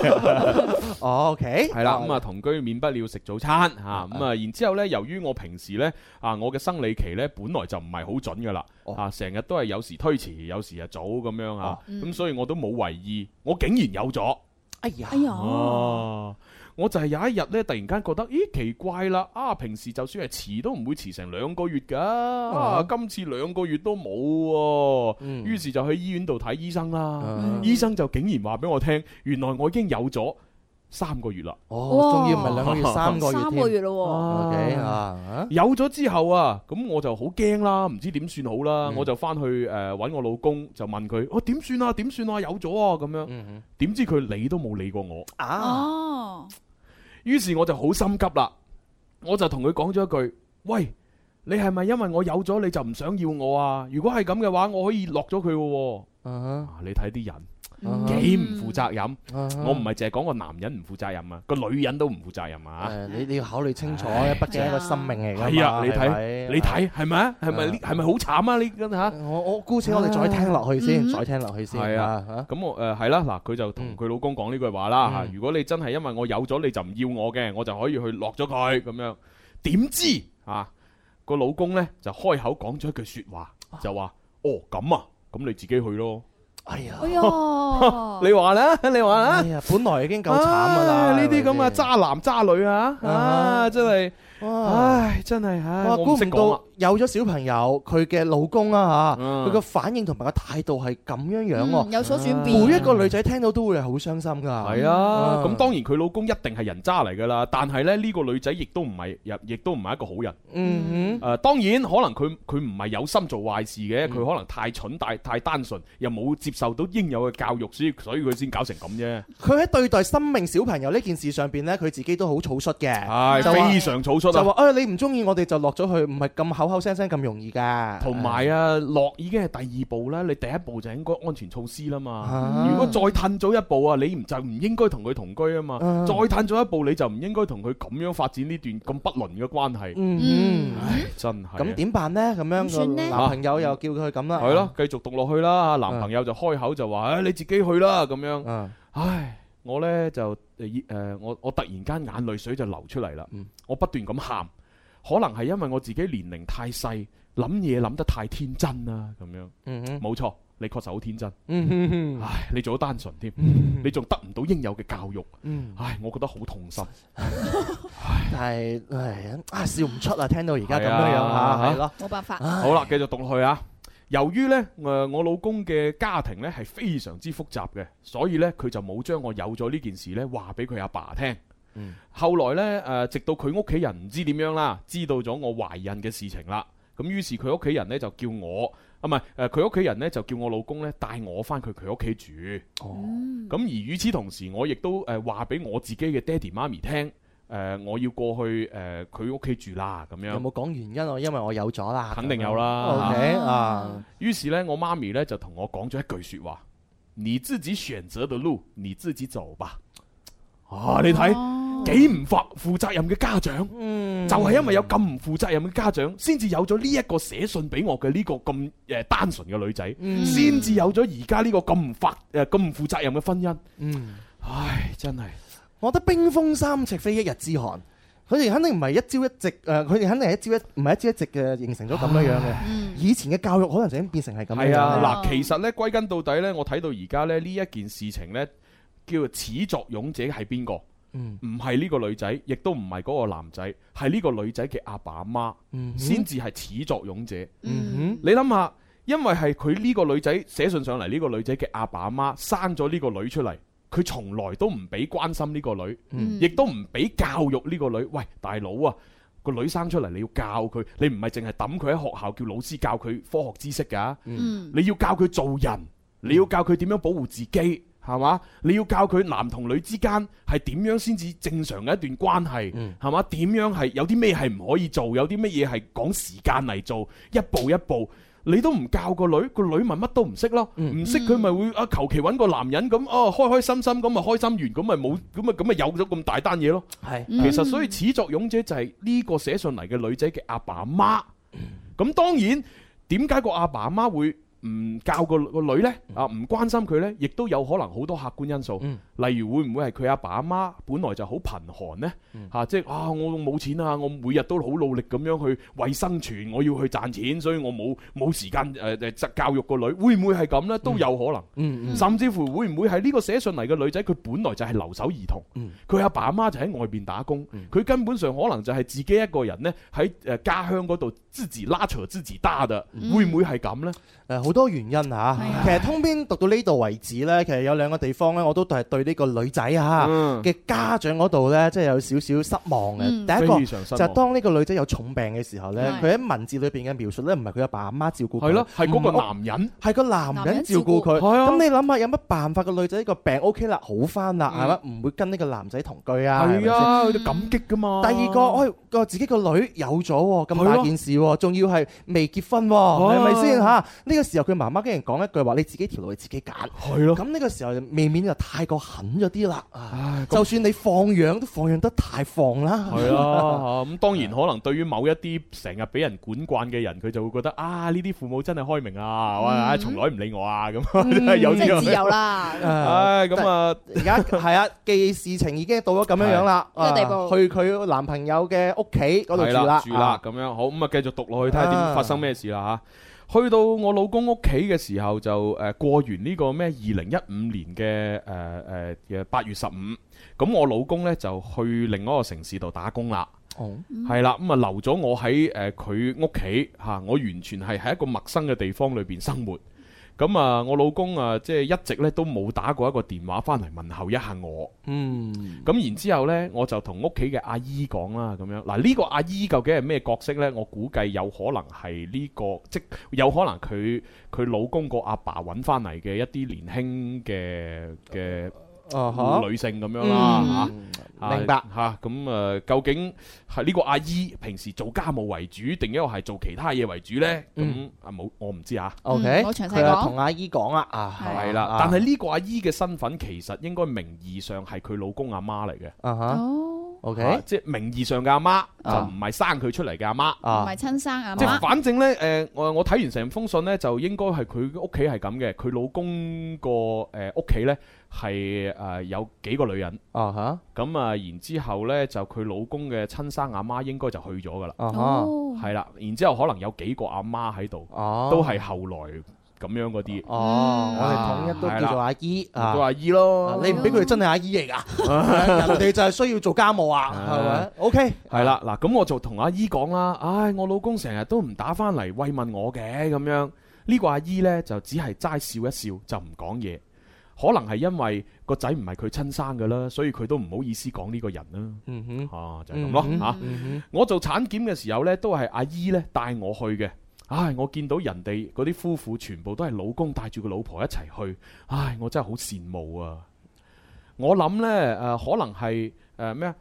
Speaker 6: 哦，OK，[laughs]
Speaker 5: 係啦，咁啊同居免不了食早餐嚇，咁啊然之後呢，由於我平時呢，啊我嘅生理期呢，本來就唔係好準噶啦，
Speaker 6: 哦
Speaker 5: 啊成日都係有時推遲，有時啊早咁樣啊，咁所以我都冇為意，我竟然有咗，
Speaker 6: 哎呀，
Speaker 7: 哎呀，
Speaker 5: 哦，我就係有一日呢，突然間覺得，咦奇怪啦，啊平時就算係遲都唔會遲成兩個月㗎，啊今次兩個月都冇喎，
Speaker 6: 嗯
Speaker 5: 於是就去醫院度睇醫生啦，醫生就竟然話俾我聽，原來我已經有咗三個月啦。
Speaker 6: 哦，仲要唔係兩
Speaker 5: [laughs]
Speaker 6: 個月，三個月添。
Speaker 7: 三個月咯
Speaker 6: OK 啊，
Speaker 5: 有咗之後啊，咁我就好驚啦，唔知點算好啦，我就翻去誒揾我老公，就問佢：我點算啊？點算啊？有咗啊咁
Speaker 6: 嗯
Speaker 5: 樣，點知佢理都冇理過我，
Speaker 6: 啊
Speaker 7: 喎。
Speaker 5: [laughs]
Speaker 7: 哦，
Speaker 5: 於是我就好心急啦，我就同佢講咗一句：喂，你係咪因為我有咗你就唔想要我啊？如果係咁嘅話，我可以落咗佢嘅喎。啊你睇啲人
Speaker 6: 嗯
Speaker 5: 幾唔負責任，
Speaker 6: 啊
Speaker 5: 我唔係淨係講個男人唔負責任啊，個女人都唔負責任啊。
Speaker 6: 誒你你要考慮清楚，畢竟係一個生命嚟㗎嘛
Speaker 5: 係啊，你
Speaker 6: 係
Speaker 5: 睇，
Speaker 6: 咪
Speaker 5: 你睇，係咪啊？係咪呢？係咪好慘啊？呢咁嚇？
Speaker 6: 我我姑且我哋再聽落去先，再聽落去先。
Speaker 5: 係啊，咁我誒係啦，嗱，佢就同佢老公講呢句話啦嚇。
Speaker 6: 嗯
Speaker 5: 如果你真係因為我有咗你就唔要我嘅，我就可以去落咗佢咁樣。點知啊個老公呢，就開口講咗一句説話，
Speaker 6: 啊
Speaker 5: 就話：哦咁啊，咁你自己去咯。
Speaker 7: 哎呀，
Speaker 5: 你話啦， [laughs] 你話啦。
Speaker 6: 哎呀，本來已經啊夠慘啊㗎啦，
Speaker 5: 唉呢啲咁嘅渣男渣女啊，啊真係，唉真係唉，
Speaker 6: 哇！
Speaker 5: 我
Speaker 6: 估
Speaker 5: 唔識
Speaker 6: 唔
Speaker 5: 講啊
Speaker 6: 到。有咗小朋友，佢嘅老公啊嚇，佢個反應同埋個態度係咁樣樣喎，
Speaker 7: 嗯有所轉變
Speaker 6: 每一個女仔聽到都會係好傷心㗎。
Speaker 5: 係
Speaker 6: 係
Speaker 5: 啊，咁當然佢老公一定係人渣嚟㗎啦，但係咧呢個女仔亦都唔係，亦都唔係一個好人。
Speaker 6: 嗯
Speaker 5: 誒、呃當然可能佢佢唔係有心做壞事嘅，佢可能太蠢、太太單純，又冇接受到應有嘅教育，所以所以佢先搞成咁啫。
Speaker 6: 哼，佢喺對待生命小朋友呢件事上邊呢，佢自己都好草率嘅，就話
Speaker 5: 係非常草率
Speaker 6: 就話
Speaker 5: 啊！
Speaker 6: 啊，你唔中意我哋就落咗去，唔係咁口口聲聲咁容易㗎。
Speaker 5: 同埋啊，落已經係第二步啦，你第一步就應該安全措施啦嘛
Speaker 6: 啊。
Speaker 5: 如果再褪早一步啊，你唔就唔應該同佢同居啊嘛。
Speaker 6: 啊
Speaker 5: 再褪早一步，你就唔應該同佢咁樣發展呢段咁不倫嘅關係。
Speaker 6: 嗯，
Speaker 5: 唉，真係啊。
Speaker 6: 咁點啊辦呢？咁樣
Speaker 7: 點算
Speaker 6: 個
Speaker 7: 呢
Speaker 6: 男朋友又叫佢咁啦，
Speaker 5: 係咯，繼續讀落去啦。
Speaker 6: 啊
Speaker 5: 男朋友就開口就話：，唉，你自己去啦咁
Speaker 6: Ờ.
Speaker 5: 樣。唉，我呢就誒、呃我我突然間眼淚水就流出嚟啦。我不斷咁喊，可能係因為我自己年齡太細，諗嘢諗得太天真啦咁樣。
Speaker 6: Ừ,
Speaker 5: 冇錯，你確實好天真。
Speaker 6: 嗯
Speaker 5: 唉，你仲好單純添，你仲得唔到應有嘅教育。
Speaker 6: 嗯
Speaker 5: 唉，我覺得好痛心。
Speaker 6: 但係唉啊笑唔出啊！聽到而家咁
Speaker 5: 係啊
Speaker 6: 樣樣嚇，係咯。
Speaker 7: 冇辦法，
Speaker 5: 好啦，繼續讀落去啊。由於呢，誒、我老公嘅家庭呢係非常之複雜嘅，所以呢，佢就冇將我有咗呢件事呢話俾佢阿爸聽。後來呢，誒、直到佢屋企人唔知點樣啦，知道咗我懷孕嘅事情啦，咁於是佢屋企人呢就叫我，啊唔係誒，佢屋企人呢就叫我老公呢帶我翻佢佢屋企
Speaker 6: 嗯
Speaker 5: 住。哦，
Speaker 7: 嗯
Speaker 5: 咁而與此同時，我亦都誒話俾我自己嘅爹哋媽咪聽，誒、呃我要過去誒佢屋企住啦，咁樣。
Speaker 6: 有冇講原因？我因為我有咗啦，
Speaker 5: 肯定有啦
Speaker 6: OK
Speaker 7: Ờ.
Speaker 6: ờ. 啊，
Speaker 5: 於是呢，我媽咪呢就同我講咗一句説話：
Speaker 7: 哦
Speaker 5: 你自己選擇的路，你自己走吧。啊，你睇幾唔負負責任嘅家長，
Speaker 6: 嗯 Ừ.
Speaker 5: 就係因為有咁唔負責任嘅家長，先至有咗呢一個寫信俾我嘅呢個咁誒單純嘅女仔，
Speaker 6: Ừ,
Speaker 19: 嗯
Speaker 5: 先至有咗而家呢個咁唔法誒咁唔負責任嘅婚姻。
Speaker 6: ừ.
Speaker 19: 嗯，
Speaker 5: 唉，真係。
Speaker 6: 我覺得冰封三尺非一日之寒。佢哋肯定唔係一朝一夕，誒、佢哋肯定係一朝一唔係一朝一夕嘅形成咗咁樣樣嘅。
Speaker 7: 嗯
Speaker 6: 以前嘅教育可能就已經變成係咁樣樣。
Speaker 5: 係啊，嗱，其實咧歸根到底咧，我睇到而家咧呢一件事情咧，叫做始作俑者係邊個？
Speaker 6: 嗯
Speaker 5: 唔係呢個女仔，亦都唔係嗰個男仔，係呢個女仔嘅阿爸阿媽，
Speaker 6: 嗯哼
Speaker 5: 先至係始作俑者。
Speaker 6: Ừ,
Speaker 5: 你諗下，因為係佢呢個女仔寫信上嚟，呢個女仔嘅阿爸阿媽生咗呢個女出嚟。佢從來都唔俾關心呢個女，
Speaker 19: 嗯
Speaker 5: 亦都唔俾教育呢個女。喂，大佬啊，個女生出嚟你要教佢，你唔係淨係抌佢喺學校叫老師教佢科學知識㗎、
Speaker 19: 嗯
Speaker 5: 你要教佢做人，你要教佢點樣保護自己，係嘛？你要教佢男同女之間係點樣先至正常嘅一段關係，係嘛？點樣係有啲咩係唔可以做，有啲乜嘢係講時間嚟做，一步一步。你都唔教個女，個女咪乜都唔識咯，唔識佢咪會啊求其揾個男人咁，哦開開心心咁咪開心完，咁咪冇咁咪咁咪有咗咁大單嘢咯。
Speaker 6: 係
Speaker 5: 其實所以始作俑者就係呢個寫信嚟嘅女仔嘅阿爸阿媽。咁當然，點解個阿爸阿媽會唔教個個女呢？啊，唔關心佢呢，亦都有可能好多客觀因
Speaker 6: 嗯
Speaker 5: 素，
Speaker 6: Ừ,
Speaker 5: 例如會唔會係佢阿爸阿媽本來就好貧寒呢？嚇、即係啊，我冇錢啊，我每日都好努力咁樣去為生存，我要去賺錢，所以我冇冇時間誒誒、呃教育個女，會唔會係咁呢？都有可能。
Speaker 6: 嗯嗯
Speaker 5: 甚至乎會唔會係呢個寫信嚟嘅女仔，佢本來就係留守兒童，
Speaker 6: 嗯
Speaker 5: 佢阿爸阿媽就喺外邊打工，佢根本上可能就係自己一個人呢，喺誒家鄉嗰度自己拉扯自己打的，
Speaker 6: 嗯
Speaker 5: 會唔會係咁呢？
Speaker 6: 誒呃好多原因嚇、
Speaker 5: 啊
Speaker 6: 其實通篇讀到呢度為止呢，其實有兩個地方呢，我都係對呢個女仔啊
Speaker 5: 嗯
Speaker 6: 嘅、家長嗰度呢，即係有少少失望嘅。
Speaker 5: 嗯
Speaker 6: 第一個
Speaker 5: 非常
Speaker 6: 就
Speaker 5: 失望
Speaker 6: 係當呢個女仔有重病嘅時候呢，
Speaker 5: 係
Speaker 6: 佢喺文字裏邊嘅描述呢，唔係佢阿爸阿媽照顧佢，
Speaker 5: 係咯係嗰個
Speaker 6: 唔
Speaker 5: 男人，
Speaker 6: 係個男
Speaker 5: 男人
Speaker 6: 人
Speaker 5: 照
Speaker 6: 照
Speaker 5: 顧
Speaker 6: 顧
Speaker 5: 佢
Speaker 6: 佢。
Speaker 5: 係啊
Speaker 6: 咁你諗下有乜辦法？個女仔呢個病 OK 啦，好翻
Speaker 5: 嗯
Speaker 6: 啦，係咪？唔會跟呢個男仔同居啊？係咪
Speaker 5: 係
Speaker 6: 先
Speaker 5: 啊，佢哋感激噶嘛。
Speaker 6: 第二個，哎，個自己個女有咗喎，咁
Speaker 5: 係咯
Speaker 6: 大件事喎，仲要係未結婚喎，係咪先
Speaker 5: 啊
Speaker 6: 嚇？呢個時候佢媽媽竟然講一句話：你自己條路你自己揀。
Speaker 5: 係咯。
Speaker 6: 咁呢個時候就未免就太過狠咗啲啦。啊
Speaker 5: 咁
Speaker 6: 就算你放養都放養得太放啦。
Speaker 5: 係啊，嚇咁當然可能對於某一啲成日俾人管慣嘅人，佢就會覺得啊，呢啲父母真係開明啊，
Speaker 6: 嗯
Speaker 5: 哇，從來唔理我啊，咁 [laughs] 有
Speaker 6: 即
Speaker 5: 啲
Speaker 6: 係自由啦
Speaker 5: 唉，咁啊，
Speaker 6: 而家係啊，既事情已經到咗咁樣樣啦，
Speaker 5: 係呢個地
Speaker 6: 啊
Speaker 5: 步
Speaker 6: 去佢男朋友嘅屋企嗰度
Speaker 5: 係
Speaker 6: 住啦，
Speaker 5: 住啦，咁樣好，咁啊繼續讀落去，睇下點
Speaker 6: 啊
Speaker 5: 發生咩事啦吓。去到我老公屋企嘅時候，就誒過完呢個咩二零一五年嘅誒誒嘅八月十五，咁我老公呢，就去另外一個城市度打工啦。
Speaker 6: 哦
Speaker 5: 係啦，咁啊留咗我喺誒佢屋企嚇，啊我完全係喺一個陌生嘅地方裏邊生活。咁啊，我老公啊，即係一直咧都冇打過一個電話翻嚟問候一下我。
Speaker 6: 嗯，
Speaker 5: 咁然之後呢，我就同屋企嘅阿姨講啦，咁樣嗱呢個阿姨究竟係咩角色呢？我估計有可能係呢、個，即有可能佢佢老公個阿爸揾翻嚟嘅一啲年輕嘅
Speaker 6: 啊哈
Speaker 5: 嘅女性咁樣啦
Speaker 6: 嗯
Speaker 5: 嚇，
Speaker 6: 明白
Speaker 5: 嚇咁誒？究竟係呢個阿姨平時做家務為主，定一個係做其他嘢為主呢？咁
Speaker 6: 嗯
Speaker 5: 啊冇，我唔知啊。
Speaker 6: O
Speaker 5: 嗯
Speaker 6: K，
Speaker 5: 我詳細
Speaker 6: 佢又
Speaker 5: 講
Speaker 6: 同阿姨講啦，啊，
Speaker 5: 係啦，但係呢個阿姨嘅身份其實應該名義上係佢老公阿媽嚟嘅。
Speaker 6: 啊哈，O
Speaker 7: 哦
Speaker 5: 啊
Speaker 6: K，
Speaker 5: 即係名義上嘅阿媽，就唔係生佢出嚟嘅阿
Speaker 6: 啊
Speaker 7: 唔係
Speaker 5: 媽。
Speaker 7: 親生阿
Speaker 5: 啊即係
Speaker 7: 媽，
Speaker 5: 反正呢，誒、我我睇完成封信呢，就應該係佢屋企係咁嘅，佢老公個誒屋企呢，係誒、呃有幾個女人。
Speaker 6: 啊哈，
Speaker 5: 咁啊，然之後呢，就佢老公嘅親生阿媽應該就去咗噶啦。
Speaker 6: 啊哈
Speaker 7: 嗯
Speaker 6: 哦
Speaker 5: 係啦，然之後可能有幾個阿媽喺度，
Speaker 6: 哦
Speaker 5: 都係啊後來咁樣嗰啲。
Speaker 6: 哦，我哋統一都叫做阿姨
Speaker 5: 啊
Speaker 6: 啊，
Speaker 5: 叫阿姨咯。
Speaker 6: 你唔俾佢哋真係阿姨嚟
Speaker 5: [laughs]
Speaker 6: 噶，人哋就係需要做家務啊，係咪？O K，
Speaker 5: 係啦，嗱，咁我就同阿姨講啦，唉，我老公成日都唔打翻嚟慰問我嘅咁樣，呢個阿姨呢，就只係齋笑一笑就唔講嘢，可能係因為個仔唔係佢親生噶啦，所以佢都唔好意思講呢個人啦。
Speaker 6: 嗯哼，
Speaker 5: 啊就係咁
Speaker 6: 嗯
Speaker 5: 咯吓。我做產檢嘅時候呢，都係阿姨呢帶我去嘅。唉，我見到人哋嗰啲夫婦全部都係老公帶住個老婆一齊去，唉，我真係好羨慕啊！我諗呢，誒、可能係誒咩啊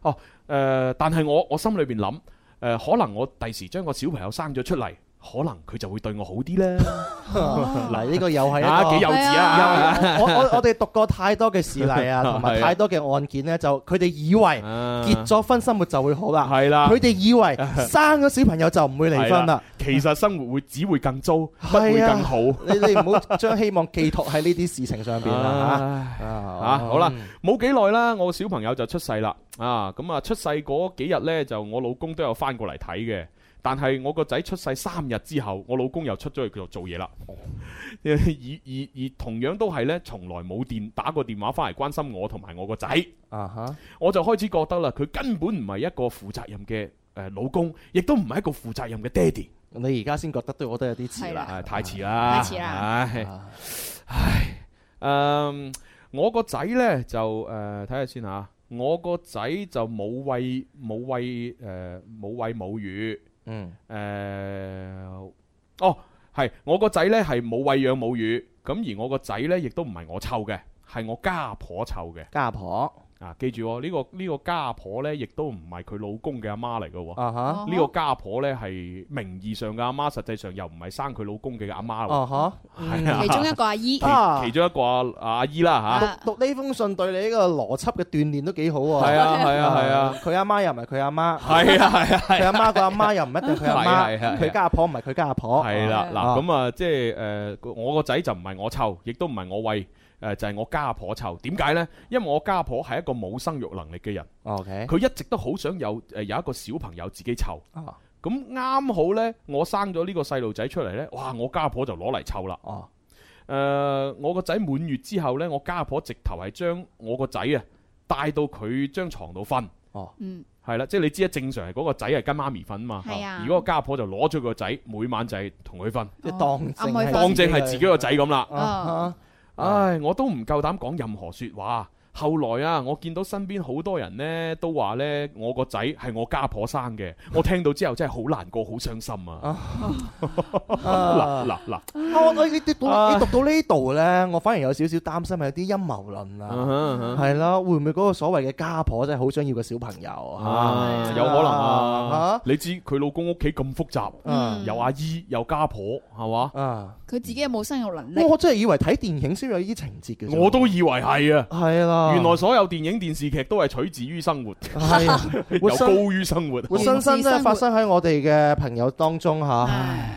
Speaker 5: 呃哦誒、但係我我心裏邊諗誒，可能我第時將個小朋友生咗出嚟，可能佢就會對我好啲啦。
Speaker 6: [laughs] 嗱，呢個又 [laughs] 係一個
Speaker 5: 啊幾幼稚啊
Speaker 6: 幼我我我哋讀過太多嘅事例
Speaker 5: [laughs]
Speaker 6: 啊，同埋
Speaker 5: 係啊
Speaker 6: 太多嘅案件呢，就佢哋以為
Speaker 5: 啊
Speaker 6: 啊結咗婚生活就會好啦，
Speaker 5: 係啦
Speaker 6: 佢哋以為
Speaker 5: 啊
Speaker 6: 生咗小朋友就唔會離婚
Speaker 5: 係
Speaker 6: 啦。。
Speaker 5: 其實生活會只會更糟，不會
Speaker 6: 係啊
Speaker 5: 更好。
Speaker 6: 你你唔好將希望寄託喺呢啲事情上邊啦
Speaker 5: 唉
Speaker 6: 嚇。嗯
Speaker 5: 啊，好啦，冇幾耐啦，我小朋友就出世啦。啊，咁啊，出世嗰幾日呢，就我老公都有翻過嚟睇嘅。但係我個仔出世三日之後，我老公又出咗去繼續做嘢啦。 [laughs] 而而而同樣都係呢，從來冇電打過電話翻嚟關心我同埋我個仔。
Speaker 6: 啊哈！
Speaker 5: 我就開始覺得啦，佢根本唔係一個負責任嘅誒老公，亦都唔係一個負責任嘅爹哋。
Speaker 6: 你而家先覺得對我都有啲遲啦，啊
Speaker 5: 係啊太遲啦，
Speaker 6: 太遲啦
Speaker 5: 唉，唉，嗯我個仔呢，就呃誒睇下先嚇，我個仔就冇餵冇餵誒冇餵母乳，
Speaker 6: 嗯
Speaker 5: 誒，哦係，我個仔呢係冇餵養母乳，咁而我個仔呢，亦都唔係我湊嘅，係我家婆湊嘅。
Speaker 6: 家婆。
Speaker 5: 啊，記住喎，呢、個呢、個家婆呢，亦都唔係佢老公嘅阿媽嚟嘅
Speaker 7: 哦
Speaker 5: 喎。
Speaker 6: 啊哈
Speaker 5: 呢個家婆呢，係名義上嘅阿媽，實際上又唔係生佢老公嘅阿媽喎。
Speaker 6: 啊哈
Speaker 5: 係
Speaker 7: 哦嗯
Speaker 5: 啊
Speaker 7: 其中一個啊阿姨
Speaker 5: [laughs] 其其中一個阿阿阿姨啦嚇。
Speaker 6: 啊讀讀呢封信對你呢個邏輯嘅鍛鍊都幾好喎。
Speaker 5: 係啊係啊係
Speaker 7: [laughs]
Speaker 5: 啊！
Speaker 6: 佢阿媽又唔係佢阿媽，
Speaker 5: 係啊係啊係啊
Speaker 6: 佢阿媽個阿媽又唔一定佢阿媽，
Speaker 5: 係係係
Speaker 6: 咁佢家阿婆唔係佢家阿
Speaker 7: 哦
Speaker 6: 婆。
Speaker 5: 係啦，
Speaker 6: 啊
Speaker 5: 嗱咁啊，即係誒，我個仔就唔係我湊，亦都唔係我餵，誒就係我家婆湊。點解呢？因為我家婆係一個冇生育能力嘅人，
Speaker 6: 哦，OK，
Speaker 5: 佢一直都好想有誒有一個小朋友自己湊。
Speaker 6: 啊
Speaker 5: 咁啱好呢，我生咗呢個細路仔出嚟呢，哇！我家婆就攞嚟湊啦。
Speaker 6: 哦，
Speaker 5: 誒，我個仔滿月之後呢，我家婆直頭係將我個仔啊帶到佢張床度瞓。
Speaker 6: 哦，
Speaker 7: 嗯，
Speaker 5: 係啦，即係你知啊，正常係嗰個仔係跟媽咪瞓嘛，
Speaker 7: 係啊
Speaker 5: 而嗰個家婆就攞咗個仔，每晚就係同佢瞓，
Speaker 6: 即係當正哦啊係
Speaker 5: 當正係自己個仔咁啦
Speaker 7: 哦
Speaker 6: 啊。
Speaker 5: 唉，我都唔夠膽講任何説話。後來啊，我見到身邊好多人呢都話呢，我個仔係我家婆生嘅，我聽到之後真係好難過，好傷心啊！嗱嗱嗱，
Speaker 6: 啊我我你讀到你讀到呢度咧，我反而有少少擔心係有啲陰謀論
Speaker 5: 啊
Speaker 6: 啊，係啦，會唔會嗰個所謂嘅家婆真係好想要個小朋友
Speaker 5: 啊，有可能啊！嗯你知佢老公屋企咁複雜，有阿姨，有家婆，係嘛？
Speaker 6: 啊！
Speaker 7: 嗯佢自己有冇生育能力？
Speaker 6: 我真係以為睇電影先有呢啲情節嘅啫。
Speaker 5: 我都以為係啊，
Speaker 6: 係啦，
Speaker 5: 原來所有電影電視劇都係取自於生活，
Speaker 6: 係
Speaker 5: [laughs]
Speaker 6: 啊
Speaker 5: 由
Speaker 6: 活
Speaker 5: 高
Speaker 6: 生
Speaker 5: 於生活。
Speaker 6: 活生生真係發生喺我哋嘅朋友當中嚇。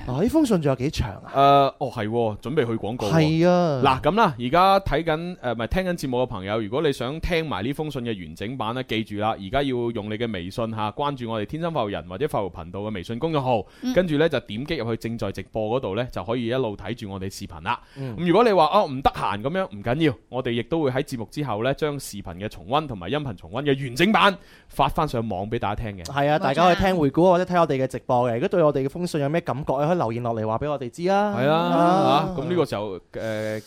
Speaker 6: 嗱，呢封信仲有幾長啊？
Speaker 5: 誒、哦，係喎，準備去廣告喎。
Speaker 6: 係啊
Speaker 5: 嗱咁啦，而家睇緊誒，唔係聽緊節目嘅朋友，如果你想聽埋呢封信嘅完整版呢，記住啦，而家要用你嘅微信嚇關注我哋天生發育人或者發育頻道嘅微信公眾號，
Speaker 16: 嗯
Speaker 5: 跟住呢就點擊入去正在直播嗰度呢，就可以一路睇住我哋視頻啦。咁、
Speaker 16: 嗯
Speaker 5: 如果你話哦唔得閒咁樣，唔緊要，我哋亦都會喺節目之後呢，將視頻嘅重温同埋音頻重温嘅完整版發翻上網俾大家聽嘅。
Speaker 6: 係啊，大家可以聽回顧或者睇我哋嘅直播嘅。如果對我哋嘅封信有咩感覺，可以留言落嚟話俾我哋知啊。
Speaker 5: 係啊，嚇咁呢個時候誒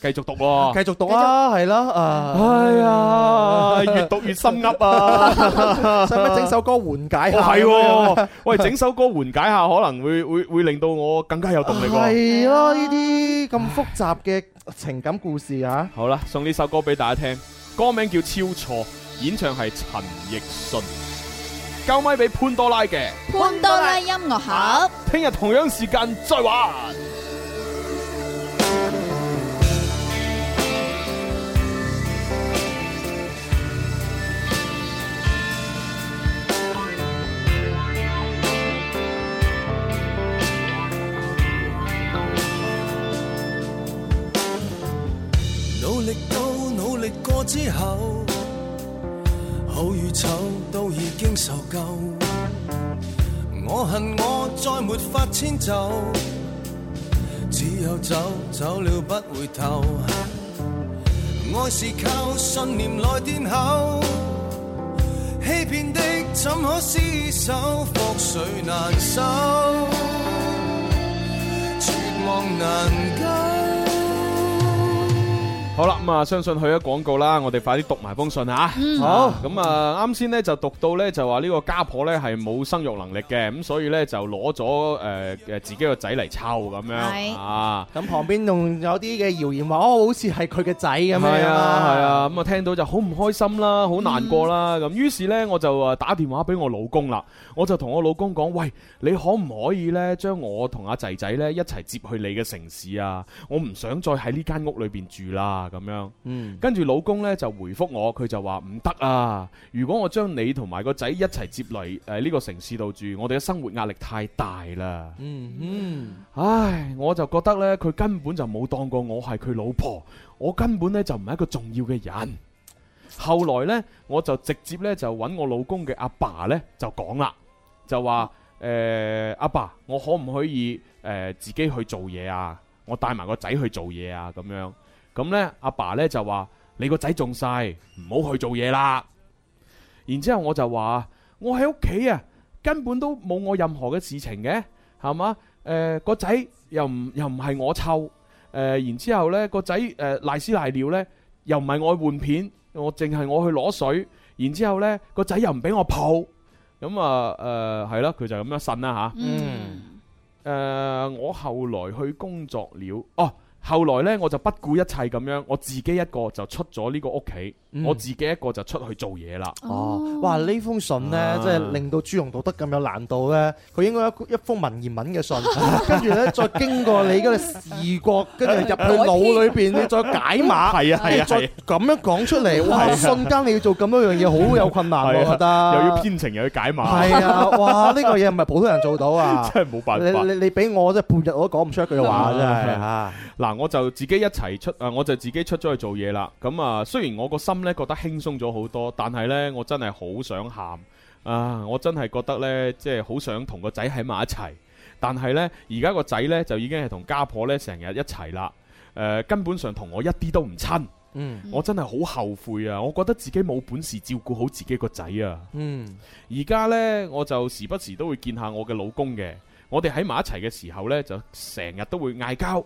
Speaker 5: 繼續讀咯，
Speaker 6: 繼續讀啊，係啦，啊，
Speaker 5: [laughs] 哎呀，越讀越心噏啊！
Speaker 6: 使唔使整首歌緩解下？
Speaker 5: 哦，係喎，喂，整首歌緩解下，可能會會會令到我更加有動力喎。
Speaker 6: [laughs] 係啊咯，呢啲咁複雜嘅情感故事啊，
Speaker 5: 好啦，送呢首歌俾大家聽，歌名叫《超錯》，演唱係陳奕迅，交咪俾潘多拉嘅，
Speaker 7: 潘多拉音樂盒。
Speaker 5: 聽日同樣時間再玩。
Speaker 13: 努力到努力過之後，好與醜都已經受夠。我恨我再沒法遷就，只有走，走了不回頭。愛是靠信念來墊後，欺騙的怎可厮守？覆水難收，絕望難救。
Speaker 5: 好啦，咁啊，相信去咗廣告啦，我哋快啲讀埋封信吓。
Speaker 19: 嗯
Speaker 5: 好，咁啊，啱先呢就讀到呢，就話呢個家婆呢係冇生育能力嘅，咁所以呢就攞咗诶诶自己個仔嚟湊咁樣
Speaker 6: 係
Speaker 5: 啊。
Speaker 6: 咁旁邊仲有啲嘅謠言話，哦，好似係佢嘅仔咁樣
Speaker 5: 係啊，係
Speaker 6: 啊，嗯
Speaker 5: 啊，咁啊聽到就好唔開心啦，好難過啦，咁於是呢，我就啊打電話俾我老公啦，我就同我老公講：，喂，你可唔可以呢？將我同阿仔仔呢一齊接去你嘅城市啊？我唔想再喺呢間屋裏邊住啦，咁樣。
Speaker 6: 嗯，
Speaker 5: 跟住老公呢就回覆我，佢就話唔得啊！如果我將你同埋個仔一齊接嚟誒呢個城市度住，我哋嘅生活壓力太大啦。
Speaker 6: 嗯嗯，
Speaker 5: 唉，我就覺得呢，佢根本就冇當過我係佢老婆，我根本呢就唔係一個重要嘅人。後來呢，我就直接呢就揾我老公嘅阿爸呢就講啦，就話誒阿爸，我可唔可以誒、呃自己去做嘢啊？我帶埋個仔去做嘢啊咁樣。咁呢，阿爸呢就話：你個仔仲細，唔好去做嘢啦。然之後我就話：我喺屋企啊，根本都冇我任何嘅事情嘅，係嘛？誒、個仔又唔又唔係我湊，誒、然之後呢個仔誒賴屎賴尿呢，又唔係我去換片，我淨係我去攞水，然之後呢個仔又唔俾我抱，咁啊誒係啦，佢、就咁樣呻啦吓。
Speaker 6: 嗯。
Speaker 5: 誒、呃我後來去工作了，哦，後來呢，我就不顧一切咁樣，我自己一個就出咗呢個屋企，
Speaker 6: 嗯
Speaker 5: 我自己一個就出去做嘢
Speaker 7: 嗯
Speaker 5: 啦。
Speaker 6: 哦，哇！呢封信呢，即係令到朱容讀得咁有難度呢，佢應該一一封文言文嘅 [laughs] 信，跟住呢，再經過你嗰個視覺，跟住入去腦裏邊，你再解碼，
Speaker 5: 係啊係
Speaker 6: 跟住
Speaker 5: 啊
Speaker 6: 再
Speaker 5: 係啊
Speaker 6: 咁樣講出嚟，哇！
Speaker 5: 係啊
Speaker 6: 瞬間你要做咁樣樣嘢，好有困難，
Speaker 5: 係
Speaker 6: 我
Speaker 5: 啊
Speaker 6: 覺得。
Speaker 5: 又要編程又要解碼，
Speaker 6: 係啊！哇！呢個嘢唔係普通人做到啊，
Speaker 5: [laughs] 真係冇辦法
Speaker 6: 你你你俾我真係半日我都講唔出一句
Speaker 5: [laughs]
Speaker 6: 話，真係嚇。
Speaker 5: 啊！嗱，我就自己一齊出啊，我就自己出咗去做嘢啦。咁啊，雖然我個心呢覺得輕鬆咗好多，但係呢，我真係好想喊啊！我真係覺得呢，即係好想同個仔喺埋一齊。但係呢，而家個仔呢，就已經係同家婆呢成日一齊啦。誒、根本上同我一啲都唔親。
Speaker 6: 嗯
Speaker 5: 我真係好後悔啊！我覺得自己冇本事照顧好自己個仔啊！
Speaker 6: 嗯
Speaker 5: 而家呢，我就時不時都會見下我嘅老公嘅。我哋喺埋一齊嘅時候呢，就成日都會嗌交，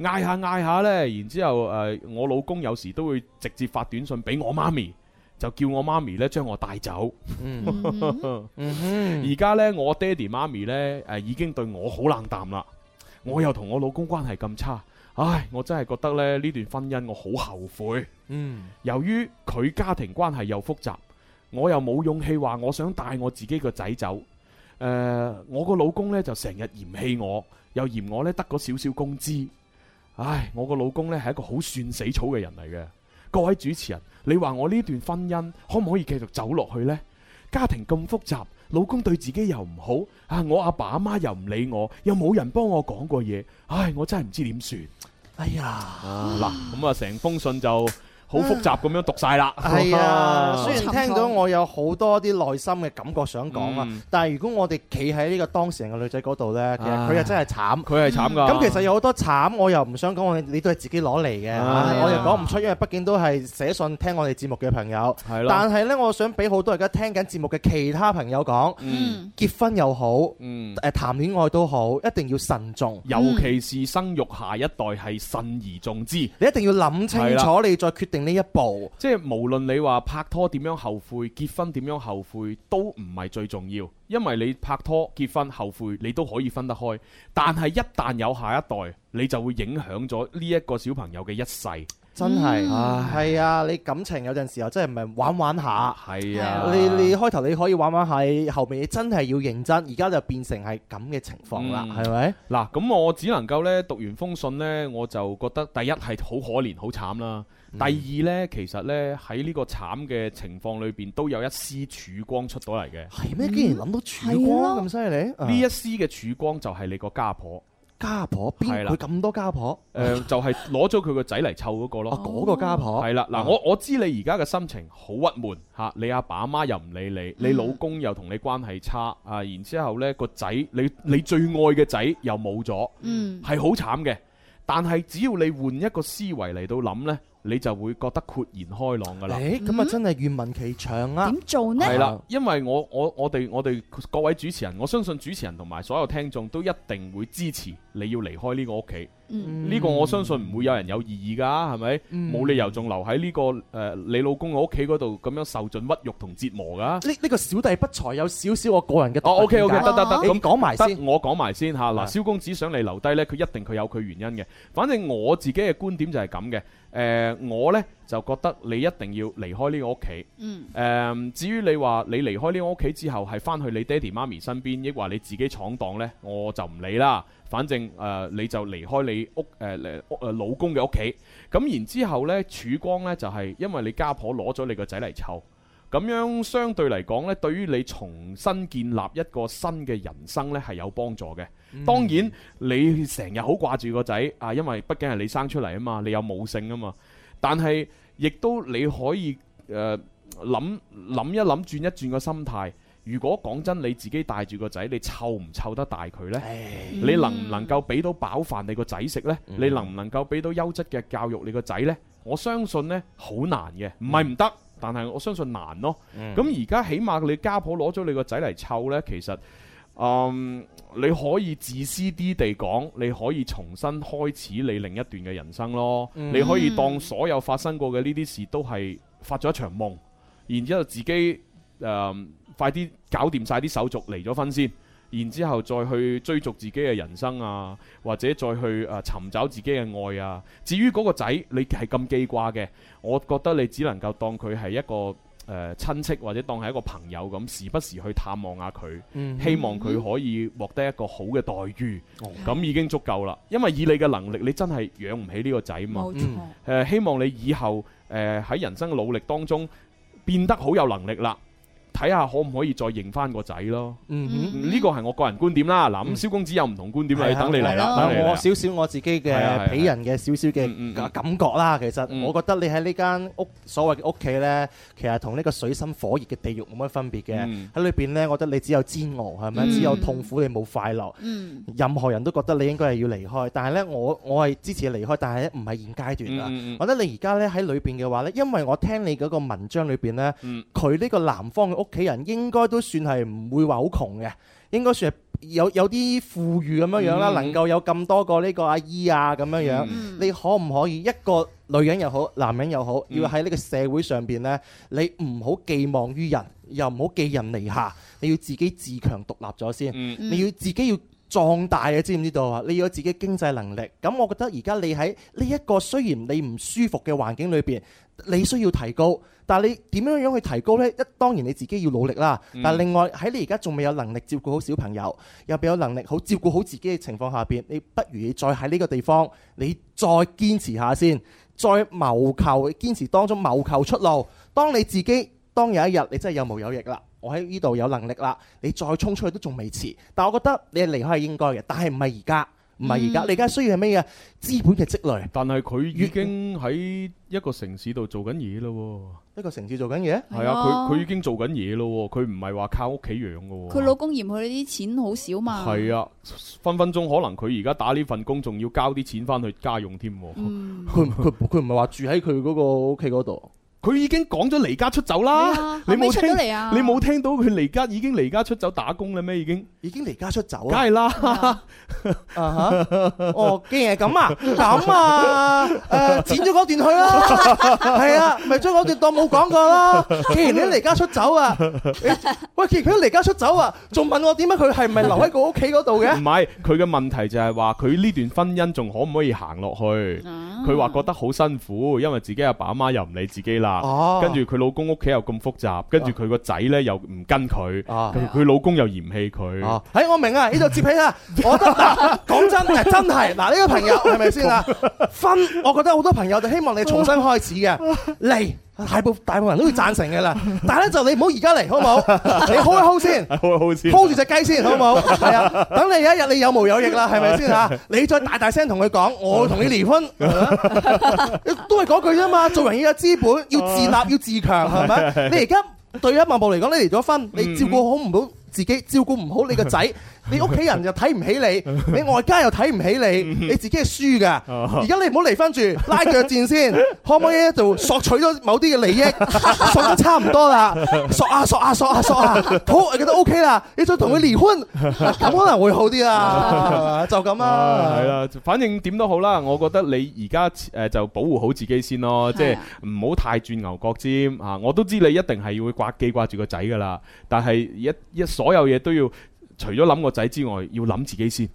Speaker 5: 嗌下嗌下呢。然之後誒、呃我老公有時都會直接發短信俾我媽咪，就叫我媽咪呢將我帶走。
Speaker 6: 嗯
Speaker 7: 嗯
Speaker 5: [laughs] 而家呢，我爹哋媽咪呢，誒已經對我好冷淡啦。我又同我老公關係咁差，唉，我真係覺得咧呢段婚姻我好後悔。
Speaker 6: 嗯。
Speaker 5: 由於佢家庭關係又複雜，我又冇勇氣話我想帶我自己個仔走。誒、呃我個老公呢就成日嫌棄我，又嫌我呢得嗰少少工資。唉，我個老公呢係一個好算死草嘅人嚟嘅。各位主持人，你話我呢段婚姻可唔可以繼續走落去呢？家庭咁複雜，老公對自己又唔好，啊，我阿爸阿媽又唔理我，又冇人幫我講過嘢，唉，我真係唔知點算。
Speaker 6: 哎
Speaker 5: [laughs]
Speaker 6: 呀！
Speaker 5: 嗱，咁啊，成封信就好複雜咁樣讀晒啦。
Speaker 6: 係啊，雖然聽到我有好多啲內心嘅感覺想講啊
Speaker 5: 嗯，
Speaker 6: 但係如果我哋企喺呢個當事人嘅女仔嗰度呢，其實佢
Speaker 5: 唉
Speaker 6: 又真係慘，
Speaker 5: [laughs] 佢係慘㗎
Speaker 6: 嗯咁其實有好多慘，我又唔想講，我你都係自己攞嚟嘅，
Speaker 5: 啊
Speaker 6: 我又講唔出，因為畢竟都係寫信聽我哋節目嘅朋友。
Speaker 5: 係咯
Speaker 6: 但係呢，我想俾好多而家聽緊節目嘅其他朋友講，
Speaker 7: 嗯
Speaker 6: 結婚又好，
Speaker 5: 嗯
Speaker 6: 誒談戀愛都好，一定要慎重，
Speaker 5: 尤其是生育下一代係慎而重之，
Speaker 6: 你一定要諗
Speaker 5: 係
Speaker 6: 清
Speaker 5: 啦
Speaker 6: 楚，你再決定呢一步。
Speaker 5: 即係無論你話拍拖點樣後悔，結婚點樣後悔，都唔係最重要，因為你拍拖、結婚、後悔，你都可以分得開。但係一旦有下一代，你就會影響咗呢一個小朋友嘅一世。
Speaker 6: 真係，
Speaker 5: 唉
Speaker 6: 係啊！你感情有陣時候真係唔係玩玩下，
Speaker 5: 係啊
Speaker 6: 你你開頭你可以玩玩下，後面你真係要認真，而家就變成係咁嘅情況
Speaker 5: 嗯
Speaker 6: 啦，係咪？
Speaker 5: 嗱，咁我只能夠咧讀完封信呢，我就覺得第一係好可憐、好慘啦。第二呢，其實呢，喺呢個慘嘅情況裏邊，都有一絲曙光出到嚟嘅。
Speaker 6: 係咩？竟然諗到曙光咁犀利？啊
Speaker 5: 呢一絲嘅曙光就係你個家婆，
Speaker 6: 家婆
Speaker 5: 係
Speaker 6: 邊
Speaker 5: 啦
Speaker 6: 佢咁多家婆？哦
Speaker 5: 誒就係攞咗佢個仔嚟湊嗰個咯。
Speaker 6: 嗰個家婆
Speaker 5: 係啦，嗱，我我知你而家嘅心情好鬱悶嚇，你阿爸阿媽又唔理你，你老公又同你關係差啊，然之後呢個仔，你你最愛嘅仔又冇咗，
Speaker 19: 嗯
Speaker 5: 係好慘嘅。但係只要你換一個思維嚟到諗呢，你就會覺得豁然開朗噶啦。
Speaker 6: 誒，咁啊真係願聞其詳啊！點
Speaker 7: 做
Speaker 5: 係啦，因為我我我哋我哋各位主持人，我相信主持人同埋所有聽眾都一定會支持你要離開呢個屋企。
Speaker 7: 嗯
Speaker 5: 呢個我相信唔會有人有異議㗎，係咪？冇、
Speaker 6: 嗯
Speaker 5: 理由仲留喺呢、個誒、呃你老公嘅屋企嗰度咁樣受盡屈辱同折磨㗎。
Speaker 6: 嗯呢呢個小弟不才有少少我個人嘅
Speaker 5: 哦，OK OK，
Speaker 6: 見解
Speaker 5: 得得得，
Speaker 6: 你講埋先
Speaker 5: 得。我講埋先嚇。嗱，
Speaker 6: 啊
Speaker 5: 蕭公子想你留低呢，佢一定佢有佢原因嘅。反正我自己嘅觀點就係咁嘅。誒、我呢就覺得你一定要離開呢個屋企。
Speaker 7: 嗯
Speaker 5: 誒、至於你話你離開呢個屋企之後係翻去你爹哋媽咪身邊，抑或你自己闖蕩呢，我就唔理啦。反正誒、呃你就離開你屋誒誒屋誒老公嘅屋企。咁然之後呢，曙光呢就係、因為你家婆攞咗你個仔嚟湊。咁樣相對嚟講呢，對於你重新建立一個新嘅人生呢係有幫助嘅。當然，你成日好掛住個仔啊，因為畢竟係你生出嚟啊嘛，你有母性啊嘛。但係亦都你可以誒諗諗一諗，轉一轉個心態。如果講真，你自己帶住個仔，你湊唔湊得大佢呢？你能唔能夠俾到飽飯你個仔食呢？你能唔能夠俾到優質嘅教育你個仔呢？我相信呢，好難嘅，唔係唔得，但係我相信難咯。咁而家起碼你家婆攞咗你個仔嚟湊呢，其實。嗯，你可以自私啲地講，你可以重新開始你另一段嘅人生咯。
Speaker 3: 嗯
Speaker 5: 你可以當所有發生過嘅呢啲事都係發咗一場夢，然之後自己誒、嗯快啲搞掂晒啲手續離咗婚先。然之後再去追逐自己嘅人生啊，或者再去誒、呃、尋找自己嘅愛啊。至於嗰個仔，你係咁記掛嘅，我覺得你只能夠當佢係一個誒、呃、親戚，或者當係一個朋友咁，時不時去探望下佢，
Speaker 3: 嗯
Speaker 5: 希望佢可以獲得一個好嘅待遇，
Speaker 6: 哦
Speaker 5: 咁、已經足夠啦。因為以你嘅能力，你真係養唔起呢個仔嘛。
Speaker 3: 冇錯
Speaker 5: 誒、希望你以後誒喺、人生嘅努力當中變得好有能力啦。睇下可唔可以再認翻個仔咯？呢個係我個人觀點啦。嗱，咁蕭公子有唔同觀點啦，
Speaker 6: 嗯係
Speaker 5: 你
Speaker 6: 啊
Speaker 5: 嗯等你嚟
Speaker 6: 係啦
Speaker 5: 啦，等你嚟
Speaker 6: 我
Speaker 5: 啦。
Speaker 6: 少少我自己
Speaker 5: 係啊係啊嗯
Speaker 6: 嘅俾人嘅少少嘅感覺啦。其實我覺得你喺呢間屋所謂嘅屋企呢，其實同呢個水深火熱嘅地獄冇乜分別
Speaker 5: 嗯
Speaker 6: 嘅。喺裏邊呢，我覺得你只有煎熬係咪？
Speaker 5: 嗯
Speaker 6: 只有痛苦，你冇快樂。
Speaker 7: 嗯
Speaker 6: 任何人都覺得你應該係要離開，但係呢，我我係支持你離開，但係咧唔係現階段啊。
Speaker 5: [laughs] 嗯嗯嗯
Speaker 6: 我覺得你而家呢喺裏邊嘅話呢，因為我聽你嗰個文章裏邊呢，
Speaker 5: 嗯
Speaker 6: 佢呢個南方嘅屋企人應該都算係唔會話好窮嘅，應該算係有有啲富裕咁樣樣啦，
Speaker 5: 嗯
Speaker 6: 能夠有咁多個呢個阿姨啊咁樣
Speaker 7: 嗯
Speaker 6: 樣，你可唔可以一個女人又好，男人又好，
Speaker 5: 嗯
Speaker 6: 要喺呢個社會上邊呢，你唔好寄望於人，又唔好寄人籬下，你要自己自強獨立咗先，
Speaker 5: 嗯
Speaker 6: 你要自己要。壯大嘅，知唔知道啊？你要有自己經濟能力。咁我覺得而家你喺呢一個雖然你唔舒服嘅環境裏邊，你需要提高，但係你點樣樣去提高呢？一當然你自己要努力啦。
Speaker 5: 嗯
Speaker 6: 但係另外喺你而家仲未有能力照顧好小朋友，又未有能力好照顧好自己嘅情況下邊，你不如你再喺呢個地方，你再堅持下先，再謀求堅持當中謀求出路。當你自己當有一日你真係有毛有翼啦。我喺呢度有能力啦，你再衝出去都仲未遲。但我覺得你離開係應該嘅，但係唔係而家，唔係而家。
Speaker 5: 嗯
Speaker 6: 你而家需要係咩嘢？資本嘅積累。
Speaker 5: 但係佢已經喺一個城市度做緊嘢咯
Speaker 6: 一個城市做緊嘢。
Speaker 5: 喎。係啊，佢佢已經做緊嘢咯喎，佢唔係話靠屋企養嘅
Speaker 7: 佢
Speaker 5: 喎。
Speaker 7: 老公嫌佢啲錢好少嘛。
Speaker 5: 係啊，分分鐘可能佢而家打呢份工，仲要交啲錢翻去家用添喎。
Speaker 7: 嗯
Speaker 6: 佢佢佢唔係話住喺佢嗰個屋企嗰度。
Speaker 5: 佢已經講咗離家出走啦，
Speaker 7: 係啊
Speaker 5: 你
Speaker 7: 後尾
Speaker 5: 冇
Speaker 7: 出
Speaker 5: 聽
Speaker 7: 咗嚟啊
Speaker 5: 你冇聽到佢離家已經離家出走打工啦咩？已經
Speaker 6: 已經離家出走
Speaker 5: 梗係啦，
Speaker 6: 啊哈哦，既然係咁啊，咁啊，誒，剪咗嗰段去啦，係啊，咪將嗰段當冇講過啦。既然你離家出走啊，喂，既然佢都離家出走啊，仲問我點解佢係咪留喺個屋企嗰度嘅
Speaker 5: 唔？係佢嘅問題就係話佢呢段婚姻仲可唔可以行落去？
Speaker 7: 啊
Speaker 5: 佢話覺得好辛苦，因為自己阿爸阿媽又唔理自己啦
Speaker 6: 哦，
Speaker 5: 跟住佢老公屋企又咁複雜，跟
Speaker 6: 啊
Speaker 5: 住佢個仔呢又唔跟佢，佢佢老公又嫌棄佢。
Speaker 6: 喺我啊明啊，呢度接起啦。我覺得嗱，講真誒，真係嗱，呢個朋友係咪先啊？分，我覺得好多朋友就希望你重新開始嘅嚟。大部大部分人都會贊成嘅啦，但係咧就你唔好而家嚟，好唔好？你 hold 一 hold 先
Speaker 5: 好好先
Speaker 6: ，hold 住只雞先，好唔好？係啊，等你有一日你有毛有翼啦，係咪先嚇？你再大大聲同佢講，我同你離婚，啊都係嗰句啫嘛。做人要有資本，要自立，要自強，係咪？你而家對於一萬步嚟講，你離咗婚，你照顧好唔到自己，照顧唔好你個仔，你屋企人又睇唔起你，你外家又睇唔起你，你自己係輸㗎。
Speaker 5: 啊
Speaker 6: 而家你唔好離婚住， [laughs] 拉腳戰先，可唔可以咧就索取咗某啲嘅利益， [laughs] 索得差唔多啦，索啊索啊索啊索啊，好，我覺得 OK 啦，你再同佢離
Speaker 5: [laughs]
Speaker 6: 婚，咁可能會好啲啦，就咁啦。
Speaker 5: 系啊啦，反正點都好啦，我覺得你而家诶就保護好自己先咯，即係
Speaker 7: 啊
Speaker 5: 唔好太轉牛角尖啊！我都知你一定係會掛記掛住個仔噶啦，但係一一所有嘢都要。除咗諗個仔之外，要諗自己先，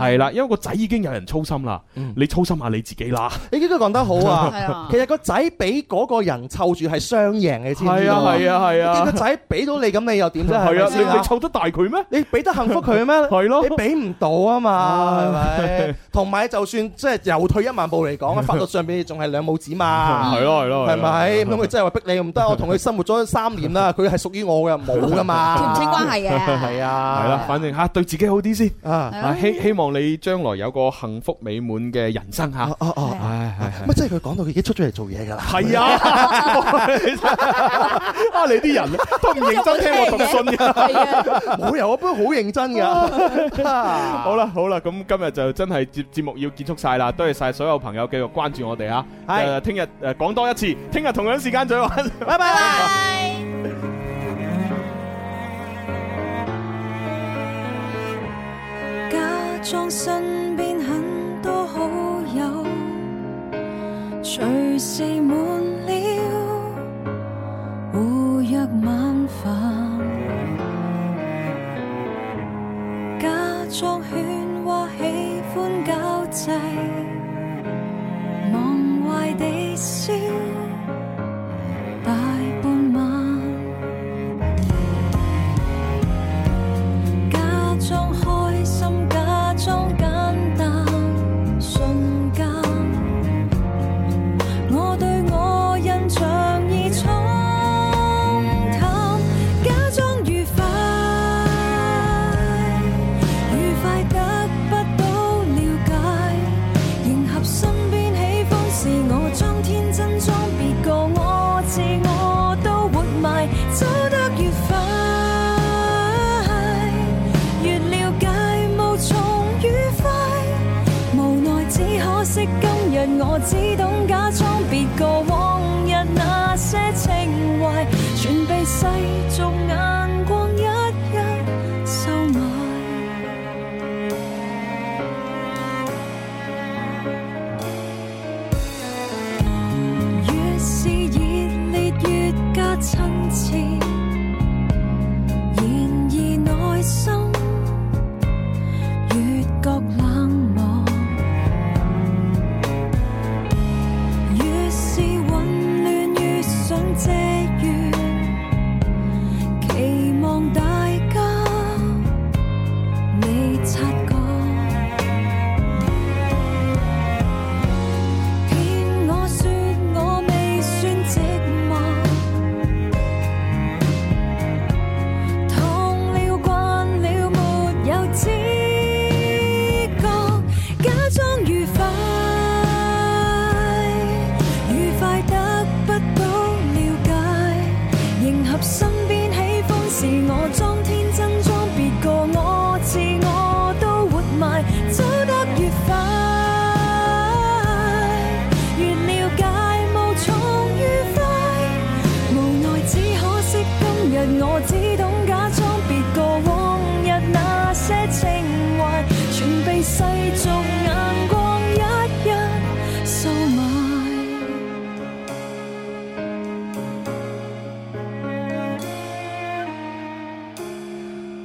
Speaker 5: 係啦、因為個仔已經有人操心啦，你操心下你自己啦。
Speaker 6: 你呢句講得好
Speaker 5: [laughs] 係啊
Speaker 6: 啊！其實個仔俾嗰個人湊住係雙贏嘅，知唔知道
Speaker 5: 係啊係啊係啊
Speaker 6: 你個仔俾到你咁，你又點啫？
Speaker 5: 係啊
Speaker 6: 係咪先
Speaker 5: 你你湊得大佢咩？
Speaker 6: 你俾得幸福佢咩？係
Speaker 5: [laughs]
Speaker 6: 咯，你俾唔到啊嘛，係咪？同埋就算即係又退一萬步嚟
Speaker 5: [laughs]
Speaker 6: 講，法律上邊仲係兩母子嘛。
Speaker 5: 係咯係咯係咯
Speaker 6: 係咪？咁佢真係話逼你唔得，我同佢生活咗三年
Speaker 5: [laughs]
Speaker 6: 啦，佢係屬於我嘅，冇噶嘛。
Speaker 7: 斷唔清關係嘅
Speaker 6: 係啊，
Speaker 5: 係啦，反正吓對自己好啲先。
Speaker 6: 啊
Speaker 5: 啊希希望你將來有個幸福美滿嘅人生吓。哦
Speaker 6: 哦，
Speaker 5: 唉係
Speaker 6: 乜即係佢講到佢已經出咗嚟做嘢㗎啦？
Speaker 5: 係 [laughs] 啊，啊你啲人都唔認真聽 [laughs] 我讀信
Speaker 7: 啊
Speaker 5: 㗎，
Speaker 6: 冇由我 [laughs] 不過好認真 [laughs]
Speaker 5: [laughs]
Speaker 6: 㗎。
Speaker 5: 好啦好啦，咁今日就真係節節目要結束晒啦，多謝晒所有朋友繼續關注我哋啊！
Speaker 6: 係
Speaker 5: 誒，聽日誒講多一次，聽日同樣時間再玩，
Speaker 6: 拜拜。
Speaker 19: 假裝身邊很多好友，隨時滿了，互約晚飯。假裝喧譁喜歡交際，忙壞地笑，大半晚。假裝開心，假裝簡單，瞬間，我對我印象已沖淡，假裝愉快，愉快得不到了解，迎合身邊喜歡是我裝天真裝別個，我自我都活埋，走得越快。越了解無從愉快，無奈只可惜今日我只懂假裝別個往日那些情懷，全被世俗眼光一一收買。越是熱烈越加親切。然而內心越覺冷漠，越是混亂越想借怨，期望大家未察覺，騙我說我未算寂寞。痛了慣了沒有知覺，假裝愉快，愉快得不到了解，迎合身邊喜歡是我裝天真裝別個，我自我都活埋，走得越快。越了解無從愉快。無奈只可惜今日我只懂假裝別個往日那些情懷，全被世俗眼光一一收買。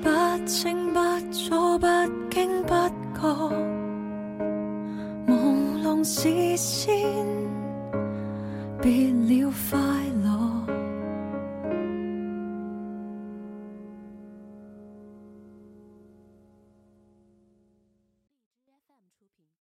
Speaker 19: 不清不楚，不經不覺，朦朧視線，別了快。